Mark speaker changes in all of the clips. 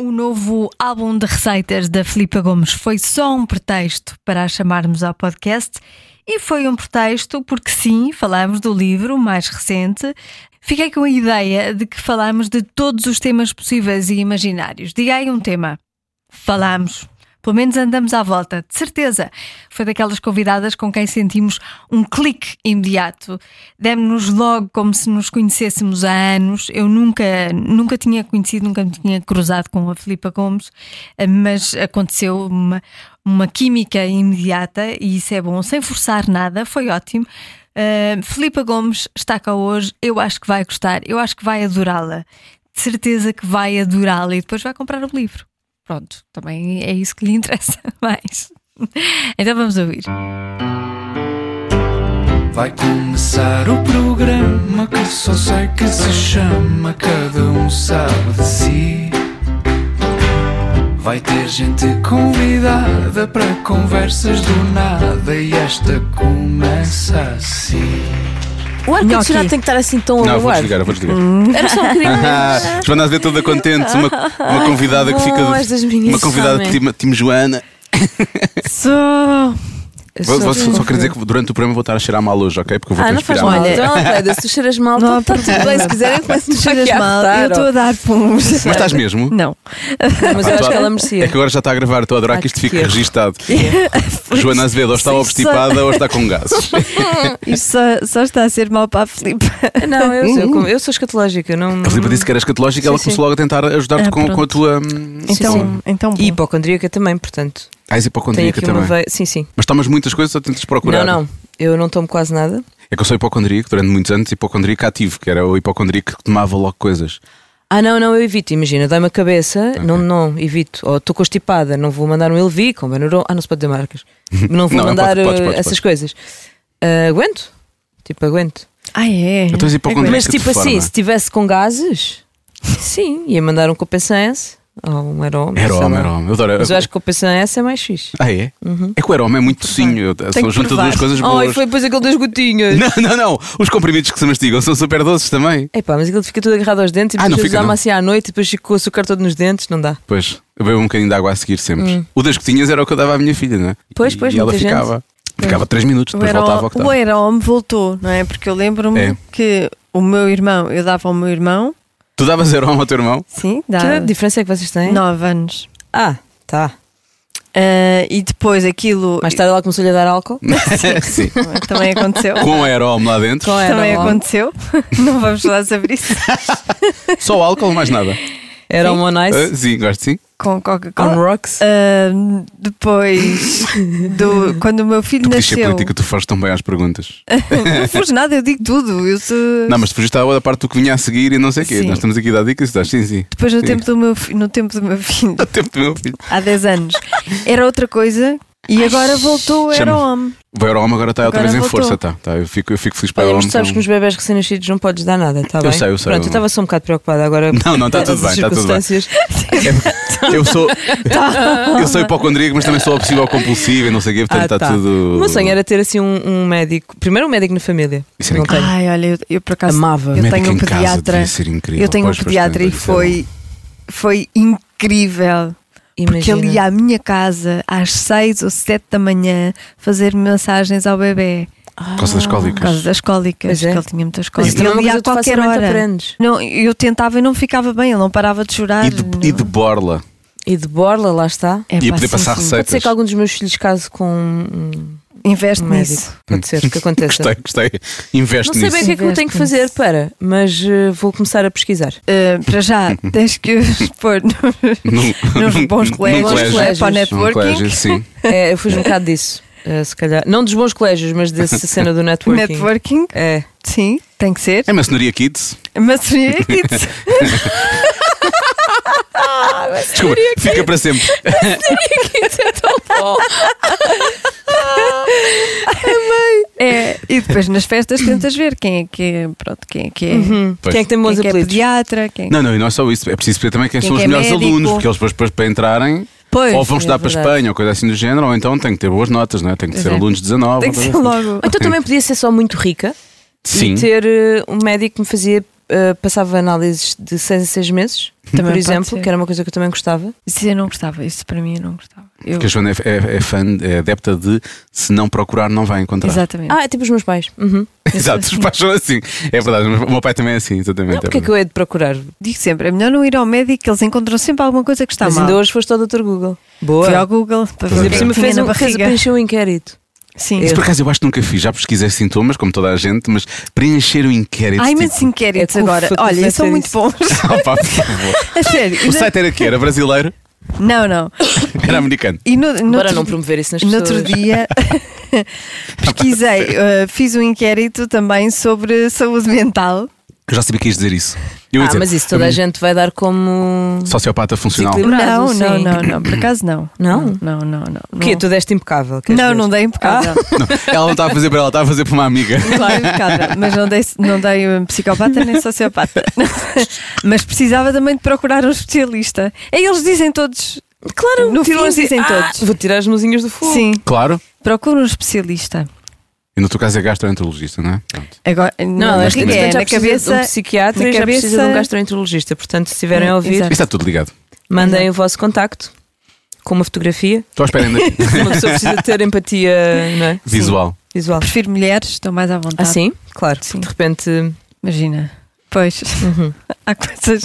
Speaker 1: O novo álbum de receitas da Filipa Gomes foi só um pretexto para a chamarmos ao podcast e foi um pretexto porque sim, falámos do livro mais recente. Fiquei com a ideia de que falámos de todos os temas possíveis e imaginários. Diga aí um tema. Falámos. Pelo menos andamos à volta, de certeza. Foi daquelas convidadas com quem sentimos um clique imediato. Demos-nos logo como se nos conhecêssemos há anos. Eu nunca, nunca tinha conhecido, nunca me tinha cruzado com a Filipa Gomes, eh, mas aconteceu uma, uma química imediata e isso é bom, sem forçar nada, foi ótimo. Uh, Filipa Gomes está cá hoje, eu acho que vai gostar, eu acho que vai adorá-la. De certeza que vai adorá-la e depois vai comprar o livro. Pronto, também é isso que lhe interessa mais. Então vamos ouvir.
Speaker 2: Vai começar o programa que só sei que se chama Cada um sabe de si. Vai ter gente convidada para conversas do nada e esta começa assim.
Speaker 3: O ar
Speaker 1: Nhoque.
Speaker 3: condicionado tem que estar assim tão
Speaker 4: Não, vou
Speaker 3: alargado.
Speaker 4: desligar, vou desligar.
Speaker 3: Era só um
Speaker 4: Ah, Joana Azevedo toda contente, uma, uma convidada que fica.
Speaker 3: voz das minhas
Speaker 4: Uma convidada
Speaker 3: sabem.
Speaker 4: de time, time Joana.
Speaker 3: Só.
Speaker 4: Vou, vou- só queria dizer que durante o programa vou estar a cheirar mal hoje, ok? Porque eu vou
Speaker 3: Ah, não faz
Speaker 4: transpirar
Speaker 3: mal.
Speaker 4: muito.
Speaker 3: Então, Alfredo, se tu cheiras mal,
Speaker 1: Não há
Speaker 5: tá
Speaker 3: está tudo bem.
Speaker 1: problema.
Speaker 3: Se quiserem, começam
Speaker 1: Tu cheiras
Speaker 3: já a
Speaker 1: mal,
Speaker 3: apertar,
Speaker 1: eu estou a dar puns.
Speaker 4: Mas estás mesmo?
Speaker 1: Não.
Speaker 3: ó. Mas
Speaker 4: Ah,
Speaker 3: eu
Speaker 4: tu-
Speaker 3: acho que ela merecia.
Speaker 4: É que agora já está a gravar, estou a adorar
Speaker 3: Ah,
Speaker 4: que isto
Speaker 3: que
Speaker 4: fique
Speaker 3: erro.
Speaker 4: registado. é, Joana Azevedo ou está
Speaker 1: Sim,
Speaker 4: obstipada ou está com gases.
Speaker 1: Isto só, só está a ser mal para a Filipa.
Speaker 3: Não, eu,
Speaker 4: Hum.
Speaker 3: eu, como- eu sou escatológica. eu Não,
Speaker 4: A Filipe disse que era escatológica e ela
Speaker 3: Sim,
Speaker 4: começou logo a tentar ajudar-te
Speaker 1: Ah,
Speaker 4: com, com a
Speaker 1: pronto.
Speaker 4: tua. hum,
Speaker 1: Então,
Speaker 3: sim.
Speaker 1: então bom.
Speaker 3: E hipocondríaca também, portanto.
Speaker 4: Ah, és
Speaker 3: Tenho
Speaker 4: hipocondríaca
Speaker 3: aqui uma
Speaker 4: também.
Speaker 3: veia. Sim, sim.
Speaker 4: Mas tomas muitas coisas ou tentas procurar?
Speaker 3: Não, não. Eu não tomo quase nada.
Speaker 4: É que eu sou hipocondríaco durante muitos anos, hipocondríaco ativo, que era o hipocondríaco que tomava logo coisas.
Speaker 3: Ah, não, não, eu evito. Imagina, dói-me a cabeça, não, não, evito. Ou estou constipada, não vou mandar um Elvic, ou Benuron. Ah, não se pode dizer marcas. Não vou
Speaker 4: Não, é um
Speaker 3: mandar
Speaker 4: pode, pode,
Speaker 3: eh,
Speaker 4: pode,
Speaker 3: essas
Speaker 4: pode.
Speaker 3: coisas. Ah, aguento. Tipo, aguento.
Speaker 1: Ah, é?
Speaker 4: Eu estou hipocondríaco.
Speaker 3: Mas
Speaker 4: de que
Speaker 3: tipo assim,
Speaker 4: forma?
Speaker 3: se tivesse com gases, sim, ia mandar um compensense ou um aroma.
Speaker 4: Era
Speaker 3: sei
Speaker 4: homem,
Speaker 3: lá.
Speaker 4: era homem. é Eu adoro.
Speaker 3: Mas eu acho que Uhum. compensense é mais fixe.
Speaker 4: Ah, é? É que o Aroma é muito docinho. Eu- São
Speaker 1: que
Speaker 4: junta
Speaker 1: provar.
Speaker 4: duas coisas
Speaker 3: Oh, e
Speaker 4: boas.
Speaker 3: foi depois aquele das gotinhas.
Speaker 4: Não, não, não. Os comprimidos que se mastigam são super doces também.
Speaker 3: Epá, mas aquilo fica tudo agarrado aos dentes e
Speaker 4: Ah, não
Speaker 3: depois
Speaker 4: fica,
Speaker 3: usar-me
Speaker 4: não.
Speaker 3: assim à noite e depois fica com o açúcar todo nos dentes, não dá.
Speaker 4: Pois, eu bebo um bocadinho de água a seguir sempre. O das gotinhas era o que eu dava à minha filha, não é?
Speaker 3: Hum. Pois,
Speaker 4: E-
Speaker 3: pois,
Speaker 4: E ela
Speaker 3: muita
Speaker 4: ficava. Ficava 3 minutos,
Speaker 5: O
Speaker 4: depois voltava ao que
Speaker 5: era, o
Speaker 4: estava.
Speaker 5: era homem voltou, não é? Porque eu lembro-me
Speaker 4: É.
Speaker 5: que o meu irmão, eu dava ao meu irmão,
Speaker 4: Tu davas Aroma ao teu irmão?
Speaker 5: sim,
Speaker 3: Que
Speaker 5: dá
Speaker 3: diferença é que vocês têm?
Speaker 5: 9 anos.
Speaker 3: Ah, tá.
Speaker 5: Ah, e depois aquilo
Speaker 3: Mais tarde ela começou-lhe a dar álcool.
Speaker 4: tá- Sim.
Speaker 5: também aconteceu.
Speaker 4: Com Aerome lá dentro,
Speaker 3: Com
Speaker 5: também
Speaker 3: era um
Speaker 5: aconteceu. Não vamos falar sobre isso.
Speaker 4: só álcool, mais nada.
Speaker 3: Era um on
Speaker 4: Ah,
Speaker 3: ice,
Speaker 4: sim, gosto sim.
Speaker 5: Com
Speaker 3: on
Speaker 5: Coca-Cola.
Speaker 3: rocks.
Speaker 5: Ah, depois do quando o meu filho
Speaker 4: Tu podias ser
Speaker 5: nasceu.
Speaker 4: política, tu foste tão bem às perguntas.
Speaker 3: Ah,
Speaker 5: Não fiz nada, eu digo tudo. Eu sou...
Speaker 4: Não, mas tu fugiste à da parte do que vinha a seguir e não sei o quê.
Speaker 5: Sim.
Speaker 4: Nós estamos aqui a dar dicas e estás, sim, sim.
Speaker 5: Depois no
Speaker 4: Sim.
Speaker 5: tempo, do meu, fi- no tempo do meu filho,
Speaker 4: Ao tempo do meu filho.
Speaker 5: há 10 anos, era outra coisa e agora voltou, era
Speaker 4: chama-
Speaker 5: homem.
Speaker 4: O Aerome agora está outra
Speaker 5: Agora
Speaker 4: vez em
Speaker 5: voltou.
Speaker 4: força, tá, tá. Eu, fico, eu fico feliz para
Speaker 3: Olha,
Speaker 4: Aerome.
Speaker 3: mas tu sabes que nos bebés recém-nascidos não podes dar nada, tá
Speaker 4: um Eu
Speaker 3: bem?
Speaker 4: sei, eu sei,
Speaker 3: Pronto, eu
Speaker 4: eu-
Speaker 3: estava só um bocado preocupada agora.
Speaker 4: Não, não, tá
Speaker 3: por
Speaker 4: tudo bem,
Speaker 3: essas
Speaker 4: tá tudo bem.
Speaker 3: circunstâncias.
Speaker 4: Eu sou, eu sou hipocondríaco, mas também sou obsessivo ou compulsivo e não sei o quê, portanto
Speaker 3: Ah,
Speaker 4: está
Speaker 3: tá.
Speaker 4: tudo.
Speaker 3: O meu sonho era ter assim um, um médico. Primeiro um médico na família.
Speaker 4: Isso é era
Speaker 3: não tenho.
Speaker 5: Ai, olha, eu, eu por acaso
Speaker 3: Amava.
Speaker 5: Eu
Speaker 4: Médico
Speaker 5: tenho um
Speaker 4: em casa
Speaker 5: pediatra.
Speaker 4: devia ser incrível.
Speaker 5: Eu tenho
Speaker 4: Pois,
Speaker 5: um
Speaker 4: pois,
Speaker 5: pediatra
Speaker 4: tem,
Speaker 5: e
Speaker 4: tem, tem.
Speaker 5: foi, foi incrível. Porque
Speaker 3: Imagina.
Speaker 5: ele ia à minha casa às seis ou sete da manhã fazer massagens ao bebê
Speaker 4: Por causa das
Speaker 5: por
Speaker 4: cólicas.
Speaker 5: causa das cólicas,
Speaker 3: Pois é.
Speaker 5: que ele tinha muitas
Speaker 3: Mas
Speaker 5: cólicas.
Speaker 3: isso também é
Speaker 5: ele
Speaker 3: uma
Speaker 5: ia
Speaker 3: coisa
Speaker 5: a
Speaker 3: que tu
Speaker 5: qualquer
Speaker 3: facilmente
Speaker 5: hora.
Speaker 3: aprendes.
Speaker 5: Não, eu tentava e não ficava bem, ele não parava de chorar.
Speaker 4: E de, e de borla.
Speaker 3: E de borla, lá está.
Speaker 5: É,
Speaker 4: ia
Speaker 5: pá,
Speaker 4: poder
Speaker 5: sim, sim.
Speaker 4: passar
Speaker 3: Pode ser
Speaker 4: receitas.
Speaker 3: que algum dos meus filhos case com um,
Speaker 5: Investe
Speaker 3: um
Speaker 5: nisso.
Speaker 3: médico. Pode ser que aconteça.
Speaker 4: Hum. Gostei, gostei. Investe
Speaker 3: Não sei bem o
Speaker 4: nisso.
Speaker 3: que é que eu tenho que fazer para, mas eh, vou começar a pesquisar.
Speaker 5: Uh, para já, tens que os pôr no-
Speaker 4: Num-
Speaker 5: nos bons
Speaker 4: num
Speaker 5: colégios,
Speaker 4: colégio.
Speaker 5: não é? para o
Speaker 4: Num colégio,
Speaker 5: networking.
Speaker 4: sim.
Speaker 3: É, eu fujo um bocado disso, eh, se calhar. Não dos bons colégios, mas dessa cena do networking.
Speaker 5: Networking,
Speaker 3: É.
Speaker 5: sim, tem que ser.
Speaker 4: É maçonaria Kids.
Speaker 5: Mas seria kids.
Speaker 4: Desculpa, fica para sempre.
Speaker 5: É, e depois nas festas tentas ver quem é que é, pronto, quem é que é,
Speaker 4: Pois.
Speaker 3: Quem é que
Speaker 5: quem
Speaker 3: tem
Speaker 5: é,
Speaker 3: bons
Speaker 5: que é
Speaker 3: apelidos?
Speaker 5: pediatra, quem é que-
Speaker 4: Não, não, e não é só isso. É preciso ver também quem,
Speaker 5: Quem
Speaker 4: são os
Speaker 5: que é
Speaker 4: melhores
Speaker 5: médico?
Speaker 4: alunos, porque eles depois, depois para entrarem
Speaker 5: Pois,
Speaker 4: ou vão
Speaker 3: é
Speaker 4: estudar para a
Speaker 3: verdade.
Speaker 4: Espanha ou coisa assim do género, ou então têm que ter boas notas, não é? Tem que ser
Speaker 5: é.
Speaker 4: alunos 19.
Speaker 5: tem que
Speaker 4: ou
Speaker 5: ser
Speaker 4: coisa assim.
Speaker 5: logo.
Speaker 3: Ou então também podia ser só muito rica
Speaker 4: Sim.
Speaker 3: e ter eh, um médico que me fazia eh, passava análises de seis em seis meses,
Speaker 5: Também
Speaker 3: por
Speaker 5: pode
Speaker 3: exemplo,
Speaker 5: ser.
Speaker 3: que era uma coisa que eu também gostava.
Speaker 5: Isso eu não gostava, isso para mim eu não gostava. Eu-
Speaker 4: Porque a Joana é, é- é fã, é adepta de se não procurar, não vai encontrar.
Speaker 5: Exatamente.
Speaker 3: Ah, é tipo os meus pais. Uhum.
Speaker 4: Exato, os pais são assim. É verdade, o meu pai também é assim, exatamente.
Speaker 3: Não, porque é que eu hei de procurar?
Speaker 5: Digo sempre, é melhor não ir ao médico, que eles encontram sempre alguma coisa que está
Speaker 3: Mas
Speaker 5: Tá mal.
Speaker 3: ainda hoje foste ao Dr. Google. Boa.
Speaker 5: Fui ao Google para
Speaker 3: Mas
Speaker 5: ver o
Speaker 3: ainda por
Speaker 5: que é que
Speaker 3: cima
Speaker 5: tinha
Speaker 3: fez
Speaker 5: na
Speaker 3: um, fez,
Speaker 5: barriga.
Speaker 3: preencheu um inquérito.
Speaker 5: Sim.
Speaker 4: Isso por acaso eu acho que nunca fiz, já pesquisei sintomas, como toda a gente, mas preencher o inquérito.
Speaker 5: Há
Speaker 4: tipo,
Speaker 5: imensos inquéritos
Speaker 3: É que
Speaker 5: agora.
Speaker 3: ufa, tu
Speaker 5: Olha,
Speaker 3: deve
Speaker 5: são
Speaker 3: ter
Speaker 5: muito
Speaker 3: isso.
Speaker 5: bons.
Speaker 4: Ah, pá, por favor.
Speaker 5: A sério.
Speaker 4: O site era que era brasileiro,
Speaker 5: Não, não.
Speaker 4: era americano.
Speaker 5: E no, no
Speaker 3: Para
Speaker 5: outro-
Speaker 3: não promover isso nas
Speaker 5: No
Speaker 3: pessoas.
Speaker 5: outro dia pesquisei, eh, fiz um inquérito também sobre saúde mental.
Speaker 4: Eu já sabia que ias dizer isso. Eu ia
Speaker 3: Ah,
Speaker 4: dizer,
Speaker 3: mas isso toda a gente vai dar como.
Speaker 4: Sociopata funcional.
Speaker 3: Ciclo-
Speaker 5: não,
Speaker 3: Bravo,
Speaker 5: não,
Speaker 3: sim.
Speaker 5: não, não, por acaso não.
Speaker 3: Não?
Speaker 5: Não, não, não.
Speaker 3: O quê?
Speaker 5: Não,
Speaker 3: Tu deste impecável. é queres
Speaker 5: não,
Speaker 3: ver?
Speaker 5: não dei impecável.
Speaker 4: Não, ela não estava a fazer para ela, estava a fazer para uma amiga.
Speaker 5: Claro, impecável, mas não dei, não dei um psicopata nem sociopata. mas precisava também de procurar um especialista. É, eles dizem todos. Claro, no fim
Speaker 3: Tiram
Speaker 5: eles
Speaker 3: assim,
Speaker 5: dizem
Speaker 3: ah,
Speaker 5: todos.
Speaker 3: Vou tirar as mãozinhas do fogo.
Speaker 5: Sim,
Speaker 4: Claro.
Speaker 5: procura um especialista.
Speaker 4: E no teu caso é gastroenterologista, não é? Pronto.
Speaker 5: Agora,
Speaker 3: Não,
Speaker 5: não,
Speaker 3: não
Speaker 5: é,
Speaker 4: acho que
Speaker 5: é, na
Speaker 3: de um
Speaker 5: cabeça.
Speaker 3: psiquiatra
Speaker 5: na
Speaker 3: e já precisa de um
Speaker 5: cabeça-
Speaker 3: gastroenterologista. Portanto, se estiverem a ouvir,
Speaker 5: Exato.
Speaker 4: Isto está tudo ligado.
Speaker 3: mandem o vosso contacto com uma fotografia.
Speaker 4: Estou à espera ainda.
Speaker 3: Uma pessoa precisa ter empatia não é?
Speaker 4: Visual.
Speaker 3: Sim, visual.
Speaker 5: Prefiro mulheres, estou mais à vontade.
Speaker 3: Ah, sim? Claro.
Speaker 5: Sim.
Speaker 3: De repente.
Speaker 5: Imagina. Pois,
Speaker 3: Uhum.
Speaker 5: há coisas.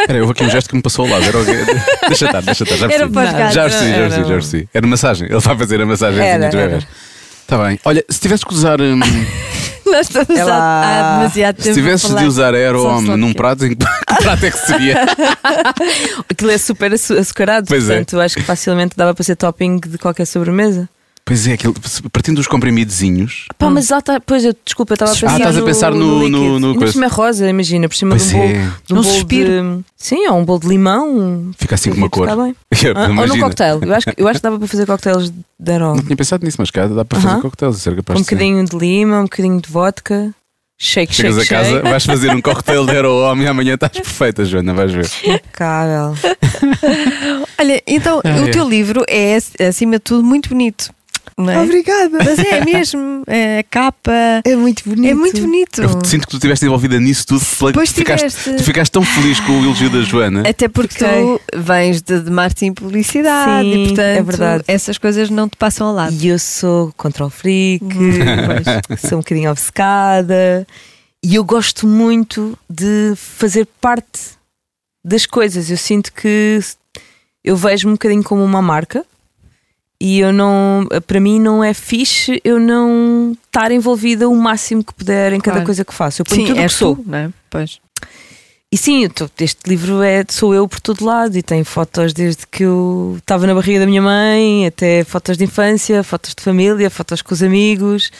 Speaker 4: Espera, houve aqui um gesto que me passou ao lado. Era o quê? Deixa estar, deixa estar. Já
Speaker 5: Era
Speaker 4: percebi.
Speaker 5: para os gatos.
Speaker 4: Já percebi, já
Speaker 3: Era-
Speaker 4: percebi, já percebi. Era massagem. Ele vai fazer a massagem assim
Speaker 3: Era,
Speaker 4: dos bebés. Está Tá bem. Olha, se tivesse que usar. hum,
Speaker 5: Nós estamos
Speaker 3: Ela-
Speaker 5: há, há demasiado tempo.
Speaker 4: se tivesses
Speaker 5: a falar.
Speaker 4: de usar aero
Speaker 3: um
Speaker 5: Só
Speaker 4: homem
Speaker 5: slot
Speaker 4: num
Speaker 5: cake.
Speaker 4: prato, em que que prato é que seria?
Speaker 3: Aquilo é super açu- açucarado,
Speaker 4: Pois é.
Speaker 3: portanto, acho que facilmente dava para ser topping de qualquer sobremesa. Hum.
Speaker 4: Pois é, aquilo, partindo dos comprimidozinhos.
Speaker 3: Pá, mas lá está. Pois eu, desculpa, eu estava a
Speaker 4: Ah,
Speaker 3: pensar.
Speaker 4: estás a pensar no-
Speaker 3: no,
Speaker 4: no- no
Speaker 3: líquido. E
Speaker 4: coisa.
Speaker 3: por cima é rosa, imagina, por cima
Speaker 4: Pois
Speaker 3: de um bolo.
Speaker 4: é.
Speaker 3: De um
Speaker 5: Um
Speaker 3: bolo
Speaker 5: suspiro.
Speaker 3: De, sim, ou um bolo de limão. um-
Speaker 4: Fica assim com uma cor.
Speaker 3: Está bem. Ah, ou num
Speaker 4: Imagina.
Speaker 3: cocktail. Eu acho, que- eu acho que dava para fazer cocktails de aroma.
Speaker 4: Não tinha pensado nisso, mas cara, dá para fazer
Speaker 3: Aham.
Speaker 4: coquetéis, isso era capaz
Speaker 3: Um
Speaker 4: de ser.
Speaker 3: bocadinho de lima, um bocadinho de vodka. Shake,
Speaker 4: Chegas
Speaker 3: shake,
Speaker 4: a casa,
Speaker 3: shake.
Speaker 4: vais fazer um cocktail de aero homem e amanhã estás perfeita, Joana, vais ver.
Speaker 3: Impecável.
Speaker 5: Olha, então
Speaker 4: Ah,
Speaker 5: o
Speaker 4: é.
Speaker 5: teu livro é, acima de tudo, muito bonito. Não é?
Speaker 3: Obrigada.
Speaker 5: Mas é mesmo. É, a capa.
Speaker 3: É muito bonito.
Speaker 5: É muito bonito.
Speaker 4: Eu sinto que tu estiveste envolvida nisso tudo, pela-
Speaker 5: Pois
Speaker 4: tu ficaste,
Speaker 5: tiveste.
Speaker 4: tu ficaste tão feliz com o elogio da Joana.
Speaker 5: Até porque tu vens de, de marketing e publicidade
Speaker 3: Sim,
Speaker 5: e, portanto,
Speaker 3: é verdade.
Speaker 5: essas coisas não te passam ao lado.
Speaker 3: E eu sou control freak,
Speaker 5: Hum.
Speaker 3: sou um bocadinho obcecada e eu gosto muito de fazer parte das coisas. Eu sinto que eu vejo-me um bocadinho como uma marca e eu não, para mim não é fixe eu não estar envolvida o máximo que puder em cada
Speaker 5: Claro.
Speaker 3: coisa que faço. Eu ponho tudo o
Speaker 5: és
Speaker 3: que sou.
Speaker 5: tu, não é? Pois.
Speaker 3: E sim, eu tô- este livro é sou eu por todo lado e tem fotos desde que eu estava na barriga da minha mãe, até fotos de infância, fotos de família, fotos com os amigos.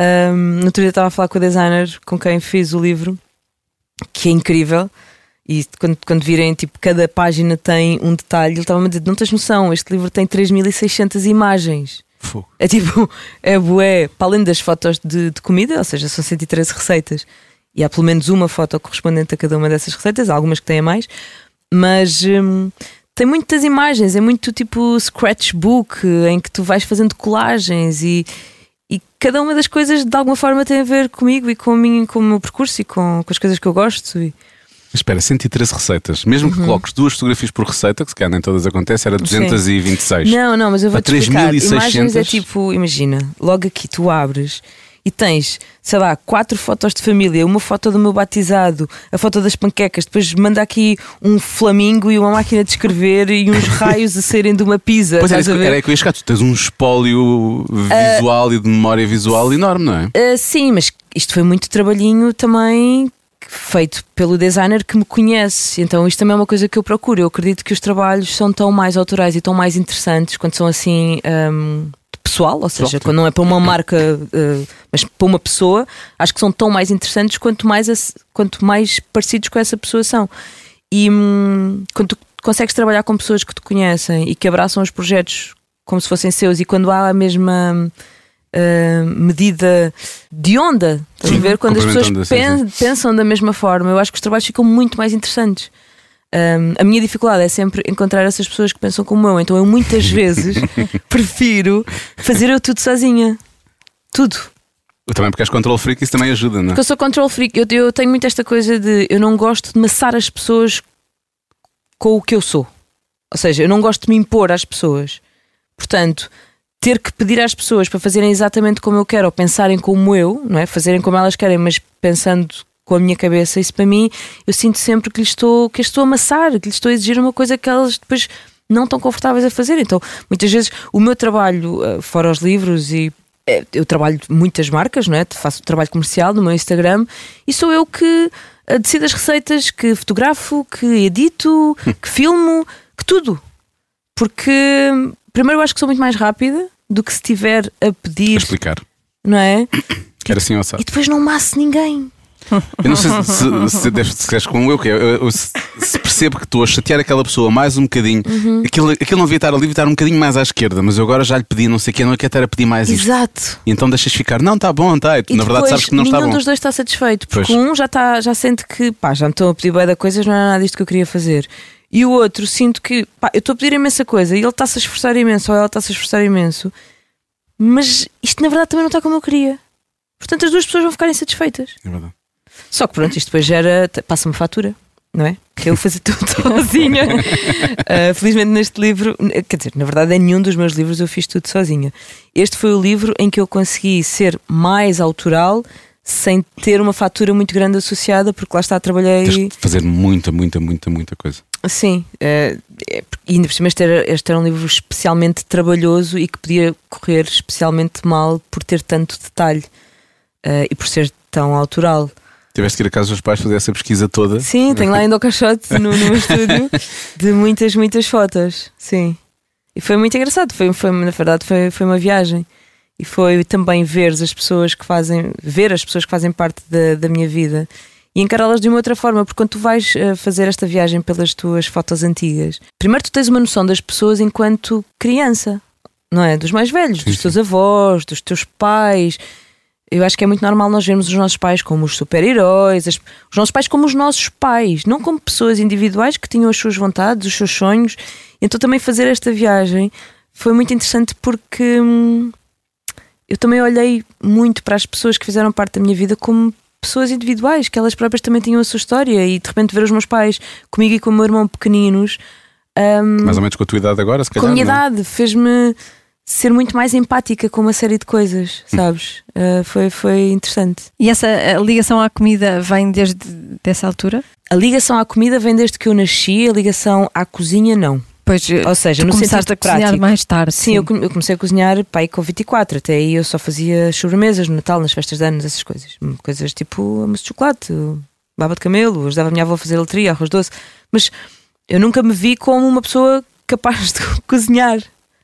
Speaker 3: Ahm, no outro dia estava a falar com a designer com quem fiz o livro, que é incrível. E quando, quando virem, tipo, cada página tem um detalhe. Ele estava-me a dizer: Não tens noção, este livro tem 3.600 imagens.
Speaker 4: Fogo.
Speaker 3: É tipo, é bué, para além das fotos de, de comida, ou seja, são 113 receitas e há pelo menos uma foto correspondente a cada uma dessas receitas, há algumas que têm a mais, mas hum, tem muitas imagens, é muito tipo scratchbook, em que tu vais fazendo colagens e, e cada uma das coisas de alguma forma tem a ver comigo e com, a minha, com o meu percurso e com, com as coisas que eu gosto. E,
Speaker 4: Mas Espera, 113 receitas. Mesmo
Speaker 3: Uhum.
Speaker 4: que coloques duas fotografias por receita, que se calhar nem todas acontecem, era 226.
Speaker 3: Não, não, mas eu vou te
Speaker 4: Há
Speaker 3: explicar.
Speaker 4: 3.600.
Speaker 3: Imagens é tipo, imagina, logo aqui tu abres e tens, sei lá, quatro fotos de família, uma foto do meu batizado, a foto das panquecas, depois manda aqui um flamingo e uma máquina de escrever e uns raios a saírem de uma pizza.
Speaker 4: Pois era,
Speaker 3: estás
Speaker 4: isso
Speaker 3: a
Speaker 4: que-
Speaker 3: ver?
Speaker 4: era aí que eu ia chegar. Tu tens um espólio visual e de memória visual enorme, não é?
Speaker 3: Ah, sim, mas isto foi muito trabalhinho também feito pelo designer que me conhece. Então isto também é uma coisa que eu procuro. Eu acredito que os trabalhos são tão mais autorais e tão mais interessantes quando são assim ahm, de pessoal, ou seja,
Speaker 4: Pronto.
Speaker 3: quando não é para uma marca, ah, mas para uma pessoa, acho que são tão mais interessantes quanto mais, ass- quanto mais parecidos com essa pessoa são. E hum, quando tu consegues trabalhar com pessoas que te conhecem e que abraçam os projetos como se fossem seus, e quando há a mesma hum, ah, medida de onda, estás a
Speaker 4: Sim,
Speaker 3: ver? Quando as pessoas
Speaker 4: complementando, sim,
Speaker 3: pen-
Speaker 4: sim.
Speaker 3: pensam da mesma forma, eu acho que os trabalhos ficam muito mais interessantes. Hum, a minha dificuldade é sempre encontrar essas pessoas que pensam como eu, então eu muitas vezes prefiro fazer eu tudo sozinha. Tudo.
Speaker 4: Também porque és control freak, isso também ajuda, não é?
Speaker 3: Porque eu sou control freak, eu, eu tenho muito esta coisa de eu não gosto de maçar as pessoas com o que eu sou. Ou seja, eu não gosto de me impor às pessoas. Portanto, ter que pedir às pessoas para fazerem exatamente como eu quero ou pensarem como eu, não é? Fazerem como elas querem, mas pensando com a minha cabeça, isso para mim, eu sinto sempre que lhes estou, que as estou a amassar, que lhes estou a exigir uma coisa que elas depois não estão confortáveis a fazer. Então, muitas vezes, o meu trabalho, eh, fora os livros e eh, eu trabalho de muitas marcas, não é? Faço trabalho comercial no meu Instagram e sou eu que eh, decido as receitas, que fotografo, que edito, que filmo, que tudo. Porque, primeiro, eu acho que sou muito mais rápida do que se estiver a
Speaker 4: A
Speaker 3: pedir,
Speaker 4: explicar.
Speaker 3: não é?
Speaker 4: Era assim ou sabe?
Speaker 3: E depois não maço ninguém.
Speaker 4: Eu não sei se, se, se, deves- se queres como eu, que eu, eu- se, se percebo que estou a chatear aquela pessoa mais um bocadinho,
Speaker 3: Uhum.
Speaker 4: aquilo, aquilo não devia estar ali, devia estar um bocadinho mais à esquerda, mas eu agora já lhe pedi não sei o que, não quero estar a pedir mais isto.
Speaker 3: Exato.
Speaker 4: E então deixas ficar, não, está bom, está.
Speaker 3: E
Speaker 4: Na verdade
Speaker 3: depois,
Speaker 4: sabes que não está
Speaker 3: nenhum
Speaker 4: bom.
Speaker 3: dos dois está satisfeito, porque
Speaker 4: Pois.
Speaker 3: um já, está, já sente que pá, já me estão a pedir bem da coisas, não era nada disto que eu queria fazer. E o outro sinto que pá, eu estou a pedir imensa coisa e ele está-se a esforçar imenso, ou ela está-se a esforçar imenso, mas isto na verdade também não está como eu queria. Portanto, as duas pessoas vão ficar insatisfeitas.
Speaker 4: É verdade.
Speaker 3: Só que pronto, isto depois gera, t- passa-me fatura, não é? Que eu fazia tudo sozinha. Ah, felizmente neste livro, n- quer dizer, na verdade em nenhum dos meus livros eu fiz tudo sozinha. Este foi o livro em que eu consegui ser mais autoral sem ter uma fatura muito grande associada, porque lá está, trabalhei.
Speaker 4: Tens de fazer muita, muita, muita, muita coisa.
Speaker 3: Sim, eh, é, e ainda por cima este era, este era um livro especialmente trabalhoso e que podia correr especialmente mal por ter tanto detalhe eh, e por ser tão autoral.
Speaker 4: Tiveste que ir a casa dos pais fazer essa pesquisa toda.
Speaker 3: Sim, tenho lá ainda o caixote no, no meu estúdio de muitas, muitas fotos. Sim. E foi muito engraçado. Foi, foi, na verdade, foi, foi uma viagem. E foi também ver as pessoas que fazem, ver as pessoas que fazem parte da, da minha vida e encará-las de uma outra forma, porque quando tu vais eh, fazer esta viagem pelas tuas fotos antigas, primeiro tu tens uma noção das pessoas enquanto criança, não é? Dos mais velhos, dos teus avós, dos teus pais, eu acho que é muito normal nós vermos os nossos pais como os super-heróis, as- os nossos pais como os nossos pais, não como pessoas individuais que tinham as suas vontades, os seus sonhos. Então também fazer esta viagem foi muito interessante porque hum, eu também olhei muito para as pessoas que fizeram parte da minha vida como pessoas individuais, que elas próprias também tinham a sua história e de repente ver os meus pais comigo e com o meu irmão pequeninos hum,
Speaker 4: Mais ou menos com a tua idade agora, se
Speaker 3: com
Speaker 4: calhar.
Speaker 3: a minha
Speaker 4: não é?
Speaker 3: idade, fez-me ser muito mais empática com uma série de coisas,
Speaker 4: Hum.
Speaker 3: sabes? Ah, foi, foi interessante.
Speaker 5: E essa eh, ligação à comida vem desde dessa altura?
Speaker 3: A ligação à comida vem desde que eu nasci, a ligação à cozinha não.
Speaker 5: Pois, eh,
Speaker 3: Ou seja,
Speaker 5: tu
Speaker 3: no
Speaker 5: começaste
Speaker 3: sentido
Speaker 5: a cozinhar
Speaker 3: prático.
Speaker 5: mais tarde.
Speaker 3: Sim, Eu, come- eu comecei a cozinhar pai com 24, até aí eu só fazia sobremesas no Natal, nas festas de anos, essas coisas. Hum, Coisas tipo mousse de chocolate, baba de camelo, ajudava a minha avó a fazer letria, arroz doce. Mas eu nunca me vi como uma pessoa capaz de cozinhar.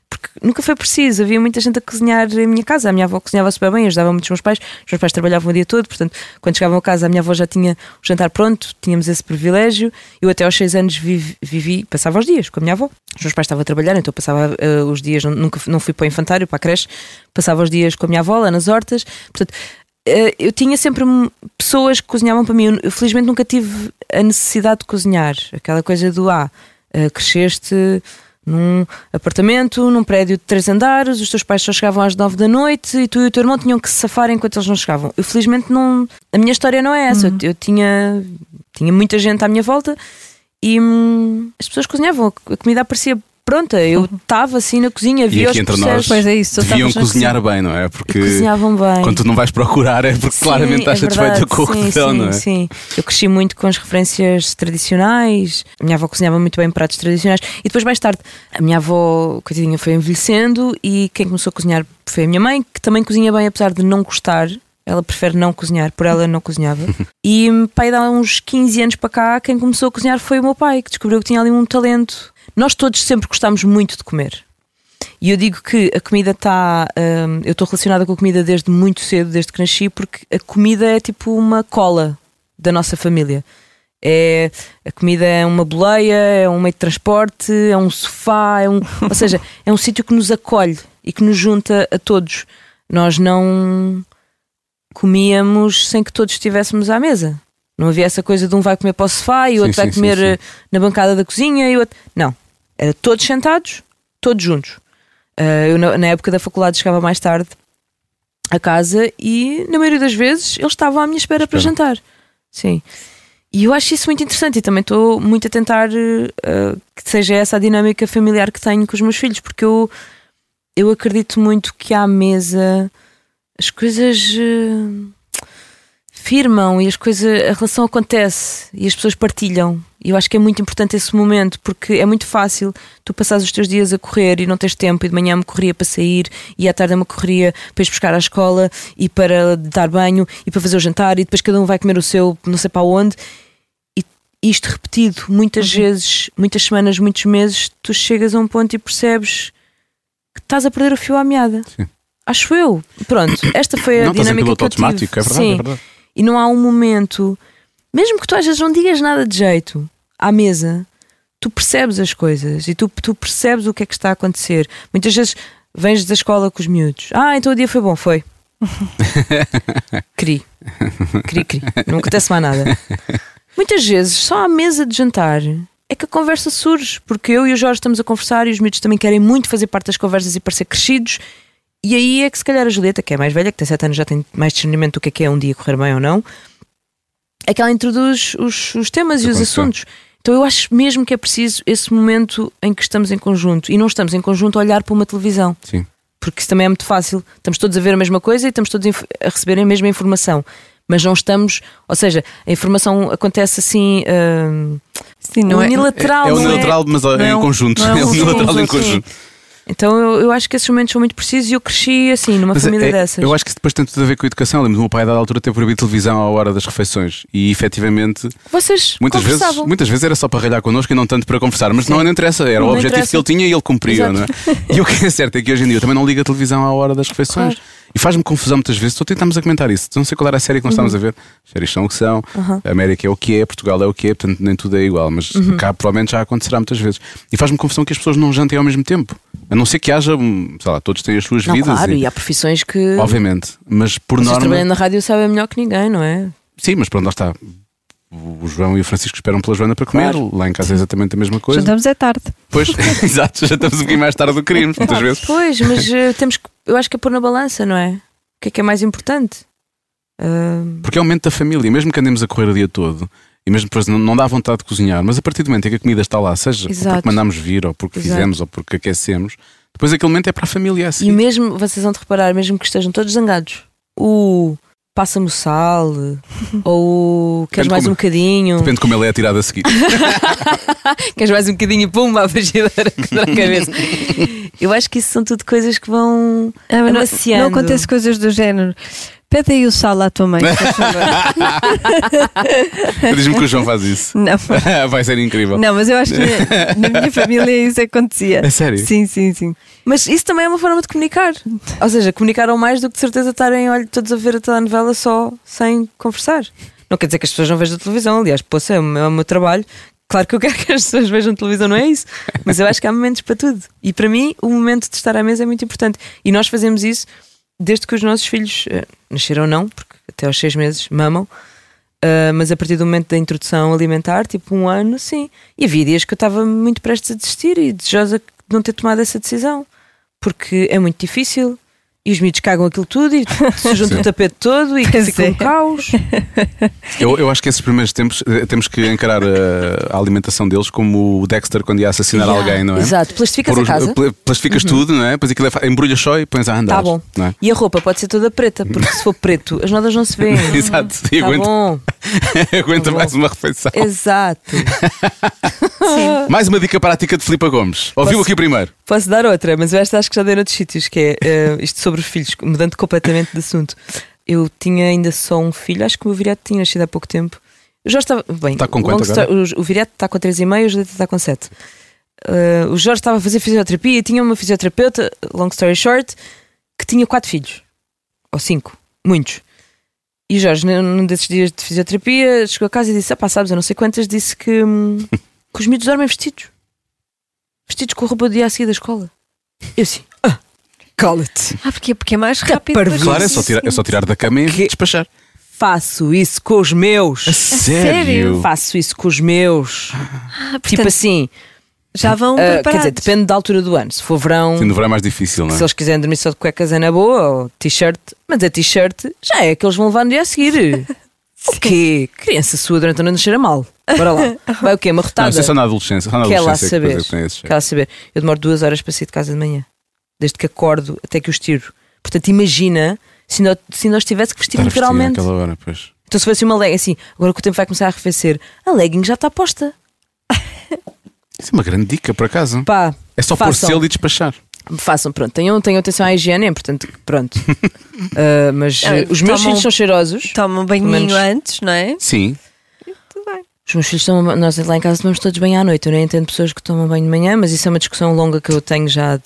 Speaker 3: Porque nunca foi preciso, havia muita gente a cozinhar em minha casa. A minha avó cozinhava super bem, ajudava muito os meus pais. Os meus pais trabalhavam o dia todo, portanto, quando chegavam a casa, a minha avó já tinha o jantar pronto, tínhamos esse privilégio. Eu até aos seis anos vivi, vivi- passava os dias com a minha avó. Os meus pais estavam a trabalhar, então eu passava eh, os dias, não- nunca fui- não fui para o infantário, para a creche, passava os dias com a minha avó lá nas hortas. Portanto, eh, eu tinha sempre hum, pessoas que cozinhavam para mim. Eu, eu, felizmente nunca tive a necessidade de cozinhar. Aquela coisa do ah, eh, cresceste num apartamento, num prédio de três andares, os teus pais só chegavam às nove da noite e tu e o teu irmão tinham que se safar enquanto eles não chegavam. Eu felizmente não. A minha história não é essa. Eu, eu tinha, tinha muita gente à minha volta e hum, as pessoas cozinhavam, a comida aparecia pronta. Eu estava assim na cozinha,
Speaker 4: Uhum. E
Speaker 3: via os
Speaker 4: aqui entre nós
Speaker 3: processos.
Speaker 5: Pois é isso, tu
Speaker 4: deviam
Speaker 5: estavas na
Speaker 4: cozinhar bem, não é? Porque
Speaker 3: Cozinhavam assim. bem.
Speaker 4: quando tu não vais procurar é porque
Speaker 3: Sim,
Speaker 4: claramente estás
Speaker 3: é
Speaker 4: satisfeito
Speaker 3: verdade,
Speaker 4: com o que
Speaker 3: sim,
Speaker 4: te dão,
Speaker 3: sim,
Speaker 4: não é?
Speaker 3: Sim, eu cresci muito com as referências tradicionais. A minha avó cozinhava muito bem pratos tradicionais. E depois, mais tarde, a minha avó, coitadinha, foi envelhecendo e quem começou a cozinhar foi a minha mãe, que também cozinha bem, apesar de não gostar. Ela prefere não cozinhar, por ela não cozinhava. E pai, há uns 15 anos para cá, quem começou a cozinhar foi o meu pai, que descobriu que tinha ali um talento. Nós todos sempre gostámos muito de comer. E eu digo que a comida está. hum, eu estou relacionada com a comida desde muito cedo, desde que nasci, porque a comida é tipo uma cola da nossa família. É, a comida é uma boleia, é um meio de transporte, é um sofá, é um, ou seja, é um sítio que nos acolhe e que nos junta a todos. Nós não comíamos sem que todos estivéssemos à mesa. Não havia essa coisa de um vai comer para o sofá e o
Speaker 4: Sim,
Speaker 3: outro vai
Speaker 4: sim, sim,
Speaker 3: comer
Speaker 4: sim.
Speaker 3: eh, na bancada da cozinha e o outro. Não. Era todos sentados, todos juntos. Ah, eu, na, na época da faculdade, chegava mais tarde a casa e, na maioria das vezes, eles estavam à minha espera, para
Speaker 4: Espera.
Speaker 3: jantar. Sim. E eu acho isso muito interessante e também estou muito a tentar eh, que seja essa a dinâmica familiar que tenho com os meus filhos, porque eu, eu acredito muito que à mesa as coisas eh, firmam e as coisas, a relação acontece e as pessoas partilham. E eu acho que é muito importante esse momento, porque é muito fácil tu passares os teus dias a correr e não tens tempo, e de manhã é uma correria para sair, e à tarde é uma correria para ir buscar à escola, e para dar banho, e para fazer o jantar, e depois cada um vai comer o seu, não sei para onde. E isto repetido muitas
Speaker 4: Uhum.
Speaker 3: vezes, muitas semanas, muitos meses, tu chegas a um ponto e percebes que estás a perder o fio à meada.
Speaker 4: Sim.
Speaker 3: Acho eu. Pronto, esta foi a
Speaker 4: Não estás em
Speaker 3: dinâmica
Speaker 4: piloto
Speaker 3: que eu tive.
Speaker 4: automático, é verdade,
Speaker 3: Sim
Speaker 4: é verdade.
Speaker 3: e não há um momento, mesmo que tu às vezes não digas nada de jeito à mesa, tu percebes as coisas e tu, tu percebes o que é que está a acontecer. Muitas vezes vens da escola com os miúdos. Ah, então o dia foi bom, foi. cri. Cri, cri. Não acontece mais nada. Muitas vezes, só à mesa de jantar é que a conversa surge, porque eu e o Jorge estamos a conversar e os miúdos também querem muito fazer parte das conversas e parecer crescidos. E aí é que se calhar a Julieta, que é mais velha, que tem 7 anos, já tem mais discernimento do que é que é um dia correr bem ou não, é que ela introduz os, os temas e os
Speaker 4: aconteceu.
Speaker 3: assuntos. Então eu acho mesmo que é preciso esse momento em que estamos em conjunto e não estamos em conjunto a olhar para uma televisão
Speaker 4: Sim.
Speaker 3: porque isso também é muito fácil. Estamos todos a ver a mesma coisa e estamos todos inf- a receber a mesma informação, mas não estamos, ou seja, a informação acontece assim hum,
Speaker 5: Sim,
Speaker 3: unilateral.
Speaker 4: É
Speaker 3: não
Speaker 4: unilateral, mas
Speaker 5: não
Speaker 4: é
Speaker 5: é um-
Speaker 4: em conjunto.
Speaker 5: não é um
Speaker 4: É unilateral em
Speaker 5: conjunto, sim.
Speaker 4: conjunto.
Speaker 3: Então eu, eu acho que esses momentos são muito precisos e eu cresci assim, numa
Speaker 4: Mas
Speaker 3: família
Speaker 4: é-
Speaker 3: dessas.
Speaker 4: Eu acho que isso depois tem tudo a ver com a educação. Lembro-me do meu pai, a dada altura, ter proibido televisão à hora das refeições. E efetivamente,
Speaker 3: Vocês
Speaker 4: muitas vezes,
Speaker 3: conversavam.
Speaker 4: muitas vezes era só para ralhar connosco e não tanto para conversar. Mas não, não interessa. Era
Speaker 3: Não
Speaker 4: o objetivo
Speaker 3: interessa.
Speaker 4: que ele tinha e ele cumpria. Não é? E o que é certo é que hoje em dia eu também não ligo a televisão à hora das refeições. E faz-me confusão muitas vezes. Estou tentámos a comentar isso. Não sei qual era a série que nós
Speaker 3: Uhum.
Speaker 4: estávamos a ver. As séries são o que são. A América é o que é, Portugal é o que é. Portanto, nem tudo é igual. Mas
Speaker 3: Uhum.
Speaker 4: cá provavelmente já acontecerá muitas vezes. E faz-me confusão que as pessoas não jantem ao mesmo tempo. A não ser que haja, hum, sei lá, todos têm as suas
Speaker 3: Não,
Speaker 4: vidas.
Speaker 3: claro,
Speaker 4: e-
Speaker 3: e... há profissões que
Speaker 4: Obviamente, mas por
Speaker 3: vocês
Speaker 4: norma.
Speaker 3: trabalhando na rádio sabem melhor que ninguém, não é?
Speaker 4: Sim, mas pronto, lá está. O João e o Francisco esperam pela Joana para comer. Lá em casa é exatamente a mesma coisa.
Speaker 5: Jantamos é tarde.
Speaker 4: Pois, exato, já estamos um bocadinho mais tarde do que queríamos, muitas vezes.
Speaker 3: Pois, mas eh, temos que, eu acho que é pôr na balança, não é? O que é que é mais importante? Hum,
Speaker 4: Porque é o momento da família, mesmo que andemos a correr o dia todo. E mesmo depois não, não dá vontade de cozinhar, mas a partir do momento em que a comida está lá, seja
Speaker 3: Exato.
Speaker 4: porque mandámos vir, ou porque
Speaker 3: Exato.
Speaker 4: fizemos, ou porque aquecemos, depois aquele momento é para a família, é assim.
Speaker 3: E mesmo, vocês vão de reparar, mesmo que estejam todos zangados, o passa-me o sal, ou o queres
Speaker 4: Depende
Speaker 3: mais
Speaker 4: como-
Speaker 3: um bocadinho,
Speaker 4: Depende de como ele é atirado a seguir.
Speaker 3: queres mais um bocadinho e pum, a frigideira contra a cabeça. Eu acho que isso são tudo coisas que vão
Speaker 5: Ah, mas não,
Speaker 3: amaciando.
Speaker 5: não acontece coisas do género. Pede aí o sal à tua mãe. por favor.
Speaker 4: Diz-me que o João faz isso.
Speaker 5: não.
Speaker 4: Vai ser incrível.
Speaker 5: não, mas eu acho que na, na minha família isso acontecia.
Speaker 4: É sério?
Speaker 5: Sim, sim, sim.
Speaker 3: Mas isso também é uma forma de comunicar. Ou seja, comunicaram mais do que de certeza estarem olha, todos a ver a telenovela só sem conversar. Não quer dizer que as pessoas não vejam televisão, aliás, poça, é o meu, é o meu trabalho. Claro que eu quero que as pessoas vejam televisão, não é isso? Mas eu acho que há momentos para tudo. E para mim, o momento de estar à mesa é muito importante. E nós fazemos isso desde que os nossos filhos eh, nasceram ou não, porque até aos seis meses mamam. Uh, mas a partir do momento da introdução alimentar, tipo um ano, sim. E havia dias que eu estava muito prestes a desistir e desejosa de não ter tomado essa decisão, porque é muito difícil. E os miúdos cagam aquilo tudo e sujam
Speaker 4: Sim.
Speaker 3: o tapete todo e
Speaker 5: Pois
Speaker 3: fica
Speaker 5: é.
Speaker 3: um caos.
Speaker 4: Eu, eu acho que esses primeiros tempos eh, temos que encarar eh, a, alimentação deles como o Dexter quando ia assassinar
Speaker 3: Yeah,
Speaker 4: alguém, não é?
Speaker 3: Exato, plastificas
Speaker 4: Pôr
Speaker 3: a
Speaker 4: os-
Speaker 3: casa. Uhum.
Speaker 4: pla- Plastificas tudo, não é? Depois aquilo é fa- embrulhas só e pões a andar.
Speaker 3: Tá bom.
Speaker 4: Não é?
Speaker 3: E a roupa pode ser toda preta, porque se for preto, as notas não se veem.
Speaker 4: Exato. E
Speaker 3: Tá
Speaker 4: aguenta,
Speaker 3: bom,
Speaker 4: aguenta
Speaker 3: Tá bom.
Speaker 4: mais uma refeição.
Speaker 3: exato.
Speaker 4: Mais uma dica prática de Filipa Gomes. Ouviu
Speaker 3: Posso-
Speaker 4: aqui primeiro.
Speaker 3: Posso dar outra, mas esta acho que já dei noutros sítios, que é eh, isto sobre os filhos, mudando completamente de assunto. Eu tinha ainda só um filho, acho que o meu viriato tinha nascido há pouco tempo. Eu já estava. Bem,
Speaker 4: Está Tá com
Speaker 3: long
Speaker 4: quanto
Speaker 3: story- o, o viriato está com 3,5 e o Julieta está com 7. Eh, o Jorge estava a fazer fisioterapia e tinha uma fisioterapeuta, long story short, que tinha quatro filhos. Ou cinco. Muitos. E o Jorge, num num desses dias de fisioterapia, chegou a casa e disse: Ah, pá, sabes, eu não sei quantas, disse que, hum, que os miúdos dormem vestidos. Vestidos com a roupa do dia a seguir da escola. Eu assim: Ah, cala-te.
Speaker 5: Ah, porque, porque é mais rápido.
Speaker 3: parvo.
Speaker 5: mas
Speaker 4: Claro, é
Speaker 5: isso
Speaker 4: só, tirar, é só tirar da cama e
Speaker 3: Que-
Speaker 4: despachar.
Speaker 3: Faço isso com os meus.
Speaker 4: sério?
Speaker 5: sério?
Speaker 3: Faço isso com os meus.
Speaker 5: Ah,
Speaker 3: Tipo
Speaker 5: portanto,
Speaker 3: assim,
Speaker 5: Já vão
Speaker 3: Ah,
Speaker 5: preparados.
Speaker 3: quer dizer, depende da altura do ano. Se for verão,
Speaker 4: Sim, no verão é mais difícil, não é?
Speaker 3: se eles quiserem dormir só de cuecas é na boa, ou t-shirt, mas a t-shirt já é a que eles vão levar no dia a seguir. o quê? Criança sua durante a noite não cheira mal. Bora lá. Vai o quê? Uma
Speaker 4: Não,
Speaker 3: rotada.
Speaker 4: isso é só na adolescência. Só na
Speaker 3: Quer lá
Speaker 4: adolescência que
Speaker 3: saber.
Speaker 4: depois eu tenho esses
Speaker 3: Quer lá saber. Eu demoro duas horas para sair de casa de manhã. Desde que acordo até que os tiro. Portanto, imagina se ainda, se ainda os tivesse que vestir
Speaker 4: Estar a vestir
Speaker 3: literalmente.
Speaker 4: Tá naquela hora, pois.
Speaker 3: Então, se fosse uma legging, assim, agora que o tempo vai começar a arrefecer, a legging já está posta.
Speaker 4: Isso é uma grande dica, por acaso.
Speaker 3: Pá,
Speaker 4: é só pôr
Speaker 3: façam.
Speaker 4: selo e despachar.
Speaker 3: Façam, pronto. Tenham, tenham atenção à higiene, portanto, pronto. Ah, mas
Speaker 5: Ah,
Speaker 3: eh, os meus
Speaker 5: tomam-
Speaker 3: filhos são cheirosos.
Speaker 5: Toma um banhinho
Speaker 3: menos-
Speaker 5: antes, não é?
Speaker 4: Sim.
Speaker 3: Os meus filhos tomam. Nós lá em casa tomamos todos bem à noite. Eu nem entendo pessoas que tomam banho de manhã, mas isso é uma discussão longa que eu tenho já de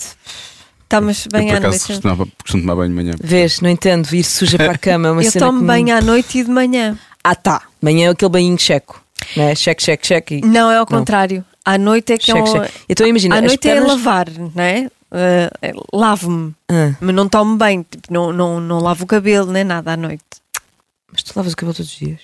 Speaker 5: Tomas
Speaker 4: Eu,
Speaker 5: bem
Speaker 4: por
Speaker 5: à
Speaker 4: acaso,
Speaker 5: noite.
Speaker 4: costumava, costumo tomar banho de manhã.
Speaker 3: vez, não entendo. Ir suja para a cama, é uma
Speaker 5: Eu
Speaker 3: cena.
Speaker 5: tomo
Speaker 3: que me-
Speaker 5: bem à noite e de manhã.
Speaker 3: Ah, tá. Amanhã é aquele banhinho checo. Né? Cheque, cheque, cheque. E...
Speaker 5: Não, é ao
Speaker 3: Não.
Speaker 5: contrário. À noite é que
Speaker 3: Cheque,
Speaker 5: é um...
Speaker 3: cheque. Então imagina,
Speaker 5: À
Speaker 3: as
Speaker 5: noite é
Speaker 3: pernas-
Speaker 5: lavar, não é? Ah, é- Lavo-me,
Speaker 3: Ah,
Speaker 5: mas não tomo bem. Tipo, não, não, não lavo o cabelo nem nada à noite.
Speaker 3: mas tu lavas o cabelo todos os dias?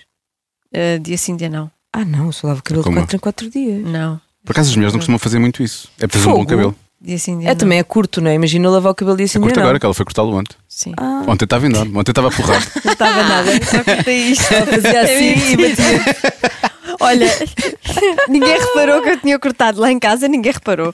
Speaker 5: Ah, dia sim, dia não.
Speaker 3: Ah, não, eu só lavo o cabelo de
Speaker 4: Como?
Speaker 3: 4 em 4 dias.
Speaker 5: Não.
Speaker 4: Por acaso, as mulheres não costumam fazer muito isso. É preciso um bom
Speaker 3: Fogo.
Speaker 4: cabelo.
Speaker 5: Dia sim, dia
Speaker 3: É
Speaker 5: não.
Speaker 3: também é curto, não é? Imagina eu lavar o cabelo e assim
Speaker 4: Eu curto
Speaker 3: não.
Speaker 4: agora, que ela foi cortá-lo ontem.
Speaker 5: Sim.
Speaker 3: Ah,
Speaker 4: Ontem estava enorme, ontem estava porrado.
Speaker 5: Não estava nada, só contei isto.
Speaker 3: fazia assim e
Speaker 5: batia. Olha, ninguém reparou que eu tinha cortado lá em casa, ninguém reparou.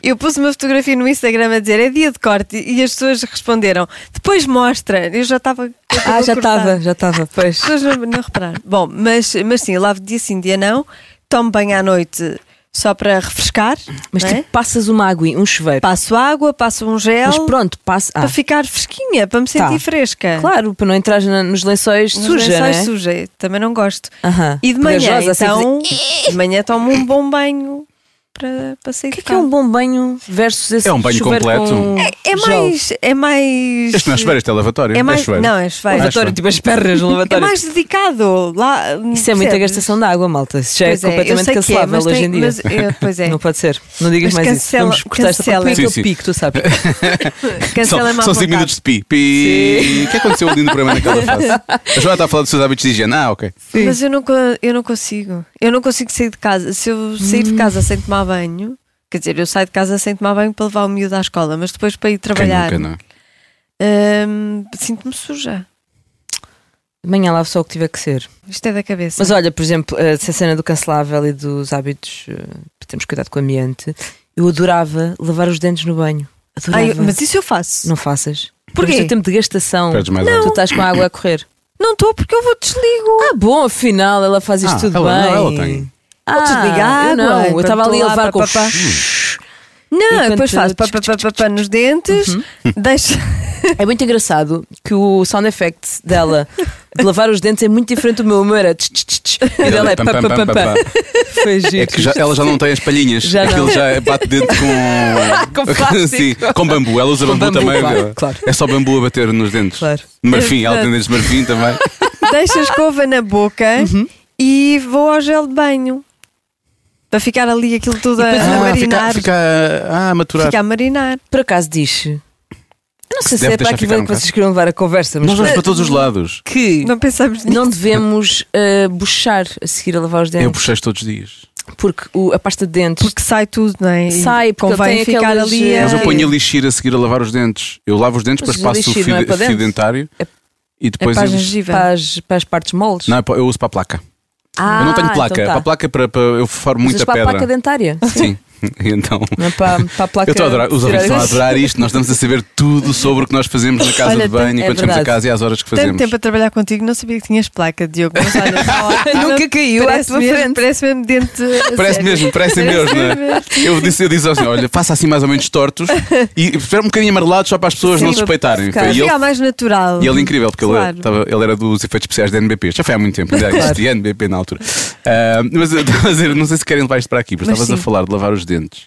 Speaker 5: Eu pus uma fotografia no Instagram a dizer é dia de corte e as pessoas responderam depois mostra. Eu já estava.
Speaker 3: ah já estava, já estava, pois.
Speaker 5: As pessoas não, não repararam. Bom, mas, mas sim, eu lavo dia sim, dia não. Tomo banho à noite só para refrescar.
Speaker 3: Mas
Speaker 5: não
Speaker 3: tipo,
Speaker 5: é?
Speaker 3: passas uma água, e um chuveiro.
Speaker 5: Passo água, passo um gel
Speaker 3: Mas pronto, passa. Ah, Tá.
Speaker 5: para ficar fresquinha, para me sentir fresca.
Speaker 3: claro, para não entrar na- nos lençóis
Speaker 5: Nos
Speaker 3: suja,
Speaker 5: lençóis
Speaker 3: né?
Speaker 5: suja, também não gosto.
Speaker 3: Aham.
Speaker 5: E de manhã,
Speaker 3: Pegajosa, assim,
Speaker 5: então,
Speaker 3: fazer-
Speaker 5: de manhã tomo um bom banho para, para sair
Speaker 3: O que é
Speaker 5: de
Speaker 3: que é
Speaker 5: casa.
Speaker 3: um bom banho versus esse
Speaker 4: É um banho
Speaker 3: chuveiro
Speaker 4: completo.
Speaker 3: com
Speaker 5: É
Speaker 3: gel?
Speaker 5: mais. É mais.
Speaker 4: Este não é chuveiro, este é lavatório.
Speaker 5: é mais.
Speaker 4: chuveiro.
Speaker 5: não, é chuveiro.
Speaker 4: Acho
Speaker 3: Lavatório,
Speaker 4: bem.
Speaker 3: tipo as pernas no
Speaker 5: É
Speaker 3: lavatório.
Speaker 5: mais dedicado. Lá,
Speaker 3: Isso é muita gastação de água, malta. Isso já é
Speaker 5: Pois é, eu
Speaker 3: completamente
Speaker 5: sei que é,
Speaker 3: cancelável
Speaker 5: mas
Speaker 3: hoje
Speaker 5: tem-
Speaker 3: em dia.
Speaker 5: mas, eh, pois é.
Speaker 3: Não pode ser. Não digas
Speaker 5: Mas
Speaker 3: mais
Speaker 5: cancela-
Speaker 3: isso. Vamos cortar esta parte.
Speaker 5: cancela.
Speaker 3: Pico,
Speaker 4: Sim,
Speaker 3: eu
Speaker 4: sim.
Speaker 3: pico, tu sabes.
Speaker 5: Cancela
Speaker 4: São 5 minutos de pi. Pi. O que aconteceu ali no programa naquela fase? A Joana está a falar dos seus hábitos de higiene. Ah, ok.
Speaker 5: Mas eu não, co- eu não consigo. Eu não consigo sair de casa. Se eu sair de
Speaker 3: Hum.
Speaker 5: casa sem tomar banho, quer dizer, eu saio de casa sem tomar banho para levar o miúdo à escola, mas depois para ir
Speaker 4: Quem
Speaker 5: trabalhar,
Speaker 4: nunca, não é?
Speaker 5: hum, sinto-me suja.
Speaker 3: Amanhã lavo só o que tiver que ser.
Speaker 5: Isto é da cabeça.
Speaker 3: Mas olha, por exemplo, eh, essa cena do cancelável e dos hábitos, eh, de termos cuidado com o ambiente, eu adorava lavar os dentes no banho. Adorava.
Speaker 5: Ai, mas isso eu faço.
Speaker 3: Não faças.
Speaker 5: Porquê?
Speaker 3: Porque o tempo de gastação.
Speaker 4: Perdes mais
Speaker 3: Tu
Speaker 4: água.
Speaker 3: estás com a água a correr.
Speaker 5: Não estou porque eu vou desligo.
Speaker 3: Ah, bom, afinal, ela faz isto
Speaker 4: Ah,
Speaker 3: tudo
Speaker 4: ela-
Speaker 3: bem.
Speaker 4: ela tem.
Speaker 3: Ah,
Speaker 5: desliga a
Speaker 3: eu
Speaker 5: água,
Speaker 3: não. Eu
Speaker 5: enquanto
Speaker 3: estava ali a
Speaker 5: lá,
Speaker 3: levar
Speaker 5: pá,
Speaker 3: com
Speaker 5: pá,
Speaker 3: o
Speaker 5: pá. Não,
Speaker 3: Enquanto-
Speaker 5: depois faço pá, pá, pá, pá, pá, nos dentes,
Speaker 3: Uhum.
Speaker 5: deixo.
Speaker 3: É muito engraçado que o sound effect dela de lavar os dentes é muito diferente do meu. O meu era tch, tch, tch, tch. E dela é pá,
Speaker 4: Pam,
Speaker 3: pá,
Speaker 4: pam,
Speaker 3: pá,
Speaker 4: pam,
Speaker 3: pá.
Speaker 4: pam.
Speaker 3: Foi giro.
Speaker 4: É que já- ela já não tem as palhinhas.
Speaker 3: Já não.
Speaker 4: Aquilo já bate dentro com.
Speaker 3: Com plástico.
Speaker 4: Sim, com bambu. Ela usa
Speaker 3: Com
Speaker 4: bambu,
Speaker 3: bambu,
Speaker 4: também.
Speaker 3: claro, claro.
Speaker 4: É só bambu a bater nos dentes.
Speaker 3: Claro.
Speaker 4: Marfim, ela
Speaker 5: Exato.
Speaker 4: tem dentes de marfim também.
Speaker 5: deixo a escova na boca
Speaker 3: Uhum.
Speaker 5: e vou ao gel de banho. Para ficar ali aquilo tudo a, a
Speaker 4: Ah,
Speaker 5: marinar.
Speaker 4: fica, fica ah, a maturar.
Speaker 5: Fica a marinar.
Speaker 3: Por acaso diz. Eu não sei se
Speaker 4: Deve
Speaker 3: é para
Speaker 4: deixar
Speaker 3: aquilo
Speaker 4: ficar um
Speaker 3: que vocês queriam levar a conversa, mas
Speaker 4: Nós vamos para todos os lados.
Speaker 3: que
Speaker 5: Não pensamos nisso.
Speaker 3: não devemos uh, buchar a seguir a lavar os
Speaker 4: Eu
Speaker 3: dentes.
Speaker 4: puxei todos os dias.
Speaker 3: Porque o- a pasta de dentes.
Speaker 5: Porque sai tudo, não é? E
Speaker 3: Sai, porque
Speaker 5: convém
Speaker 3: ele tem
Speaker 5: ficar
Speaker 3: aquelas,
Speaker 5: ali.
Speaker 3: eh,
Speaker 5: a-
Speaker 4: Mas eu ponho a lixir a seguir a lavar os dentes. Eu lavo os dentes,
Speaker 3: Mas o
Speaker 4: depois passo o
Speaker 3: lixir
Speaker 4: fio,
Speaker 3: não é para
Speaker 4: fio
Speaker 3: dentro.
Speaker 4: dentário
Speaker 3: É-
Speaker 4: e
Speaker 5: É
Speaker 4: depois.
Speaker 5: para a
Speaker 4: eu-
Speaker 5: gengiva.
Speaker 3: Para as, para as partes moles.
Speaker 4: Não, é para- eu uso para a placa.
Speaker 3: Ah,
Speaker 4: eu não tenho placa.
Speaker 3: então tá.
Speaker 4: Para a placa, para, para- eu formo muita
Speaker 3: Usas para a
Speaker 4: pedra.
Speaker 3: placa dentária.
Speaker 4: Sim. E então.
Speaker 3: Não é para, para a placa.
Speaker 4: Eu estou a adorar, os ouvintes estão a adorar isto. Nós estamos a saber tudo sobre o que nós fazemos na casa
Speaker 3: Olha,
Speaker 4: de banho,
Speaker 3: é
Speaker 4: quando chegamos a
Speaker 3: verdade.
Speaker 4: casa e às horas que
Speaker 5: Tanto
Speaker 4: fazemos.
Speaker 5: tempo a trabalhar contigo, não sabia que tinhas placa, Diogo. Mas olha, tá ótimo.
Speaker 3: Nunca caiu à
Speaker 5: parece
Speaker 3: tua
Speaker 5: mesmo,
Speaker 3: frente.
Speaker 5: Parece mesmo dente. a
Speaker 4: Parece
Speaker 5: sério.
Speaker 4: mesmo, parece mesmo, não é? Eu disse, eu disse assim: olha, faça assim mais ou menos tortos e espera um bocadinho amarelado só para as pessoas
Speaker 5: Sim,
Speaker 4: não
Speaker 5: para
Speaker 4: suspeitarem.
Speaker 3: ficar. assim,
Speaker 4: E ele,
Speaker 5: Fica mais natural.
Speaker 4: e ele é incrível, porque ele
Speaker 5: Claro.
Speaker 4: estava- ele, era dos efeitos especiais da NBP. Já foi há muito tempo, é já existia NBP na altura. Ah, mas eu estava a dizer, não sei se querem levar isto para aqui, mas
Speaker 5: Mas
Speaker 4: estavas a
Speaker 5: sim.
Speaker 4: falar de lavar os dentes.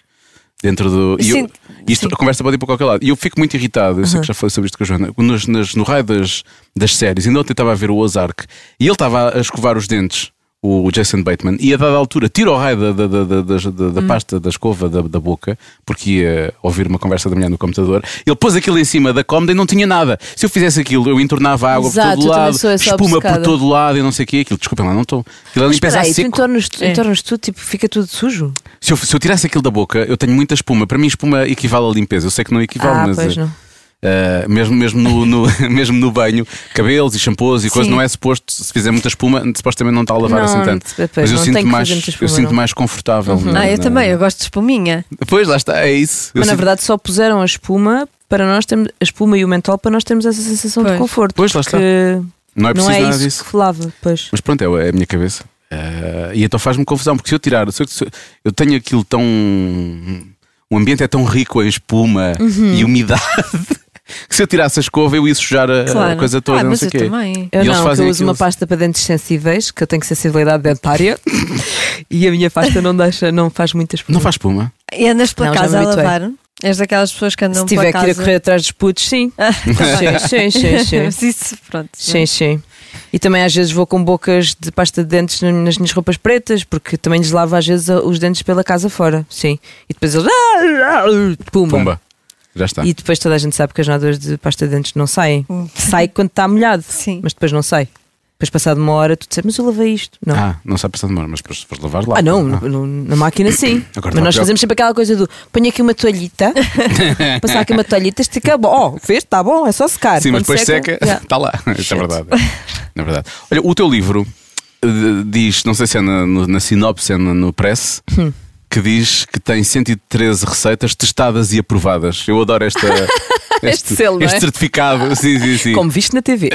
Speaker 4: Dentro do. E eu-
Speaker 5: Sim,
Speaker 4: isto, a conversa pode ir para qualquer lado. E eu fico muito irritado, eu sei que já falei sobre isto com a Joana, nos, nas- no raio das, das séries. Ainda ontem estava a ver o Ozark e ele estava a escovar os dentes. o Jason Bateman, e a dada altura tira o raio da, da, da, da, da- da-
Speaker 3: Hum.
Speaker 4: da pasta da escova da, da boca, porque ia ouvir uma conversa da manhã no computador. Ele pôs aquilo em cima da cómoda e não tinha nada. Se eu fizesse aquilo, eu entornava água
Speaker 3: Exato,
Speaker 4: por
Speaker 3: eu
Speaker 4: todo
Speaker 3: também
Speaker 4: lado,
Speaker 3: sou essa
Speaker 4: espuma por
Speaker 3: obcecada.
Speaker 4: todo lado e não sei o quê. Aquilo, desculpem lá, não estou. Aquilo ali
Speaker 3: Espera
Speaker 4: pesa a
Speaker 3: aí, tu
Speaker 4: seco.
Speaker 3: entornas, tu
Speaker 5: É.
Speaker 3: entornas tudo, tipo, fica tudo sujo.
Speaker 4: Se eu, se eu tirasse aquilo da boca, eu tenho muita espuma. Para mim, espuma equivale à limpeza. Eu sei que não equivale,
Speaker 3: ah,
Speaker 4: mas.
Speaker 3: pois
Speaker 4: eh,
Speaker 3: não.
Speaker 4: Uh, mesmo, mesmo, no, no- mesmo no banho, cabelos e shampoos e coisas,
Speaker 1: Sim.
Speaker 4: não é suposto, se fizer muita espuma, supostamente não está a lavar
Speaker 3: Não,
Speaker 4: assim tanto.
Speaker 3: pois,
Speaker 4: Mas eu
Speaker 3: não tem
Speaker 4: sinto,
Speaker 3: que
Speaker 4: mais,
Speaker 3: fazer muita
Speaker 4: eu
Speaker 3: espuma,
Speaker 4: sinto
Speaker 3: não. Uhum.
Speaker 4: mais confortável. na-
Speaker 5: Ah, eu
Speaker 4: na-
Speaker 5: também, eu gosto de espuminha.
Speaker 4: Pois, lá está, é isso. Eu
Speaker 3: Mas na
Speaker 4: sinto-
Speaker 3: verdade só puseram a espuma para nós termos a espuma e o mentol para nós termos essa sensação de
Speaker 5: Pois.
Speaker 3: conforto.
Speaker 4: Pois, lá está.
Speaker 3: porque
Speaker 4: não
Speaker 3: não
Speaker 4: é preciso
Speaker 3: é
Speaker 4: nada
Speaker 3: isso
Speaker 4: disso.
Speaker 3: que lava, pois.
Speaker 4: Mas pronto, é, é a minha cabeça. Uh, e então faz-me confusão, porque se eu tirar, se eu, se eu- eu tenho aquilo tão. O ambiente é tão rico em espuma
Speaker 3: Uhum.
Speaker 4: e umidade que se eu tirasse a escova eu ia sujar a, a
Speaker 5: Claro.
Speaker 4: É, coisa toda,
Speaker 5: ah,
Speaker 4: não
Speaker 5: mas
Speaker 4: sei o
Speaker 5: eu
Speaker 4: quê.
Speaker 5: também.
Speaker 3: Eu
Speaker 4: E eles
Speaker 3: não, que
Speaker 4: fazem
Speaker 3: eu uso uma
Speaker 4: aquilo-
Speaker 3: pasta para dentes sensíveis, que eu tenho sensibilidade dentária e a minha pasta não, deixa, não faz muitas
Speaker 4: Não faz espuma?
Speaker 5: E andas pela
Speaker 3: Não, já me
Speaker 5: casa a
Speaker 3: habituei.
Speaker 5: lavar? És daquelas pessoas que andam
Speaker 3: Se tiver
Speaker 5: pela
Speaker 3: que ir
Speaker 5: casa.
Speaker 3: a correr atrás dos putos, sim.
Speaker 5: Ah, também.
Speaker 3: Sim, sim, sim, sim.
Speaker 5: Mas isso, pronto.
Speaker 3: Sim, sim. E também às vezes vou com bocas de pasta de dentes na- nas minhas roupas pretas, porque também deslavo às vezes a- os dentes pela casa fora, sim. E depois eles. Pumba.
Speaker 4: Pumba. Já está.
Speaker 3: E depois toda a gente sabe que as nódoas de pasta de dentes não saem. Sai quando está molhado,
Speaker 5: Sim.
Speaker 3: mas depois não sai. Depois, passado uma hora, tu dizes, mas eu lavei isto. Não.
Speaker 4: Ah, não sabe passar de mão, mas depois se fores lavar lá.
Speaker 3: Ah, não, no- no- na máquina sim.
Speaker 4: Agora
Speaker 3: Mas
Speaker 4: não,
Speaker 3: nós
Speaker 4: pior-
Speaker 3: fazemos sempre aquela coisa do ponho aqui uma toalhita, passar aqui uma toalhita, estica, bom, oh, fez, está bom, é só secar.
Speaker 4: Sim, mas
Speaker 3: Quando
Speaker 4: depois seca,
Speaker 3: já.
Speaker 4: está lá. Isso é verdade. É verdade. Olha, o teu livro eh, diz, não sei se é na, no- na sinopse, é no, no press,
Speaker 3: Hum.
Speaker 4: que diz que tem 113 receitas testadas e aprovadas. Eu adoro esta. Este,
Speaker 3: selo, não é?
Speaker 4: este certificado, sim, sim, sim.
Speaker 3: Como viste na TV.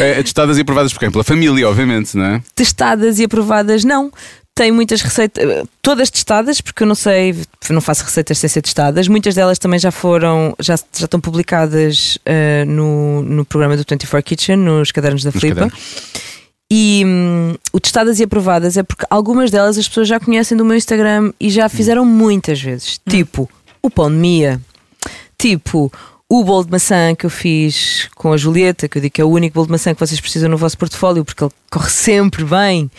Speaker 4: Eh, testadas e aprovadas por quem? Pela família, obviamente, não é?
Speaker 3: testadas e aprovadas, não. Tem muitas receitas, eh, todas testadas, porque eu não sei, não faço receitas sem ser testadas. Muitas delas também já foram, já, já estão publicadas eh, no, no programa do 24 Kitchen, nos cadernos da
Speaker 4: Nos
Speaker 3: Flipa.
Speaker 4: cadernos.
Speaker 3: E hum, o testadas e aprovadas é porque algumas delas as pessoas já conhecem do meu Instagram e já fizeram muitas vezes.
Speaker 4: Hum.
Speaker 3: Tipo, o pão de Mia. Tipo, o bolo de maçã que eu fiz com a Julieta, que eu digo que é o único bolo de maçã que vocês precisam no vosso portfólio, porque ele corre sempre bem.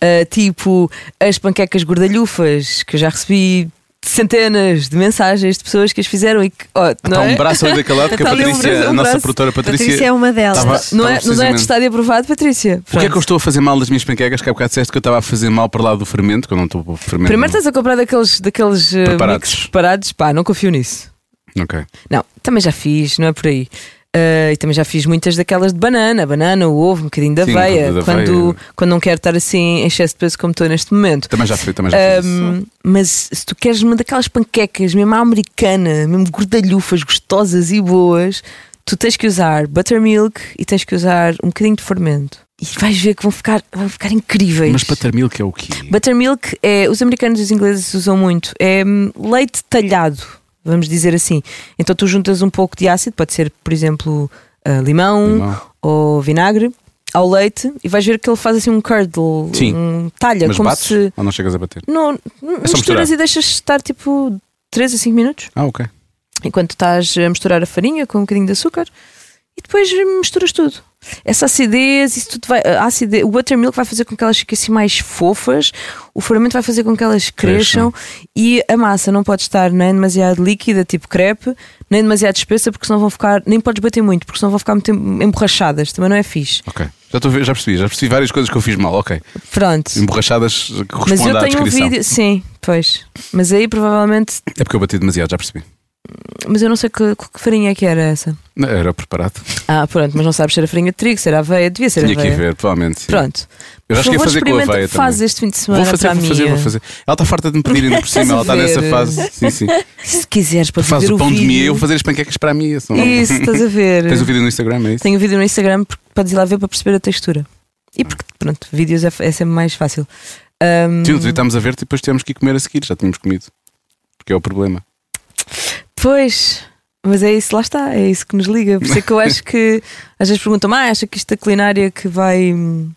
Speaker 3: Ah, tipo, as panquecas gordalhufas, que eu já recebi centenas de mensagens de pessoas que as fizeram e que. ó, não
Speaker 4: Está
Speaker 3: é?
Speaker 4: um braço ali daquele lado que a
Speaker 3: Está ali um
Speaker 4: Patrícia,
Speaker 3: braço, um
Speaker 4: a nossa
Speaker 3: braço. um
Speaker 4: produtora Patrícia.
Speaker 5: Patrícia é uma delas.
Speaker 4: estava-
Speaker 3: Não é,
Speaker 4: estava
Speaker 3: não é
Speaker 4: então, precisamente-
Speaker 3: testado e aprovado, Patrícia?
Speaker 4: O que é que eu
Speaker 3: Pronto.
Speaker 4: estou a fazer mal das minhas panquecas? Que há bocado disseste que eu estava a fazer mal para lá do fermento, que eu não estou para fermento.
Speaker 3: Primeiro estás a comprar daqueles, daqueles eh,
Speaker 4: então? Preparados.
Speaker 3: mix preparados, pá, não confio nisso.
Speaker 4: Ok.
Speaker 3: Não, também já fiz, não é por aí. Ah, e também já fiz muitas daquelas de banana, banana, o ovo, um bocadinho de
Speaker 4: Sim,
Speaker 3: aveia,
Speaker 4: da aveia. é?
Speaker 3: quando, quando não quero estar assim em excesso de peso como estou neste momento.
Speaker 4: Também já fui, também já fiz. isso.
Speaker 3: Ahm, mas se tu queres uma daquelas panquecas mesmo à americana, mesmo gordalhufas, gostosas e boas, tu tens que usar buttermilk e tens que usar um bocadinho de fermento. E vais ver que vão ficar, vão ficar incríveis.
Speaker 4: Mas buttermilk é o quê?
Speaker 3: Buttermilk é, os americanos e os ingleses usam muito, é hum, leite talhado, vamos dizer assim. Então tu juntas um pouco de ácido, pode ser, por exemplo, ah, limão,
Speaker 4: Limão.
Speaker 3: ou vinagre ao leite e vais ver que ele faz assim um curdle,
Speaker 4: Sim.
Speaker 3: um talha,
Speaker 4: Mas
Speaker 3: como
Speaker 4: bates?
Speaker 3: se
Speaker 4: Ou não chegas a bater?
Speaker 3: não, não
Speaker 4: só
Speaker 3: misturas
Speaker 4: misturar.
Speaker 3: e deixas estar tipo 3 a 5 minutos
Speaker 4: Ah, ok.
Speaker 3: enquanto estás a misturar a farinha com um bocadinho de açúcar e depois misturas tudo. Essa acidez, isso tudo vai. A acidez, o buttermilk vai fazer com que elas fiquem assim mais fofas, o fermento vai fazer com que elas cresçam, e a massa não pode estar nem demasiado líquida, tipo crepe, nem demasiado espessa, porque senão vão ficar. Nem podes bater muito, porque senão vão ficar muito em- emborrachadas, também não é fixe.
Speaker 4: Ok. Já, estou a ver- já percebi, já percebi várias coisas que eu fiz mal, ok.
Speaker 3: Pronto.
Speaker 4: Emborrachadas que
Speaker 3: Mas
Speaker 4: correspondem
Speaker 3: eu
Speaker 4: à
Speaker 3: tenho um
Speaker 4: descrição.
Speaker 3: vídeo, sim, pois. Mas aí provavelmente.
Speaker 4: É porque eu bati demasiado, já percebi.
Speaker 3: Mas eu não sei que, que farinha é que era essa.
Speaker 4: Não, era preparado.
Speaker 3: Ah, pronto, mas não sabes se era farinha de trigo, se era aveia, devia ser
Speaker 4: Tinha que
Speaker 3: aveia.
Speaker 4: ir ver, provavelmente. sim.
Speaker 3: Pronto.
Speaker 4: Eu acho
Speaker 3: Por
Speaker 4: que
Speaker 3: favor,
Speaker 4: ia fazer com a
Speaker 3: experimenta,
Speaker 4: aveia
Speaker 3: faz
Speaker 4: também.
Speaker 3: este fim de semana
Speaker 4: Vou fazer,
Speaker 3: para
Speaker 4: vou
Speaker 3: a
Speaker 4: fazer,
Speaker 3: minha.
Speaker 4: vou fazer. Ela está farta de me pedir ainda por cima, ela está
Speaker 3: Estás a
Speaker 4: nessa
Speaker 3: ver?
Speaker 4: fase. Sim, sim.
Speaker 3: Se quiseres, para
Speaker 4: Faz
Speaker 3: ver
Speaker 4: o pão de
Speaker 3: vídeo.
Speaker 4: mim e eu vou fazer as panquecas para a minha. São...
Speaker 3: Isso, estás a ver.
Speaker 4: Tens o vídeo no Instagram, é isso?
Speaker 3: Tenho o vídeo no Instagram, porque podes ir lá ver para perceber a textura.
Speaker 4: Ah.
Speaker 3: E porque, pronto, vídeos é, é sempre mais fácil. Ahm,
Speaker 4: Sim, estamos a ver e depois temos que ir comer a seguir, já tínhamos comido. Porque é o problema.
Speaker 3: Pois, mas é isso, lá está, é isso que nos liga. Por isso é que eu acho que às vezes perguntam-me, ah, acha que isto da culinária que vai. hum,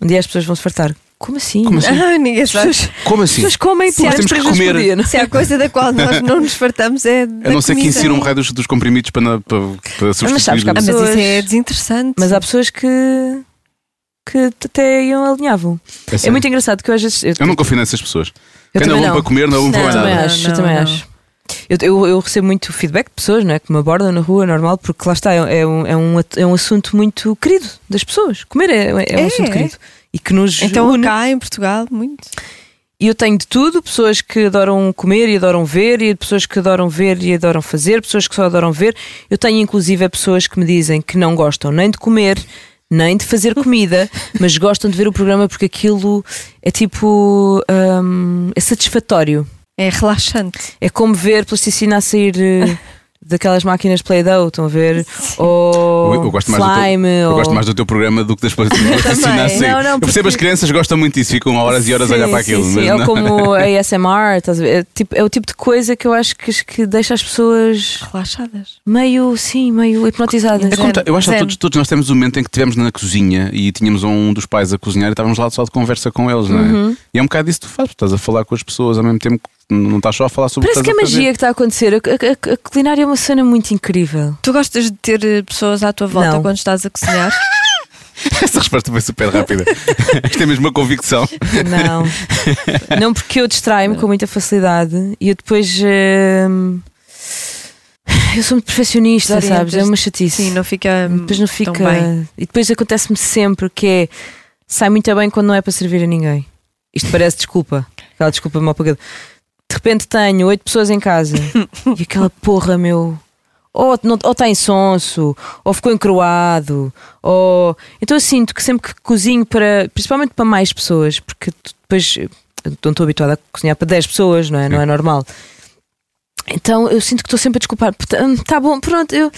Speaker 3: Um dia as pessoas vão se fartar. Como assim?
Speaker 4: Como assim?
Speaker 5: Ah, ninguém
Speaker 3: As
Speaker 5: sabe.
Speaker 3: pessoas,
Speaker 4: Como
Speaker 3: as
Speaker 4: assim?
Speaker 3: pessoas comem
Speaker 5: Nós
Speaker 3: por
Speaker 4: temos
Speaker 3: três
Speaker 4: que
Speaker 3: vezes por
Speaker 4: comer.
Speaker 3: dia, não? é?
Speaker 5: Se há coisa da qual nós não nos fartamos é da
Speaker 4: A não ser que
Speaker 5: comida.
Speaker 4: insira um raio dos, dos comprimidos para, na- para, para substituir. um
Speaker 3: sabes que há
Speaker 5: Ah, mas isso
Speaker 3: Pessoas-
Speaker 5: é desinteressante.
Speaker 3: Mas há pessoas que. que até iam alinhavam.
Speaker 4: É
Speaker 3: É
Speaker 4: sério.
Speaker 3: muito engraçado que eu às vezes. Eu,
Speaker 4: Eu não confio nessas pessoas.
Speaker 3: Eu
Speaker 4: Quem não
Speaker 3: também
Speaker 4: vão
Speaker 3: não.
Speaker 4: para comer, não vão
Speaker 5: Não,
Speaker 4: para
Speaker 3: também
Speaker 4: nada.
Speaker 3: acho,
Speaker 5: Não,
Speaker 3: eu também
Speaker 5: não.
Speaker 3: acho. Eu, eu, eu recebo muito feedback de pessoas não é, que me abordam na rua, normal, porque lá está, é, é um, é, um, at- é um assunto muito querido das pessoas. Comer é, é um
Speaker 5: É,
Speaker 3: assunto
Speaker 5: é.
Speaker 3: querido. E que nos
Speaker 5: Então
Speaker 3: une.
Speaker 5: cá em Portugal, muito.
Speaker 3: E eu tenho de tudo, pessoas que adoram comer e adoram ver, e pessoas que adoram ver e adoram fazer, pessoas que só adoram ver. Eu tenho inclusive pessoas que me dizem que não gostam nem de comer, nem de fazer comida, mas gostam de ver o programa porque aquilo é tipo. hum, é satisfatório.
Speaker 5: É relaxante.
Speaker 3: É como ver plasticina a sair. eh, Daquelas máquinas Play-Doh, estão a ver? Ou
Speaker 4: Eu, eu gosto mais
Speaker 3: slime,
Speaker 4: do teu, eu
Speaker 3: ou...
Speaker 4: gosto mais do teu programa do que das pessoas
Speaker 3: Oh. Também. Não, não,
Speaker 4: Eu percebo
Speaker 3: porque-
Speaker 4: as crianças gostam muito disso, ficam horas e horas a olhar
Speaker 3: Sim,
Speaker 4: para aquilo.
Speaker 3: Sim, é
Speaker 4: mas
Speaker 3: sim.
Speaker 4: não.
Speaker 3: Ou como ASMR, estás a ver? É, tipo- é o tipo de coisa que eu acho que, que deixa as pessoas
Speaker 5: Relaxadas.
Speaker 3: meio, sim, meio hipnotizadas.
Speaker 5: É
Speaker 4: Conta- eu acho que
Speaker 5: Zen.
Speaker 4: todos, todos nós temos um momento em que estivemos na cozinha e tínhamos um dos pais a cozinhar e estávamos lá só de conversa com eles, não é?
Speaker 3: Uhum.
Speaker 4: E é um bocado isso que tu fazes, estás a falar com as pessoas ao mesmo tempo que não estás só a falar sobre
Speaker 3: Parece
Speaker 4: o
Speaker 3: que
Speaker 4: que
Speaker 3: é
Speaker 4: estás a fazer.
Speaker 3: magia que está a acontecer. A, a- a- a culinária é uma cena muito incrível.
Speaker 5: Tu gostas de ter eh, pessoas à tua volta
Speaker 3: Não.
Speaker 5: quando estás a cozinhar?
Speaker 4: Essa resposta foi super rápida. Isto é mesmo uma convicção.
Speaker 3: Não. não, porque eu distraio-me com muita facilidade e eu depois. hum, eu sou muito perfeccionista, sabes? É uma chatice.
Speaker 5: Sim, não fica. hum,
Speaker 3: depois não
Speaker 5: tão
Speaker 3: fica.
Speaker 5: bem.
Speaker 3: E depois acontece-me sempre que é sai muito bem quando não é para servir a ninguém. Isto parece desculpa, aquela desculpa mal pagada. De repente tenho oito pessoas em casa e aquela porra, meu. Ou, não, ou está insonso, ou ficou encroado, ou. Então eu sinto que sempre que cozinho para. Principalmente para mais pessoas, porque tu- depois. Eu não estou habituada a cozinhar para 10 pessoas, não é? Não é normal. Então eu sinto que estou sempre a desculpar. Está bom, pronto. Eu...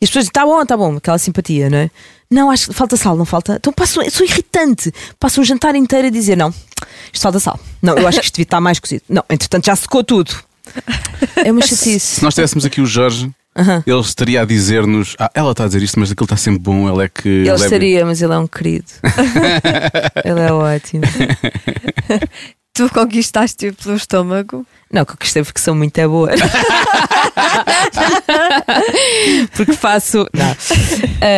Speaker 3: E as pessoas dizem, está bom, está bom, aquela simpatia, não é? Não, acho que falta sal, não falta. Então passo, eu sou irritante. Passo um jantar inteiro a dizer, não, isto falta sal. Não, eu acho que isto devia estar mais cozido. Não, entretanto já secou tudo. É uma chatice.
Speaker 4: Se nós tivéssemos aqui o Jorge,
Speaker 3: Aham.
Speaker 4: ele estaria a dizer-nos: Ah, ela está a dizer isto, mas aquilo está sempre bom, ela é que.
Speaker 3: Ele
Speaker 4: leva-"
Speaker 3: estaria, mas ele é um querido. ele é ótimo.
Speaker 5: Tu conquistaste pelo estômago.
Speaker 3: Não, que eu gostei porque são muito é boa. porque faço. Não.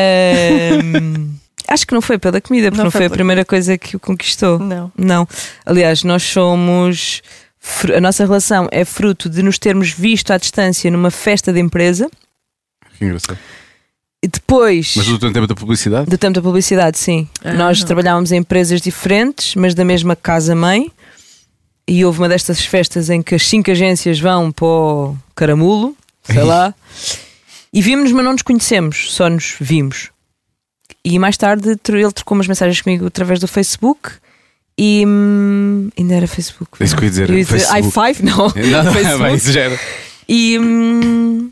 Speaker 3: Ahm, acho que não foi pela comida, porque não,
Speaker 5: Não
Speaker 3: foi,
Speaker 5: foi
Speaker 3: a
Speaker 5: pela-
Speaker 3: primeira coisa que o conquistou.
Speaker 5: Não.
Speaker 3: Não. Aliás, nós somos. fru- A nossa relação é fruto de nos termos visto à distância numa festa de empresa
Speaker 4: Que engraçado.
Speaker 3: e depois.
Speaker 4: Mas durante o tempo da publicidade?
Speaker 3: Do tempo da publicidade, sim.
Speaker 5: Ah.
Speaker 3: Nós trabalhávamos em empresas diferentes, mas da mesma casa-mãe. E houve uma destas festas em que as cinco agências vão para o caramulo, sei lá. E vimos, mas não nos conhecemos, só nos vimos. E mais tarde tro- ele trocou umas mensagens comigo através do Facebook. E hum, ainda era Facebook.
Speaker 4: É isso que eu ia dizer,
Speaker 3: ia dizer
Speaker 4: Facebook.
Speaker 3: high five? Não.
Speaker 4: Não, não,
Speaker 3: Facebook.
Speaker 4: bem, isso já era.
Speaker 3: E, hum,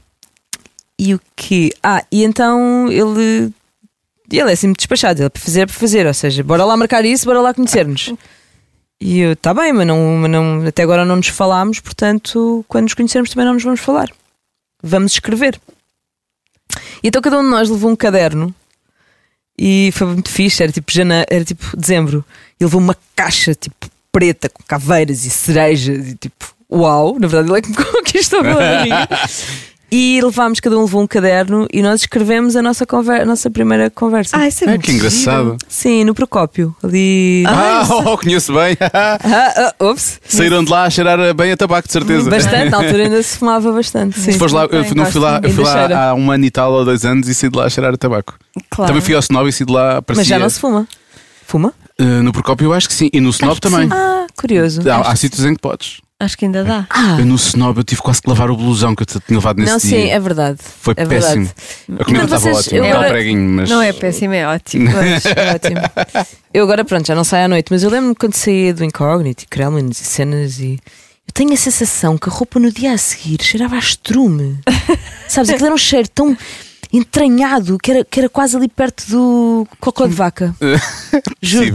Speaker 3: e o que? Ah, e então ele. Ele é assim muito despachado, ele é para fazer, é para fazer, ou seja, bora lá marcar isso, bora lá conhecer-nos. E eu, tá bem, mas, não, mas não, até agora não nos falámos, portanto, quando nos conhecermos também não nos vamos falar. Vamos escrever. E então cada um de nós levou um caderno e foi muito fixe, era tipo, jana, era tipo dezembro. E levou uma caixa tipo preta com caveiras e cerejas e tipo, uau, na verdade ele é que me conquistou pela barriga. E levámos, cada um levou um caderno e nós escrevemos a nossa, conver- a nossa primeira conversa.
Speaker 5: Ah, isso é
Speaker 4: Ah,
Speaker 5: muito
Speaker 4: que engraçado.
Speaker 3: Sim, no Procópio, ali.
Speaker 4: Ah, oh, conheço bem.
Speaker 3: Ah, ah, ops.
Speaker 4: Saíram de lá a cheirar eh, bem a tabaco, de certeza.
Speaker 3: Bastante, na altura ainda se fumava bastante. Sim.
Speaker 4: Se fores lá, eu
Speaker 5: Bem,
Speaker 4: não fui lá, eu
Speaker 3: gosto
Speaker 4: fui
Speaker 3: muito. Ainda
Speaker 4: lá
Speaker 3: cheira.
Speaker 4: há um ano e tal ou dois anos e saí de lá a cheirar a tabaco.
Speaker 5: Claro.
Speaker 4: Também fui ao Snob e saí de lá parecia,
Speaker 3: Mas já não se fuma. Fuma?
Speaker 4: Eh, No Procópio eu acho que sim. E no Snob também.
Speaker 3: Ah, curioso.
Speaker 4: Há, há sítios em que podes.
Speaker 5: Acho que ainda dá.
Speaker 3: Ah,
Speaker 4: Eu no Snob eu tive quase que lavar o blusão que eu te- tinha levado nesse
Speaker 3: não,
Speaker 4: dia.
Speaker 3: sim, é verdade.
Speaker 4: Foi
Speaker 3: é
Speaker 4: péssimo. A comida
Speaker 3: Não,
Speaker 4: estava
Speaker 3: vocês- eu
Speaker 4: ótima, estava
Speaker 3: agora-
Speaker 4: preguinho, mas.
Speaker 5: Não é péssimo, é ótimo.
Speaker 3: Pois, ótimo. Eu agora, pronto, já não saio à noite, mas eu lembro-me quando saía do Incógnito e Kremlins e cenas e. Eu tenho a sensação que a roupa no dia a seguir cheirava a estrume. Sabes, aquilo era um cheiro tão entranhado que era, que era quase ali perto do cocô de vaca.
Speaker 4: possível.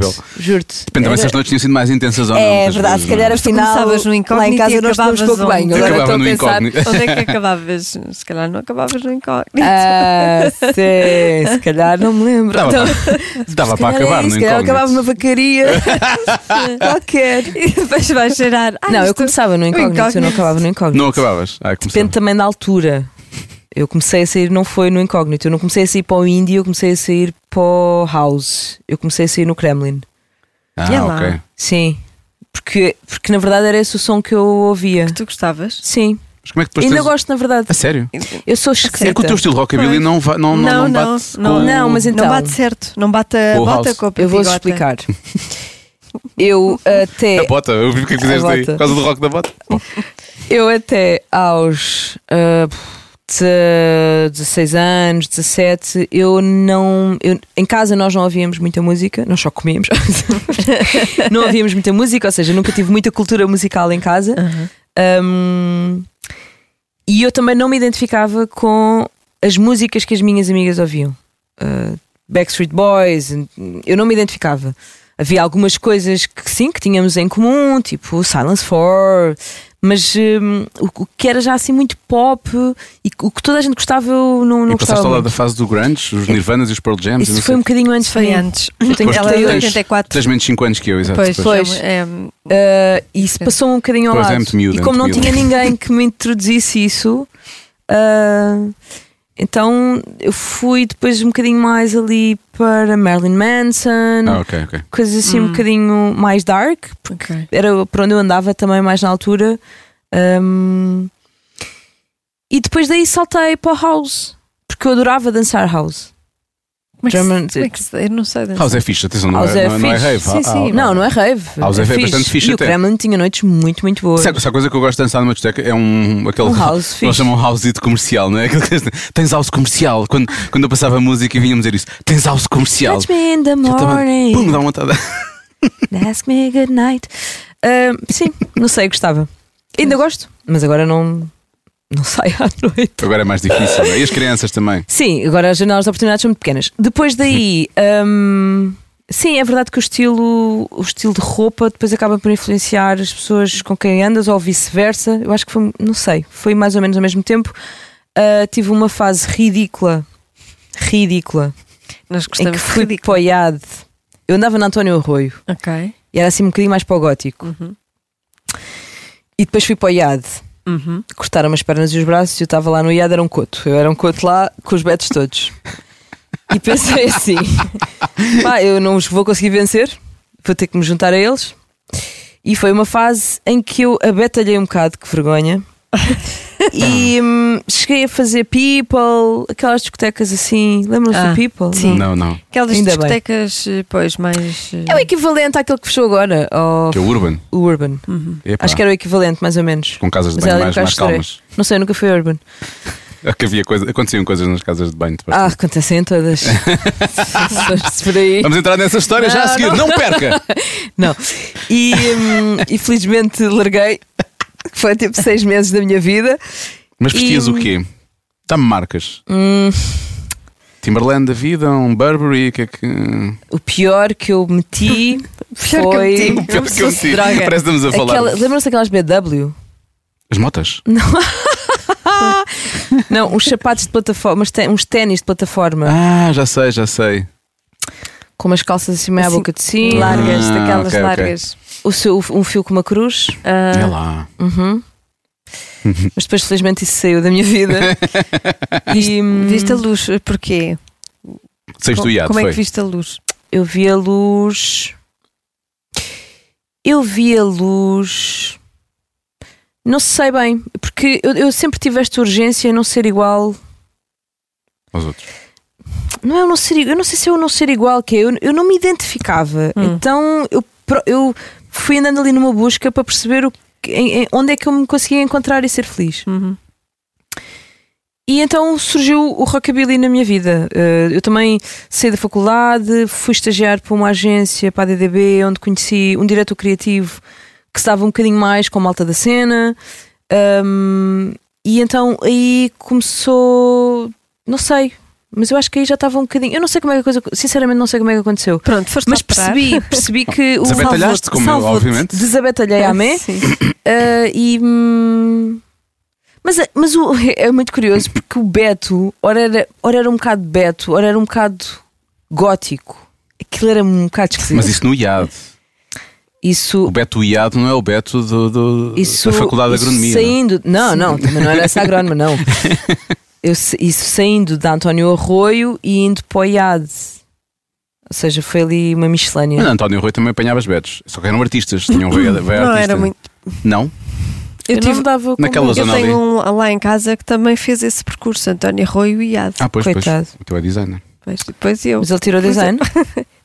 Speaker 3: Juro-te. Juro-te.
Speaker 4: Depende também se as noites tinham sido mais intensas ou não.
Speaker 3: É
Speaker 4: muitas
Speaker 3: verdade,
Speaker 4: vezes,
Speaker 3: se calhar
Speaker 4: não é?
Speaker 3: afinal
Speaker 5: começavas no
Speaker 3: lá
Speaker 5: incógnito
Speaker 3: em
Speaker 5: e
Speaker 3: casa nós
Speaker 5: acabavas
Speaker 3: estamos pouco bem.
Speaker 5: onde?
Speaker 3: Agora
Speaker 4: Acabava
Speaker 3: estou a
Speaker 4: no
Speaker 3: pensar.
Speaker 4: incógnito.
Speaker 5: Onde é que acabavas? Se calhar não acabavas no incógnito.
Speaker 3: Ah, sim, se calhar não me lembro.
Speaker 4: Dava
Speaker 3: Então,
Speaker 4: para- Dava
Speaker 3: se
Speaker 4: para
Speaker 3: calhar é isso,
Speaker 4: acabar, não
Speaker 3: se calhar
Speaker 4: incógnito.
Speaker 3: acabava numa vacaria qualquer.
Speaker 5: E depois vais cheirar. Ah,
Speaker 3: não, eu
Speaker 5: isto-
Speaker 3: começava no incógnito, eu não
Speaker 5: incógnito.
Speaker 3: acabava no incógnito.
Speaker 4: Não acabavas. Ah, começou.
Speaker 3: Depende também da altura. Eu comecei a sair, não foi no incógnito. Eu não comecei a sair para o indie, eu comecei a sair para o house. Eu comecei a sair no Kremlin.
Speaker 5: E é
Speaker 4: Ah,
Speaker 5: lá.
Speaker 4: ok.
Speaker 3: Sim. Porque, porque na verdade era esse o som que eu ouvia.
Speaker 5: Tu gostavas?
Speaker 3: Sim.
Speaker 4: Mas como é que depois
Speaker 3: Ainda
Speaker 4: tens...
Speaker 3: gosto, na verdade.
Speaker 4: A sério?
Speaker 3: Eu sou
Speaker 4: É que o
Speaker 3: esquisita.
Speaker 4: teu estilo rockabilly
Speaker 5: Pois.
Speaker 4: não, va- não, não, não bate
Speaker 5: não,
Speaker 4: com...
Speaker 3: Não, mas então-
Speaker 5: Não bate certo, não bate a
Speaker 4: Com o
Speaker 5: bota
Speaker 4: house.
Speaker 5: com a
Speaker 3: Eu vou
Speaker 5: bigota.
Speaker 3: explicar. Eu até.
Speaker 4: A bota, eu vi o que é que
Speaker 3: A
Speaker 4: fizeste aí,
Speaker 3: bota.
Speaker 4: por causa do rock da bota.
Speaker 3: Eu até aos ah, de- 16 anos, 17, eu não. eu- em casa nós não ouvíamos muita música, nós só comíamos. não ouvíamos muita música, ou seja, nunca tive muita cultura musical em casa. Um, e eu também não me identificava com as músicas que as minhas amigas ouviam. Uh, Backstreet Boys, eu não me identificava. Havia algumas coisas que sim, que tínhamos em comum, tipo Silence 4, mas um, o, o que era já assim muito pop e o que toda a gente gostava eu não, não
Speaker 4: e passaste
Speaker 3: gostava.
Speaker 4: ao
Speaker 3: muito.
Speaker 4: lado da fase do grunge, os Nirvanas e os Pearl Jams. e
Speaker 3: Isso
Speaker 4: não
Speaker 3: foi
Speaker 4: sei.
Speaker 3: um bocadinho antes
Speaker 5: Isso foi
Speaker 3: de mim.
Speaker 5: antes.
Speaker 3: Eu tenho
Speaker 5: Ela é de
Speaker 3: 32.
Speaker 5: 84.
Speaker 4: Tens menos de 5 anos que eu, exato.
Speaker 5: Pois,
Speaker 3: Pois.
Speaker 5: pois. É, é,
Speaker 3: Uh, e se passou um bocadinho ao
Speaker 4: Pois, é
Speaker 3: lado.
Speaker 4: muito miúdo,
Speaker 3: e
Speaker 4: é
Speaker 3: como não
Speaker 4: muito
Speaker 3: tinha ninguém que me introduzisse isso, uh, então eu fui depois um bocadinho mais ali para Marilyn Manson,
Speaker 4: Ah, ok, ok.
Speaker 3: coisas assim um
Speaker 5: Hum.
Speaker 3: bocadinho mais dark, porque
Speaker 5: Ok.
Speaker 3: era por onde eu andava também mais na altura. Um, e depois daí saltei para o house, porque eu adorava dançar house.
Speaker 5: Como é que se-
Speaker 3: German-
Speaker 5: como é que se- Eu não sei dançar.
Speaker 4: House é fixe, atenção, não,
Speaker 3: house
Speaker 4: é, não, é- não é
Speaker 3: fixe.
Speaker 4: rave.
Speaker 3: Sim,
Speaker 4: Ah,
Speaker 3: sim.
Speaker 4: ah,
Speaker 3: não, não é rave.
Speaker 4: House é bastante fixe
Speaker 3: E o
Speaker 4: até.
Speaker 3: Kremlin tinha noites muito, muito boas.
Speaker 4: Sabe, sabe coisa que eu gosto de dançar numa discoteca? É um, aquele,
Speaker 3: Um house
Speaker 4: nós
Speaker 3: fixe.
Speaker 4: chamam house de comercial, não é? Aquele que eles- tens house comercial. Quando, quando eu passava música e vinha dizer isso, tens house comercial.
Speaker 3: Catch me in the
Speaker 4: Eu tava- Pum,
Speaker 3: morning.
Speaker 4: dá uma montada.
Speaker 3: Ask me good night. Ah, sim, não sei, gostava. Ainda gosto, mas agora não, não saio à noite.
Speaker 4: Agora é mais difícil. não é? E as crianças também.
Speaker 3: Sim, agora as janelas de oportunidades são muito pequenas. Depois daí, ahm, sim, é verdade que o estilo, o estilo de roupa depois acaba por influenciar as pessoas com quem andas ou vice-versa. Eu acho que foi, não sei, foi mais ou menos ao mesmo tempo. Ah, tive uma fase ridícula, ridícula,
Speaker 5: Nós
Speaker 3: em que
Speaker 5: gostamos de
Speaker 3: fui
Speaker 5: ridículo.
Speaker 3: poiado. Eu andava na António Arroio.
Speaker 5: Ok.
Speaker 3: E era assim um bocadinho mais para o gótico. E depois fui para o IAD.
Speaker 5: Uhum.
Speaker 3: Cortaram-me as pernas e os braços e eu estava lá no IAD, era um coto. Eu era um coto lá com os betos todos. E pensei assim: pá, eu não os vou conseguir vencer, vou ter que me juntar a eles. E foi uma fase em que eu abetalhei um bocado, que vergonha. e hum, cheguei a fazer People, aquelas discotecas assim. Lembram-se
Speaker 5: Ah,
Speaker 3: do People?
Speaker 5: sim.
Speaker 4: Não, não.
Speaker 5: Aquelas
Speaker 3: Ainda bem.
Speaker 5: discotecas, eh, pois, mais. eh,
Speaker 3: É o equivalente àquele que fechou agora, ao
Speaker 4: Que é o Urban.
Speaker 3: Urban.
Speaker 4: Epá,
Speaker 3: Acho que era o equivalente, mais ou menos.
Speaker 4: Com casas de
Speaker 3: Mas
Speaker 4: banho
Speaker 3: ela
Speaker 4: mais,
Speaker 3: nunca
Speaker 4: mais
Speaker 3: estourei.
Speaker 4: calmas.
Speaker 3: Não sei, eu nunca fui urban.
Speaker 4: É que havia coisa, aconteciam coisas nas casas de banho. depois.
Speaker 3: Ah, acontecem em todas. Se por aí.
Speaker 4: Vamos entrar nessa história já a
Speaker 3: Não,
Speaker 4: seguir. Não, perca!
Speaker 3: Não. E, hum, e felizmente larguei. Foi tipo seis meses da minha vida.
Speaker 4: Mas vestias
Speaker 3: E-
Speaker 4: o quê? Dá-me marcas.
Speaker 3: Hum,
Speaker 4: Timberland da vida, um Burberry, o que é que.
Speaker 3: o pior que eu meti
Speaker 5: pior que eu
Speaker 3: foi.
Speaker 5: meti.
Speaker 4: O pior que eu
Speaker 5: Como se
Speaker 4: meti.
Speaker 5: droga.
Speaker 4: Parece que estamos a falar.
Speaker 3: Aquela- Lembram-se daquelas BW?
Speaker 4: As motas?
Speaker 3: Não, uns sapatos de plataforma, uns té- uns ténis de plataforma,
Speaker 4: Ah, já sei, já sei.
Speaker 3: com umas calças assim meio à
Speaker 5: Assim,
Speaker 3: boca de cima.
Speaker 5: Largas,
Speaker 4: Ah,
Speaker 5: daquelas
Speaker 4: ok, ok.
Speaker 5: largas.
Speaker 3: O seu, um fio com uma cruz.
Speaker 5: Ah,
Speaker 4: É lá.
Speaker 3: Uhum. Mas depois, felizmente, isso saiu da minha vida. e hum,
Speaker 5: Viste a luz, eh, porquê?
Speaker 4: Seis
Speaker 5: Co-
Speaker 4: do iate,
Speaker 5: Como é
Speaker 4: foi.
Speaker 5: que viste a luz?
Speaker 3: eu vi a luz. Eu vi a luz. Não sei bem, porque eu, eu sempre tive esta urgência em não ser igual.
Speaker 4: Aos outros.
Speaker 3: Não é eu não ser igual. Eu não sei se é eu não ser igual que é. Eu, eu não me identificava.
Speaker 5: Hum.
Speaker 3: Então eu, pro- eu fui andando ali numa busca para perceber o que- em- em- onde é que eu me conseguia encontrar e ser feliz.
Speaker 5: Uhum.
Speaker 3: E então surgiu o rockabilly na minha vida. Eh, Eu também saí da faculdade, fui estagiar para uma agência, para a DDB, onde conheci um diretor criativo que se dava um bocadinho mais com a malta da cena. Ahm, e então aí começou. Não sei, mas eu acho que aí já estava um bocadinho. Eu não sei como é que a coisa. Sinceramente, não sei como é que aconteceu.
Speaker 5: Pronto, foste
Speaker 3: Mas
Speaker 5: lá parar.
Speaker 3: percebi, percebi que o
Speaker 4: Desabetalhaste, como eu,
Speaker 3: salvou-te.
Speaker 4: obviamente.
Speaker 3: Desabetalhei a mé.
Speaker 5: Sim.
Speaker 3: Ah, e. hum, mas, a- mas o- é muito curioso porque o Beto, ora era, ora era um bocado Beto, ora era um bocado gótico. Aquilo era um bocado esquisito.
Speaker 4: Mas isso no IAD.
Speaker 3: isso,
Speaker 4: O Beto Iado não é o Beto do, do-
Speaker 3: isso,
Speaker 4: da Faculdade de
Speaker 3: isso
Speaker 4: Agronomia. não é?
Speaker 3: Saindo, não, não, também não era essa agrónoma, não. Eu, sa- isso saindo de António Arroio e indo para o IAD. Ou seja, foi ali uma miscelânea.
Speaker 4: Mas António Rui também apanhava as betos. Só que eram artistas, tinham veia, veia
Speaker 5: Não
Speaker 4: artista.
Speaker 5: era muito.
Speaker 4: Não?
Speaker 3: Eu,
Speaker 5: Eu
Speaker 3: tive,
Speaker 5: não-
Speaker 3: dava como-
Speaker 4: Naquela
Speaker 5: Eu
Speaker 4: zona ali.
Speaker 5: tenho um lá em casa que também fez esse percurso, António Arroio e Iado.
Speaker 4: Ah, pois,
Speaker 3: Coitado.
Speaker 4: pois. O teu é designer.
Speaker 5: Mas depois eu.
Speaker 3: Mas ele tirou
Speaker 5: Pois é.
Speaker 3: design?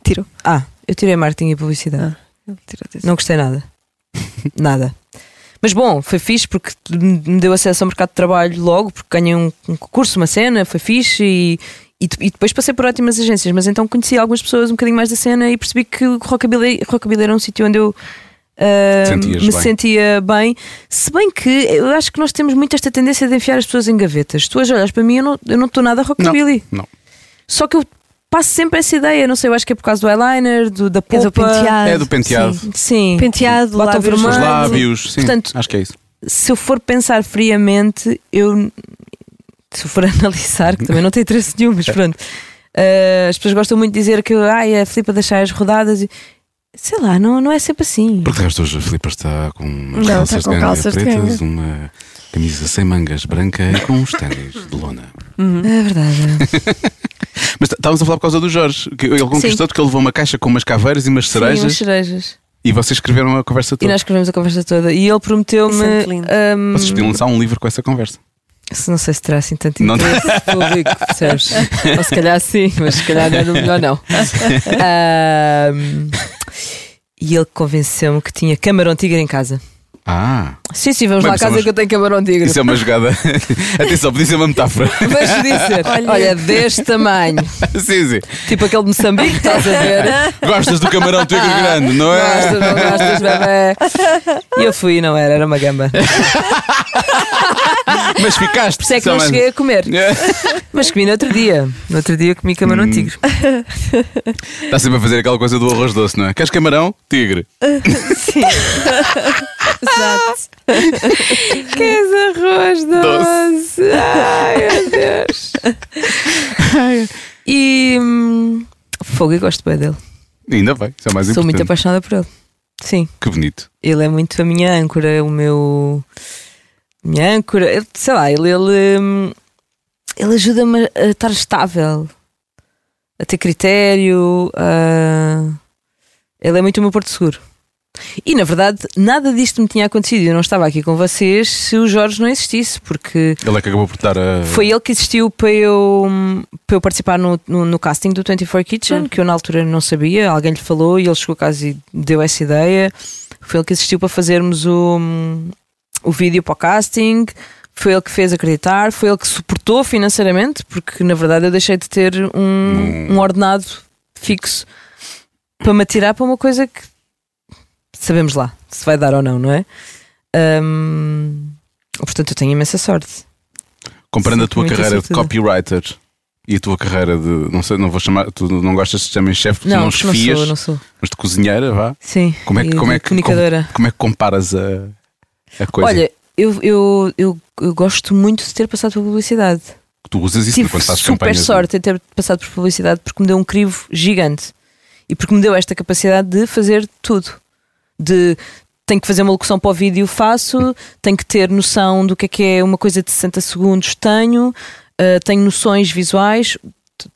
Speaker 5: Tirou.
Speaker 3: Ah, eu tirei marketing e publicidade.
Speaker 5: Ele tirou desse-
Speaker 3: Não gostei nada. nada. Mas bom, foi fixe porque me deu acesso ao mercado de trabalho logo, porque ganhei um, um concurso, uma cena, foi fixe e, e, de- e depois passei por ótimas agências. Mas então conheci algumas pessoas um bocadinho mais da cena e percebi que o Rockabilly, Rockabilly era um sítio onde eu. ah,
Speaker 4: Sentias
Speaker 3: me
Speaker 4: bem.
Speaker 3: sentia bem, se bem que eu acho que nós temos muito esta tendência de enfiar as pessoas em gavetas. Tu hoje olhas para mim, eu não eu não estou nada rockabilly.
Speaker 4: Não.
Speaker 3: Só que eu passo sempre essa ideia, não sei, eu acho que é por causa do eyeliner, do, da
Speaker 5: É
Speaker 3: polpa.
Speaker 5: do penteado.
Speaker 4: É do penteado.
Speaker 5: Sim.
Speaker 3: Sim.
Speaker 5: Penteado,
Speaker 3: Batom
Speaker 5: lábios
Speaker 4: Os
Speaker 3: vermelho.
Speaker 5: vermelhos.
Speaker 4: lábios, sim.
Speaker 3: Portanto,
Speaker 4: acho que é isso.
Speaker 3: se eu for pensar friamente, eu se eu for analisar, que também não tem interesse nenhum, mas pronto. Ah, as pessoas gostam muito de dizer que ai, é a flipa das saias rodadas e sei lá, não, não é sempre assim.
Speaker 4: Porque de resto hoje a Filipa está com umas
Speaker 5: Não,
Speaker 4: calças
Speaker 5: está com
Speaker 4: de ganga
Speaker 5: calças de
Speaker 4: pretas, uma camisa sem mangas branca e com uns ténis de lona.
Speaker 5: Uhum.
Speaker 3: É verdade.
Speaker 4: Mas tá- estávamos a falar por causa do Jorge, que ele conquistou porque ele levou uma caixa com umas caveiras e umas cerejas
Speaker 3: Sim, umas cerejas.
Speaker 4: e vocês escreveram a conversa
Speaker 3: E
Speaker 4: toda.
Speaker 3: nós escrevemos a conversa toda. E ele
Speaker 5: Isso é
Speaker 3: prometeu-me.
Speaker 5: muito lindo.
Speaker 3: ahm,
Speaker 4: Vocês podiam lançar um livro com essa conversa.
Speaker 3: se- não sei se terá assim tanto
Speaker 4: Não-
Speaker 3: interesse público, percebes? Ou se calhar sim, mas se calhar não era o melhor não. Ahm, e ele convenceu-me que tinha camarão tigre em casa.
Speaker 4: Ah,
Speaker 3: Sim, sim, vamos
Speaker 4: Bem,
Speaker 3: lá à
Speaker 4: isso é
Speaker 3: casa
Speaker 4: uma-
Speaker 3: que eu tenho camarão tigre.
Speaker 4: isso é uma jogada. Atenção, podia ser uma metáfora.
Speaker 3: Vou-te dizer, olha,
Speaker 5: Olha.
Speaker 3: deste tamanho,
Speaker 4: sim, sim.
Speaker 3: tipo aquele de Moçambique, estás a ver?
Speaker 4: Gostas do camarão tigre grande, não é?
Speaker 3: Gostas, não gostas, bebê? E eu fui e não era, era uma gamba. Por
Speaker 4: Mas ficaste. um.
Speaker 3: isso é que não
Speaker 4: precisamente.
Speaker 3: cheguei a comer.
Speaker 4: É.
Speaker 3: Mas comi no outro dia. No outro dia comi camarão
Speaker 4: Hum.
Speaker 3: tigre.
Speaker 4: Está Tá sempre a fazer aquela coisa do arroz doce, não é? Queres camarão? Tigre.
Speaker 5: Exato.
Speaker 3: Queres é arroz doce? Ai, meu Deus. E. hum, Fogo, eu gosto bem dele.
Speaker 4: Ainda bem, isso é o mais
Speaker 3: Sou muito
Speaker 4: importante.
Speaker 3: apaixonada por ele. Sim.
Speaker 4: Que bonito.
Speaker 3: Ele é muito a minha âncora, o meu. Minha âncora. Ele, sei lá, ele. Ele, hum, ele ajuda-me a a estar estável, a ter critério. a- Ele é muito o meu porto seguro. E na verdade, nada disto me tinha acontecido. Eu não estava aqui com vocês se o Jorge não existisse, porque
Speaker 4: Ele é que acabou por dar a.
Speaker 3: foi ele que existiu para eu, para eu participar no, no, no casting do 24 Kitchen, que eu na altura não sabia, alguém lhe falou e ele chegou a casa e deu essa ideia. Foi ele que existiu para fazermos o, o vídeo para o casting, foi ele que fez acreditar, foi ele que suportou financeiramente, porque na verdade eu deixei de ter um, um ordenado fixo para me atirar para uma coisa que sabemos lá se vai dar ou não, não é? Ahm, portanto, eu tenho imensa sorte.
Speaker 4: Comparando a tua
Speaker 3: Muita
Speaker 4: carreira de
Speaker 3: certeza.
Speaker 4: copywriter e a tua carreira de. Não sei, não vou chamar. Tu não gostas de te chamem chefe, porque tu não
Speaker 3: Não, porque não
Speaker 4: chefias,
Speaker 3: sou, não sou.
Speaker 4: mas de cozinheira, vá.
Speaker 3: Sim.
Speaker 4: Como é que-
Speaker 3: e
Speaker 4: como é
Speaker 3: de
Speaker 4: que-
Speaker 3: comunicadora?
Speaker 4: Como é que comparas a, a coisa?
Speaker 3: Olha, eu, eu, eu, eu gosto muito de ter passado por publicidade.
Speaker 4: tu usas isso
Speaker 3: Tive
Speaker 4: quando fazes
Speaker 3: super
Speaker 4: campanhas. é?
Speaker 3: sorte em ter passado por publicidade porque me deu um crivo gigante e porque me deu esta capacidade de fazer tudo. De tenho que fazer uma locução para o vídeo, faço, tenho que ter noção do que é que é uma coisa de 60 segundos, tenho, ah, tenho noções visuais,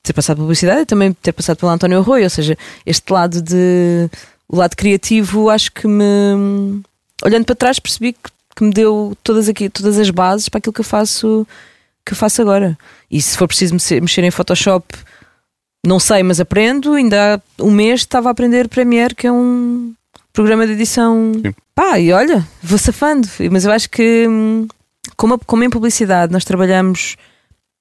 Speaker 3: ter passado por publicidade e também ter passado pelo António Arroio, ou seja, este lado de o lado criativo acho que me olhando para trás percebi que, que me deu todas, aqui, todas as bases para aquilo que eu faço que eu faço agora. E se for preciso mexer, mexer em Photoshop, não sei, mas aprendo. Ainda há um mês estava a aprender Premiere, que é um programa de edição.
Speaker 4: Sim.
Speaker 3: Pá, e olha, vou safando. Mas eu acho que, hum, como, a- como em publicidade, nós trabalhamos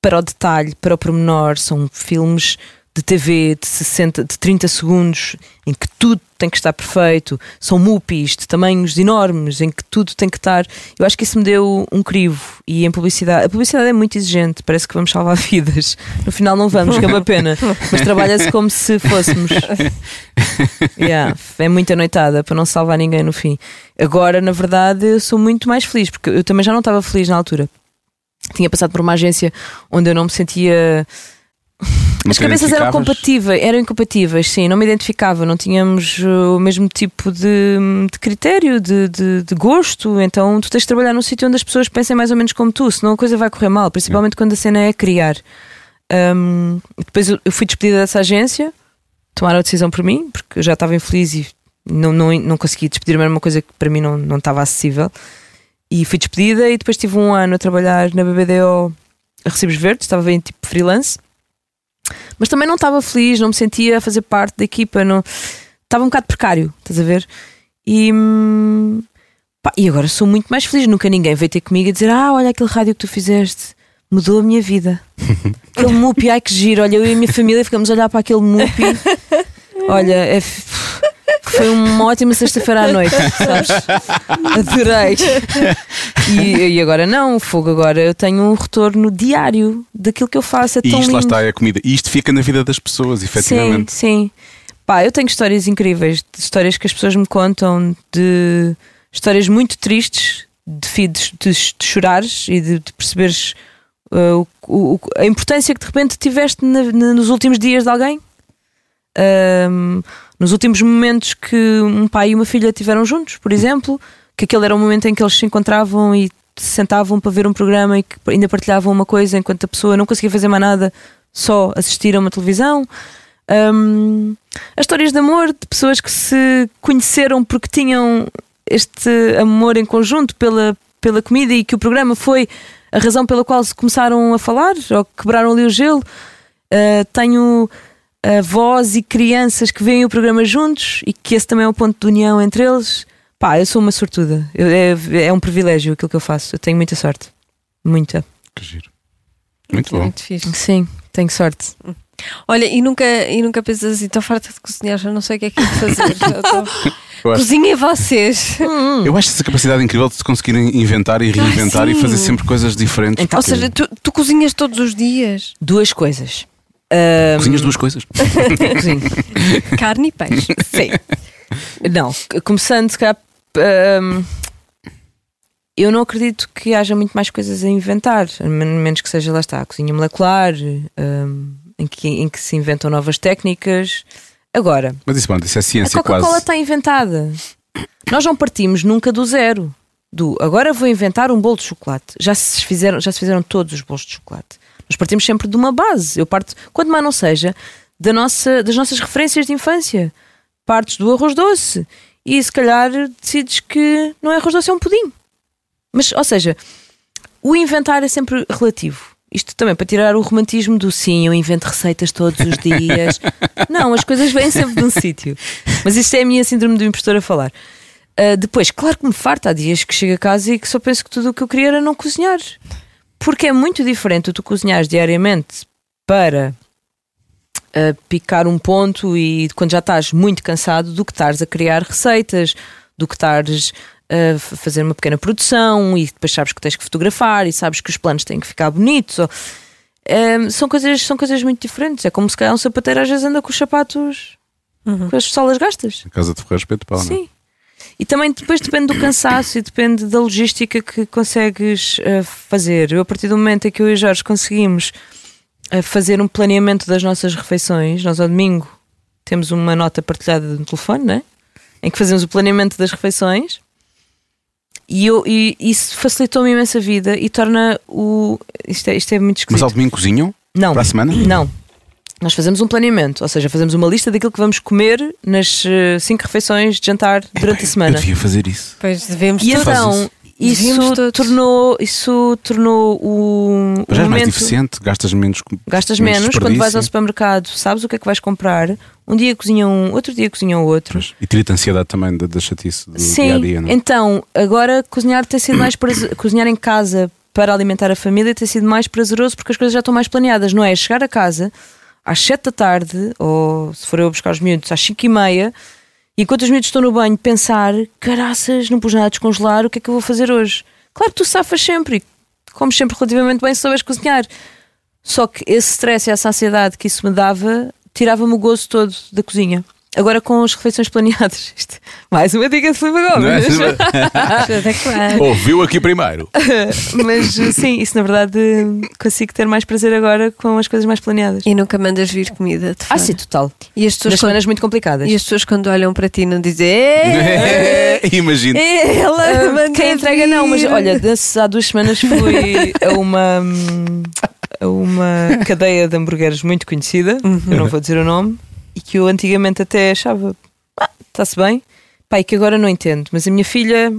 Speaker 3: para o detalhe, para o pormenor, são filmes de TV de 60, de 30 segundos, em que tudo tem que estar perfeito, são mupis de tamanhos enormes, em que tudo tem que estar. Eu acho que isso me deu um crivo. E em publicidade, a publicidade é muito exigente, parece que vamos salvar vidas. No final não vamos, que é uma pena, mas trabalha-se como se fôssemos. Yeah, é muita noitada para não salvar ninguém no fim. Agora, na verdade, eu sou muito mais feliz, porque eu euh, também já não estava feliz na altura. Tinha passado por uma agência onde eu não me sentia
Speaker 4: Não
Speaker 3: As
Speaker 4: te
Speaker 3: cabeças eram
Speaker 4: identificavas?
Speaker 3: compatíveis, eram incompatíveis, sim, não me identificava, não tínhamos uh, o mesmo tipo de, de critério, de, de- de gosto, então tu tens de trabalhar num sítio onde as pessoas pensem mais ou menos como tu, senão a coisa vai correr mal, principalmente quando a cena é criar. Um, depois eu eu fui despedida dessa agência, tomaram a decisão por mim, porque eu já estava infeliz e não, não, não consegui despedir-me, era uma coisa que para mim não, não estava acessível. E fui despedida e depois tive um ano a trabalhar na BBDO a Recibos Verdes, estava em tipo freelance, mas também não estava feliz, não me sentia a fazer parte da equipa, não... estava um bocado precário, estás a ver? E, hum, pá, e agora sou muito mais feliz, nunca ninguém veio ter comigo e dizer: Ah, olha aquele rádio que tu fizeste. Mudou a minha vida. Aquele mupi, ai que giro. Olha, eu e a minha família ficamos a olhar para aquele mupi. Olha, é f- foi uma ótima sexta-feira à noite, sabes? Adorei. E, e agora não, o fogo. Agora eu tenho um retorno diário daquilo que eu faço. É
Speaker 4: E
Speaker 3: tão
Speaker 4: isto lá
Speaker 3: lindo.
Speaker 4: está, é a comida. E isto fica na vida das pessoas,
Speaker 3: Sim,
Speaker 4: efetivamente.
Speaker 3: sim. Pá, eu tenho histórias incríveis, de histórias que as pessoas me contam, de histórias muito tristes, de, fi- de, de, de chorares e de, de perceberes eh, o- o- a importância que de repente tiveste na- na- nos últimos dias de alguém. Ahm, nos últimos momentos que um pai e uma filha tiveram juntos, por exemplo, que aquele era o momento em que eles se encontravam e se sentavam para ver um programa e que ainda partilhavam uma coisa enquanto a pessoa não conseguia fazer mais nada, só assistir a uma televisão. Hum, as histórias de amor de pessoas que se conheceram porque tinham este amor em conjunto pela, pela comida e que o programa foi a razão pela qual se começaram a falar ou quebraram ali o gelo. Uh, tenho ah, avós e crianças que veem o programa juntos e que esse também é o ponto de união entre eles. Pá, eu sou uma sortuda. Eu- é, é um privilégio aquilo que eu faço. Eu tenho muita sorte. Muita.
Speaker 4: Que giro. Muito bom.
Speaker 5: Muito fixe.
Speaker 3: Sim, tenho sorte.
Speaker 5: Olha, e nunca, e nunca pensas assim, estou farta de cozinhar, já não sei o que é que é de fazer. já estou-
Speaker 4: Eu acho-
Speaker 5: Cozinhem vocês.
Speaker 4: Eu acho essa capacidade incrível de se conseguirem inventar e reinventar e
Speaker 5: sim.
Speaker 4: fazer sempre coisas diferentes.
Speaker 3: Então,
Speaker 5: Ou
Speaker 4: porque
Speaker 5: seja, tu, tu cozinhas todos os dias
Speaker 3: Duas coisas. Hum,
Speaker 4: cozinhas duas coisas.
Speaker 3: cozinho.
Speaker 5: carne e peixe.
Speaker 3: Sim. Não, c- começando, se calhar, p- hum, eu não acredito que haja muito mais coisas a inventar, a men- menos que seja lá está, a cozinha molecular, hum, em, que, em que se inventam novas técnicas. Agora,
Speaker 4: Mas isso, pronto, isso é
Speaker 3: a
Speaker 4: ciência
Speaker 3: Coca-Cola
Speaker 4: quase.
Speaker 3: está inventada. Nós não partimos nunca do zero. Do agora vou inventar um bolo de chocolate. Já se fizeram, já se fizeram todos os bolos de chocolate. Nós partimos sempre de uma base. Eu parto, quanto mais não seja, da nossa, das nossas referências de infância. Partes do arroz doce. E se calhar decides que não é arroz doce, é um pudim. Mas, ou seja, o inventar é sempre relativo. Isto também para tirar o romantismo do sim, eu invento receitas todos os dias. não, as coisas vêm sempre de um sítio. Mas isto é a minha síndrome do impostor a falar. Ah, depois, claro que me farta. Há dias que chego a casa e que só penso que tudo o que eu queria era não cozinhar. Porque é muito diferente tu cozinhares diariamente para ah, picar um ponto e quando já estás muito cansado do que estares a criar receitas, do que estares a f- fazer uma pequena produção e depois sabes que tens que fotografar e sabes que os planos têm que ficar bonitos. ou- Ahm, são, coisas, são coisas muito diferentes. É como se calhar um sapateiro às vezes anda com os sapatos com as solas gastas.
Speaker 4: A casa de Ferreira Espeto de Pau, não é?
Speaker 3: Sim. E também depois depende do cansaço e depende da logística que consegues eh, fazer. Eu, a partir do momento em que eu e o Jorge conseguimos eh, fazer um planeamento das nossas refeições, nós ao domingo temos uma nota partilhada no telefone, né? em que fazemos o planeamento das refeições e, eu, e isso facilitou-me imenso a vida e torna o. Isto é, isto é muito
Speaker 4: Mas
Speaker 3: esquisito.
Speaker 4: ao domingo cozinham?
Speaker 3: Não.
Speaker 4: Para a semana?
Speaker 3: Não. Nós fazemos um planeamento, ou seja, fazemos uma lista daquilo que vamos comer nas eh, cinco refeições de jantar durante a
Speaker 4: Eu
Speaker 3: semana.
Speaker 4: devia fazer isso.
Speaker 5: Pois devemos
Speaker 3: E
Speaker 5: todos.
Speaker 4: faz
Speaker 3: então,
Speaker 5: isso. Devíamos
Speaker 3: isso
Speaker 5: todos.
Speaker 3: tornou, isso tornou o, o
Speaker 4: Mas já és mais
Speaker 3: momento-
Speaker 4: deficiente, gastas menos. com-
Speaker 3: Gastas menos quando
Speaker 4: desperdício.
Speaker 3: vais ao supermercado, sabes o que é que vais comprar. Um dia cozinha um, outro dia cozinha outro.
Speaker 4: Pois. E tira-te a ansiedade também da, da chatice do
Speaker 3: Sim,
Speaker 4: dia a dia, não é?
Speaker 3: então agora cozinhar tem sido mais prazer, cozinhar em casa para alimentar a família tem sido mais prazeroso porque as coisas já estão mais planeadas, não é? Chegar a casa às 7 da tarde, ou se for eu buscar os miúdos, às 5 e meia, e enquanto os miúdos estão no banho, pensar: caraças, não pus nada a descongelar, o que é que eu vou fazer hoje? Claro que tu safas sempre e comes sempre relativamente bem se souberes cozinhar. Só que esse stress e essa ansiedade que isso me dava tirava-me o gozo todo da cozinha. Agora com as refeições planeadas. Isto- mais uma dica de Filipe
Speaker 4: Não é?
Speaker 3: Gomes.
Speaker 4: Ouviu aqui primeiro.
Speaker 3: Mas eh, sim, isso na verdade consigo ter mais prazer agora com as coisas mais planeadas.
Speaker 5: E nunca mandas vir comida de fora.
Speaker 3: Ah, sim, total.
Speaker 5: E as pessoas, quando,
Speaker 3: Nas semanas muito complicadas.
Speaker 5: e as pessoas quando olham para ti não dizem "Eh,
Speaker 3: É.
Speaker 4: Imagino.
Speaker 5: Ela
Speaker 3: Ah,
Speaker 5: manda
Speaker 3: quem entrega não, mas
Speaker 5: vir."
Speaker 3: olha, desse- há duas semanas fui a uma, hum, a uma cadeia de hambúrgueres muito conhecida, eu não vou dizer o nome, e que eu antigamente até achava, "Ah, está-se bem, pai, que agora não entendo, mas a minha filha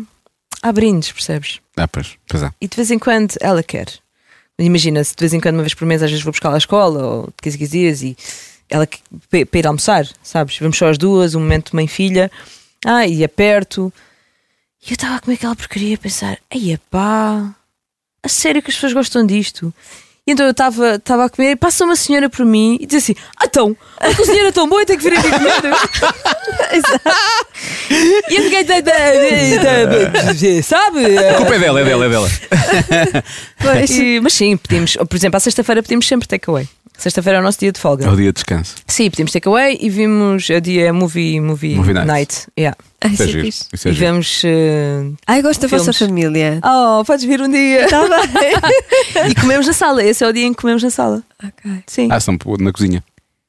Speaker 3: há brindes, percebes?
Speaker 4: Ah, pois, pois é.
Speaker 3: E de vez em quando ela quer. Imagina, se de vez em quando, uma vez por mês, às vezes vou buscar la à escola, ou de 15 em 15 dias, e ela que- pa- para ir almoçar, sabes? Vamos só as duas, um momento mãe-filha, ah, e é perto. E eu estava a comer aquela porcaria a pensar, ei pá, a sério que as pessoas gostam disto? E então eu estava estava a comer e passa uma senhora por mim e diz assim, ah então, a cozinheira é tão boa, eu tenho que vir aqui comer. e eu fiquei, "Tá, tá, tá, sabe?
Speaker 4: A culpa é dela, é dela, é dela.
Speaker 3: E- mas sim, pedimos, por exemplo, à sexta-feira pedimos sempre takeaway. Sexta-feira é o nosso dia de
Speaker 4: É
Speaker 3: folga.
Speaker 4: o dia de descanso.
Speaker 3: Sim, pedimos takeaway e vimos a dia movie, movie,
Speaker 4: Movie night.
Speaker 3: night. yeah.
Speaker 5: Ai,
Speaker 4: Isso é
Speaker 5: sim,
Speaker 4: giro.
Speaker 5: fixe.
Speaker 4: Isso é
Speaker 3: E
Speaker 4: giro.
Speaker 3: vemos. eh,
Speaker 5: Ai, gosto da vossa
Speaker 3: Filmes.
Speaker 5: família.
Speaker 3: Oh, podes vir um dia.
Speaker 5: Tá bem.
Speaker 3: e comemos na sala. Esse é o dia em que comemos na sala.
Speaker 5: Ok.
Speaker 3: Sim.
Speaker 4: Ah, são na cozinha.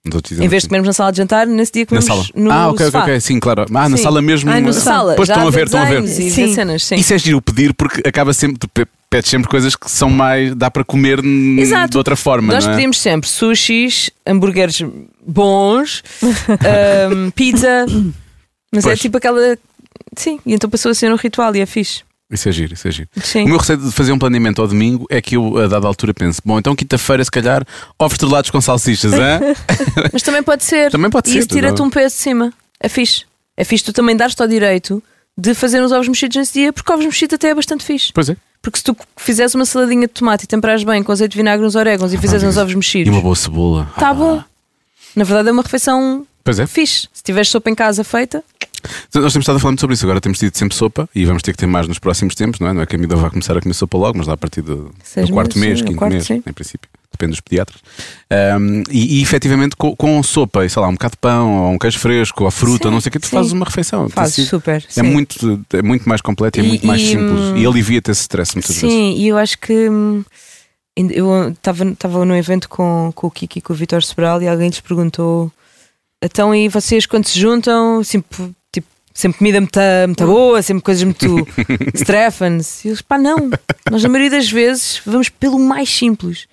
Speaker 4: Não estou te dizendo
Speaker 3: em vez de
Speaker 4: assim.
Speaker 3: comermos na sala de jantar, nesse dia
Speaker 4: Na
Speaker 3: comemos
Speaker 4: sala.
Speaker 3: no
Speaker 4: ah, ok,
Speaker 3: sofá.
Speaker 4: ok, ok. Sim, claro. Ah, na
Speaker 3: Sim.
Speaker 4: sala mesmo.
Speaker 5: Ah, no
Speaker 4: Ah,
Speaker 3: Na sala.
Speaker 4: Pois
Speaker 3: já
Speaker 4: estão a
Speaker 3: vê
Speaker 4: ver, estão a ver.
Speaker 3: desenhos e vê
Speaker 5: Sim.
Speaker 3: cenas, sim.
Speaker 4: Isso é giro pedir porque acaba sempre. Tu pe- pedes sempre coisas que são mais. dá para comer n-
Speaker 3: Exato.
Speaker 4: de outra forma,
Speaker 3: Nós
Speaker 4: não é?
Speaker 3: pedimos sempre sushis, hambúrgueres bons, ahm, pizza. Mas é
Speaker 4: Pois.
Speaker 3: tipo aquela. Sim, e então passou a ser um ritual e é fixe.
Speaker 4: Isso é giro, isso é giro.
Speaker 3: Sim.
Speaker 4: O meu receio de fazer um planeamento ao domingo é que eu, a dada altura, penso: bom, então quinta-feira, se calhar, ovos estrelados com salsichas, hã?
Speaker 3: Mas também pode ser.
Speaker 4: Também pode
Speaker 3: e
Speaker 4: ser,
Speaker 3: isso tira-te
Speaker 4: não é?
Speaker 3: um peso de cima. É fixe. É fixe tu também dar-te ao direito de fazer uns ovos mexidos nesse dia, porque ovos mexidos até é bastante fixe.
Speaker 4: pois é.
Speaker 3: Porque se tu fizeres uma saladinha de tomate e temperares bem com azeite de vinagre, uns orégãos e fizeres uns ovos
Speaker 4: Ah, E uma
Speaker 3: mexidos,
Speaker 4: boa cebola. Ah,
Speaker 3: está bom. Na verdade é uma refeição
Speaker 4: Pois é.
Speaker 3: fixe. Se tiveres sopa em casa feita,
Speaker 4: Então, Nós temos estado a falar muito sobre isso. Agora temos tido sempre sopa e vamos ter que ter mais nos próximos tempos, não é? Não é que a Mida vai começar a comer sopa logo, mas lá a partir do,
Speaker 3: Seis
Speaker 4: do quarto
Speaker 3: meses,
Speaker 4: mês,
Speaker 3: sim,
Speaker 4: quinto
Speaker 3: quarto,
Speaker 4: mês,
Speaker 3: sim.
Speaker 4: em princípio. Depende dos pediatras. Ahm, e, e efetivamente com, com sopa, e sei lá, um bocado de pão, ou um queijo fresco, ou a fruta,
Speaker 3: Sim,
Speaker 4: ou não sei o que, tu
Speaker 3: sim.
Speaker 4: fazes uma refeição. Tem
Speaker 3: fazes
Speaker 4: sido-
Speaker 3: super.
Speaker 4: É muito, é muito mais completo e é
Speaker 3: E-
Speaker 4: muito mais
Speaker 3: e, hum,
Speaker 4: simples. E alivia-te esse stress muitas vezes.
Speaker 3: Sim, e eu acho que hum, ainda- eu estava num evento com, com o Kiki e com o Vitor Sobral e alguém lhes perguntou então e vocês quando se juntam sempre, tipo, sempre comida muito, muito boa, sempre coisas muito strefans e eles pá não, nós na maioria das vezes vamos pelo mais simples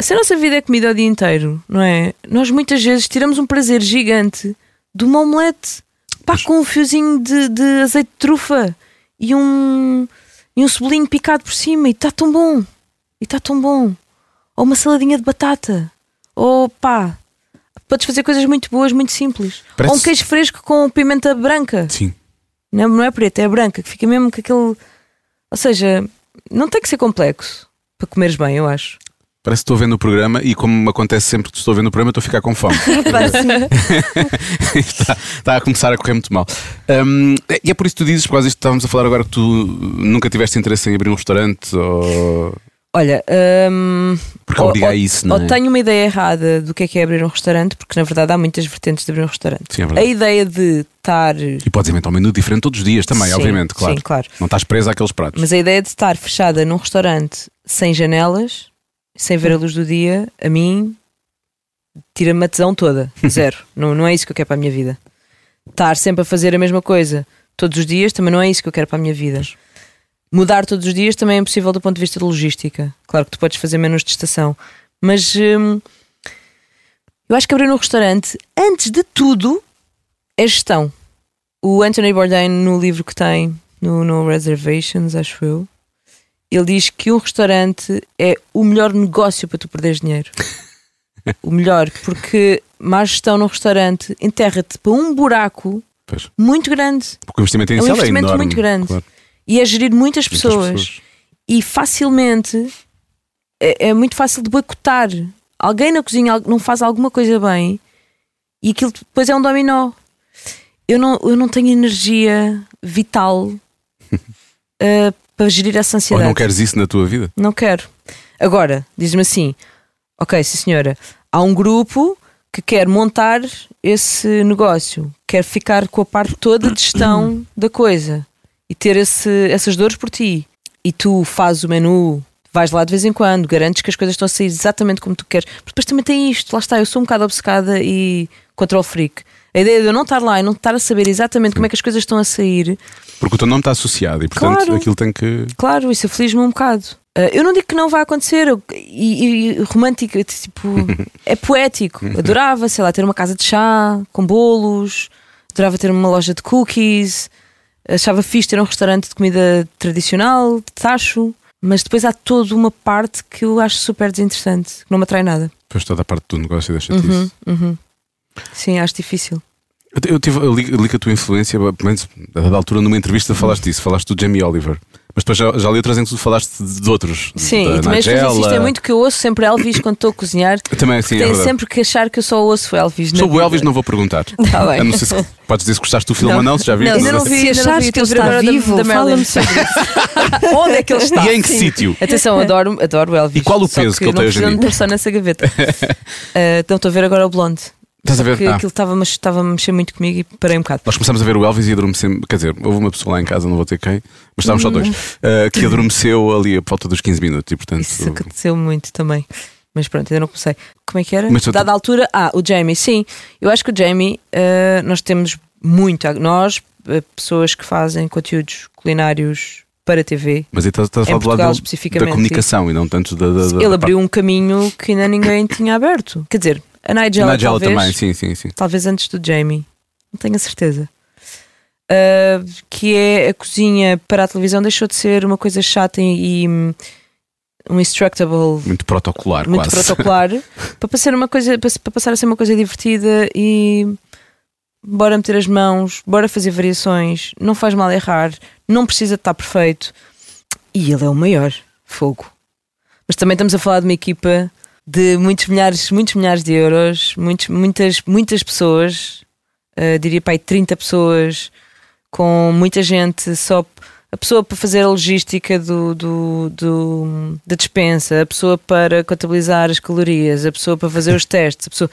Speaker 3: se a nossa vida é comida o dia inteiro, não é? Nós muitas vezes tiramos um prazer gigante de uma omelete pá, com um fiozinho de, de azeite de trufa e um, e um cebolinho picado por cima e está tão bom. E está tão bom. Ou uma saladinha de batata. Ou pá, podes fazer coisas muito boas, muito simples. Ou um
Speaker 4: Parece-
Speaker 3: queijo fresco com pimenta branca.
Speaker 4: Sim.
Speaker 3: Não, não é preta, é branca, que fica mesmo com aquele. Ou seja, não tem que ser complexo para comeres bem, eu acho.
Speaker 4: Parece que estou vendo o programa e, como acontece sempre que estou vendo o programa, estou a ficar com fome. está, está Tá, a começar a correr muito mal. Hum, e é por isso que tu dizes, por causa disto que estávamos a falar agora, que tu nunca tiveste interesse em abrir um restaurante ou.
Speaker 3: Olha, hum,
Speaker 4: Porque
Speaker 3: ou-
Speaker 4: obriga a
Speaker 3: ou-
Speaker 4: isso, não
Speaker 3: ou
Speaker 4: é?
Speaker 3: tenho uma ideia errada do que é que é abrir um restaurante, porque na verdade há muitas vertentes de abrir um restaurante.
Speaker 4: Sim, é
Speaker 3: A
Speaker 4: verdade.
Speaker 3: ideia de estar.
Speaker 4: E podes inventar um menu diferente todos os dias também,
Speaker 3: Sim,
Speaker 4: obviamente, claro.
Speaker 3: Sim, claro.
Speaker 4: Não estás preso àqueles pratos.
Speaker 3: Mas a ideia de estar fechada num restaurante sem janelas, sem ver a luz do dia, a mim tira-me a tesão toda. Zero. não, não é isso que eu quero para a minha vida. Estar sempre a fazer a mesma coisa todos os dias também não é isso que eu quero para a minha vida. Mudar todos os dias também é impossível do ponto de vista de logística. Claro que tu podes fazer menos de estação. Mas hum, eu acho que abrir um restaurante, antes de tudo, é gestão. O Anthony Bourdain, no livro que tem, no No Reservations, acho eu, ele diz que um restaurante é o melhor negócio para tu perderes dinheiro. o melhor, porque má gestão num restaurante enterra-te para um buraco
Speaker 4: Pois.
Speaker 3: muito grande.
Speaker 4: Porque o investimento
Speaker 3: É um
Speaker 4: inicial é,
Speaker 3: investimento
Speaker 4: enorme.
Speaker 3: muito grande.
Speaker 4: claro.
Speaker 3: E é gerir muitas
Speaker 4: Muitas
Speaker 3: pessoas. E facilmente é, é muito fácil de boicotar. Alguém na cozinha al- não faz alguma coisa bem e aquilo depois é um dominó. Eu não, eu não tenho energia vital eh, para gerir essa
Speaker 4: Ou
Speaker 3: ansiedade.
Speaker 4: não queres isso na tua vida?
Speaker 3: Não quero. Agora, diz-me assim: ok, sim senhora, há um grupo que quer montar esse negócio, quer ficar com a parte toda de gestão da coisa e ter esse- essas dores por ti. E tu fazes o menu, vais lá de vez em quando, garantes que as coisas estão a sair exatamente como tu queres. Porque depois também tem isto, lá está, eu sou um bocado obcecada e control freak. A ideia de eu não estar lá e não estar a saber exatamente como é que as coisas estão a sair
Speaker 4: Porque o teu nome está associado e, portanto,
Speaker 3: Claro.
Speaker 4: aquilo tem que.
Speaker 3: Claro, isso aflige-me um bocado. Ah, eu não digo que não vai acontecer, eu- e, e- e romântico, tipo, é poético. Adorava, sei lá, ter uma casa de chá com bolos, adorava ter uma loja de cookies, achava fixe ter um restaurante de comida tradicional, de tacho, mas depois há toda uma parte que eu acho super desinteressante, que não me atrai nada.
Speaker 4: Depois toda a parte do negócio e da chatice.
Speaker 3: Uhum. Sim, acho difícil.
Speaker 4: Eu, te- eu tive, eu li- li que a tua influência, pelo menos a dada altura, numa entrevista falaste disso, falaste do Jamie Oliver. Mas depois já, já li outras em que tu falaste de, de outros.
Speaker 3: Sim,
Speaker 4: da
Speaker 3: e também as pessoas
Speaker 4: Nigella.
Speaker 3: insistem muito que eu ouço sempre Elvis quando estou a cozinhar.
Speaker 4: Eu Também, sim, é
Speaker 3: Tenho
Speaker 4: verdade.
Speaker 3: sempre que achar que eu só ouço Elvis. na
Speaker 4: Sobre o
Speaker 3: vida.
Speaker 4: Elvis não vou perguntar.
Speaker 3: Tá bem.
Speaker 4: Eu não sei se podes dizer se gostaste do filme
Speaker 3: Não.
Speaker 4: ou não, se já viste.
Speaker 3: Não, ainda não vi.
Speaker 1: Se achares que
Speaker 3: estou
Speaker 1: ele
Speaker 3: a ver
Speaker 1: está
Speaker 3: agora da-
Speaker 1: vivo,
Speaker 3: da Marilyn.
Speaker 1: fala-me sobre isso.
Speaker 3: Onde é que ele está?
Speaker 4: E em que sítio?
Speaker 3: Atenção, adoro, adoro o Elvis.
Speaker 4: E qual o
Speaker 3: só
Speaker 4: peso que ele
Speaker 3: não
Speaker 4: tem hoje em
Speaker 3: precisam
Speaker 4: dia?
Speaker 3: de pôr só nessa gaveta. Ah, então estou a ver agora o Blonde.
Speaker 4: Estás a ver?
Speaker 3: Que
Speaker 4: Ah.
Speaker 3: aquilo estava estava a mexer muito comigo e parei um bocado.
Speaker 4: Nós começámos a ver o Elvis e adormecemos. Quer dizer, houve uma pessoa lá em casa, não vou ter quem, mas estávamos só
Speaker 3: Hum.
Speaker 4: dois, eh, que adormeceu ali a falta dos 15 minutos. E, portanto,
Speaker 3: Isso aconteceu muito também. Mas pronto, ainda não comecei. Como é que era?
Speaker 4: Mas tu-
Speaker 3: Dada a altura, ah, o Jamie, sim. Eu acho que o Jamie, ah, nós temos muito. a- Nós, ah, pessoas que fazem conteúdos culinários para TV,
Speaker 4: mas aí estás estás a falar
Speaker 3: Em
Speaker 4: do lado
Speaker 3: é Portugal,
Speaker 4: da- da
Speaker 3: especificamente,
Speaker 4: comunicação e não tanto da. da- da-
Speaker 3: ele abriu um caminho que ainda ninguém tinha aberto. Quer dizer, a Nigella,
Speaker 4: Na Nigella
Speaker 3: talvez,
Speaker 4: também, sim, sim, sim.
Speaker 3: talvez antes do Jamie, não tenho a certeza. Ah, que é a cozinha para a televisão deixou de ser uma coisa chata e, e, hum, um instructable
Speaker 4: Muito protocolar,
Speaker 3: muito
Speaker 4: quase.
Speaker 3: protocolar para passar uma coisa para, para passar a ser uma coisa divertida e bora meter as mãos, bora fazer variações, não faz mal errar, não precisa de estar perfeito. E ele é o maior, fogo. Mas também estamos a falar de uma equipa de muitos milhares, muitos milhares de euros, muitos, muitas, muitas pessoas, eh, diria pai 30 pessoas, com muita gente só p- a pessoa para fazer a logística do, do, do- da dispensa, a pessoa para contabilizar as calorias, a pessoa para fazer os testes, a pessoa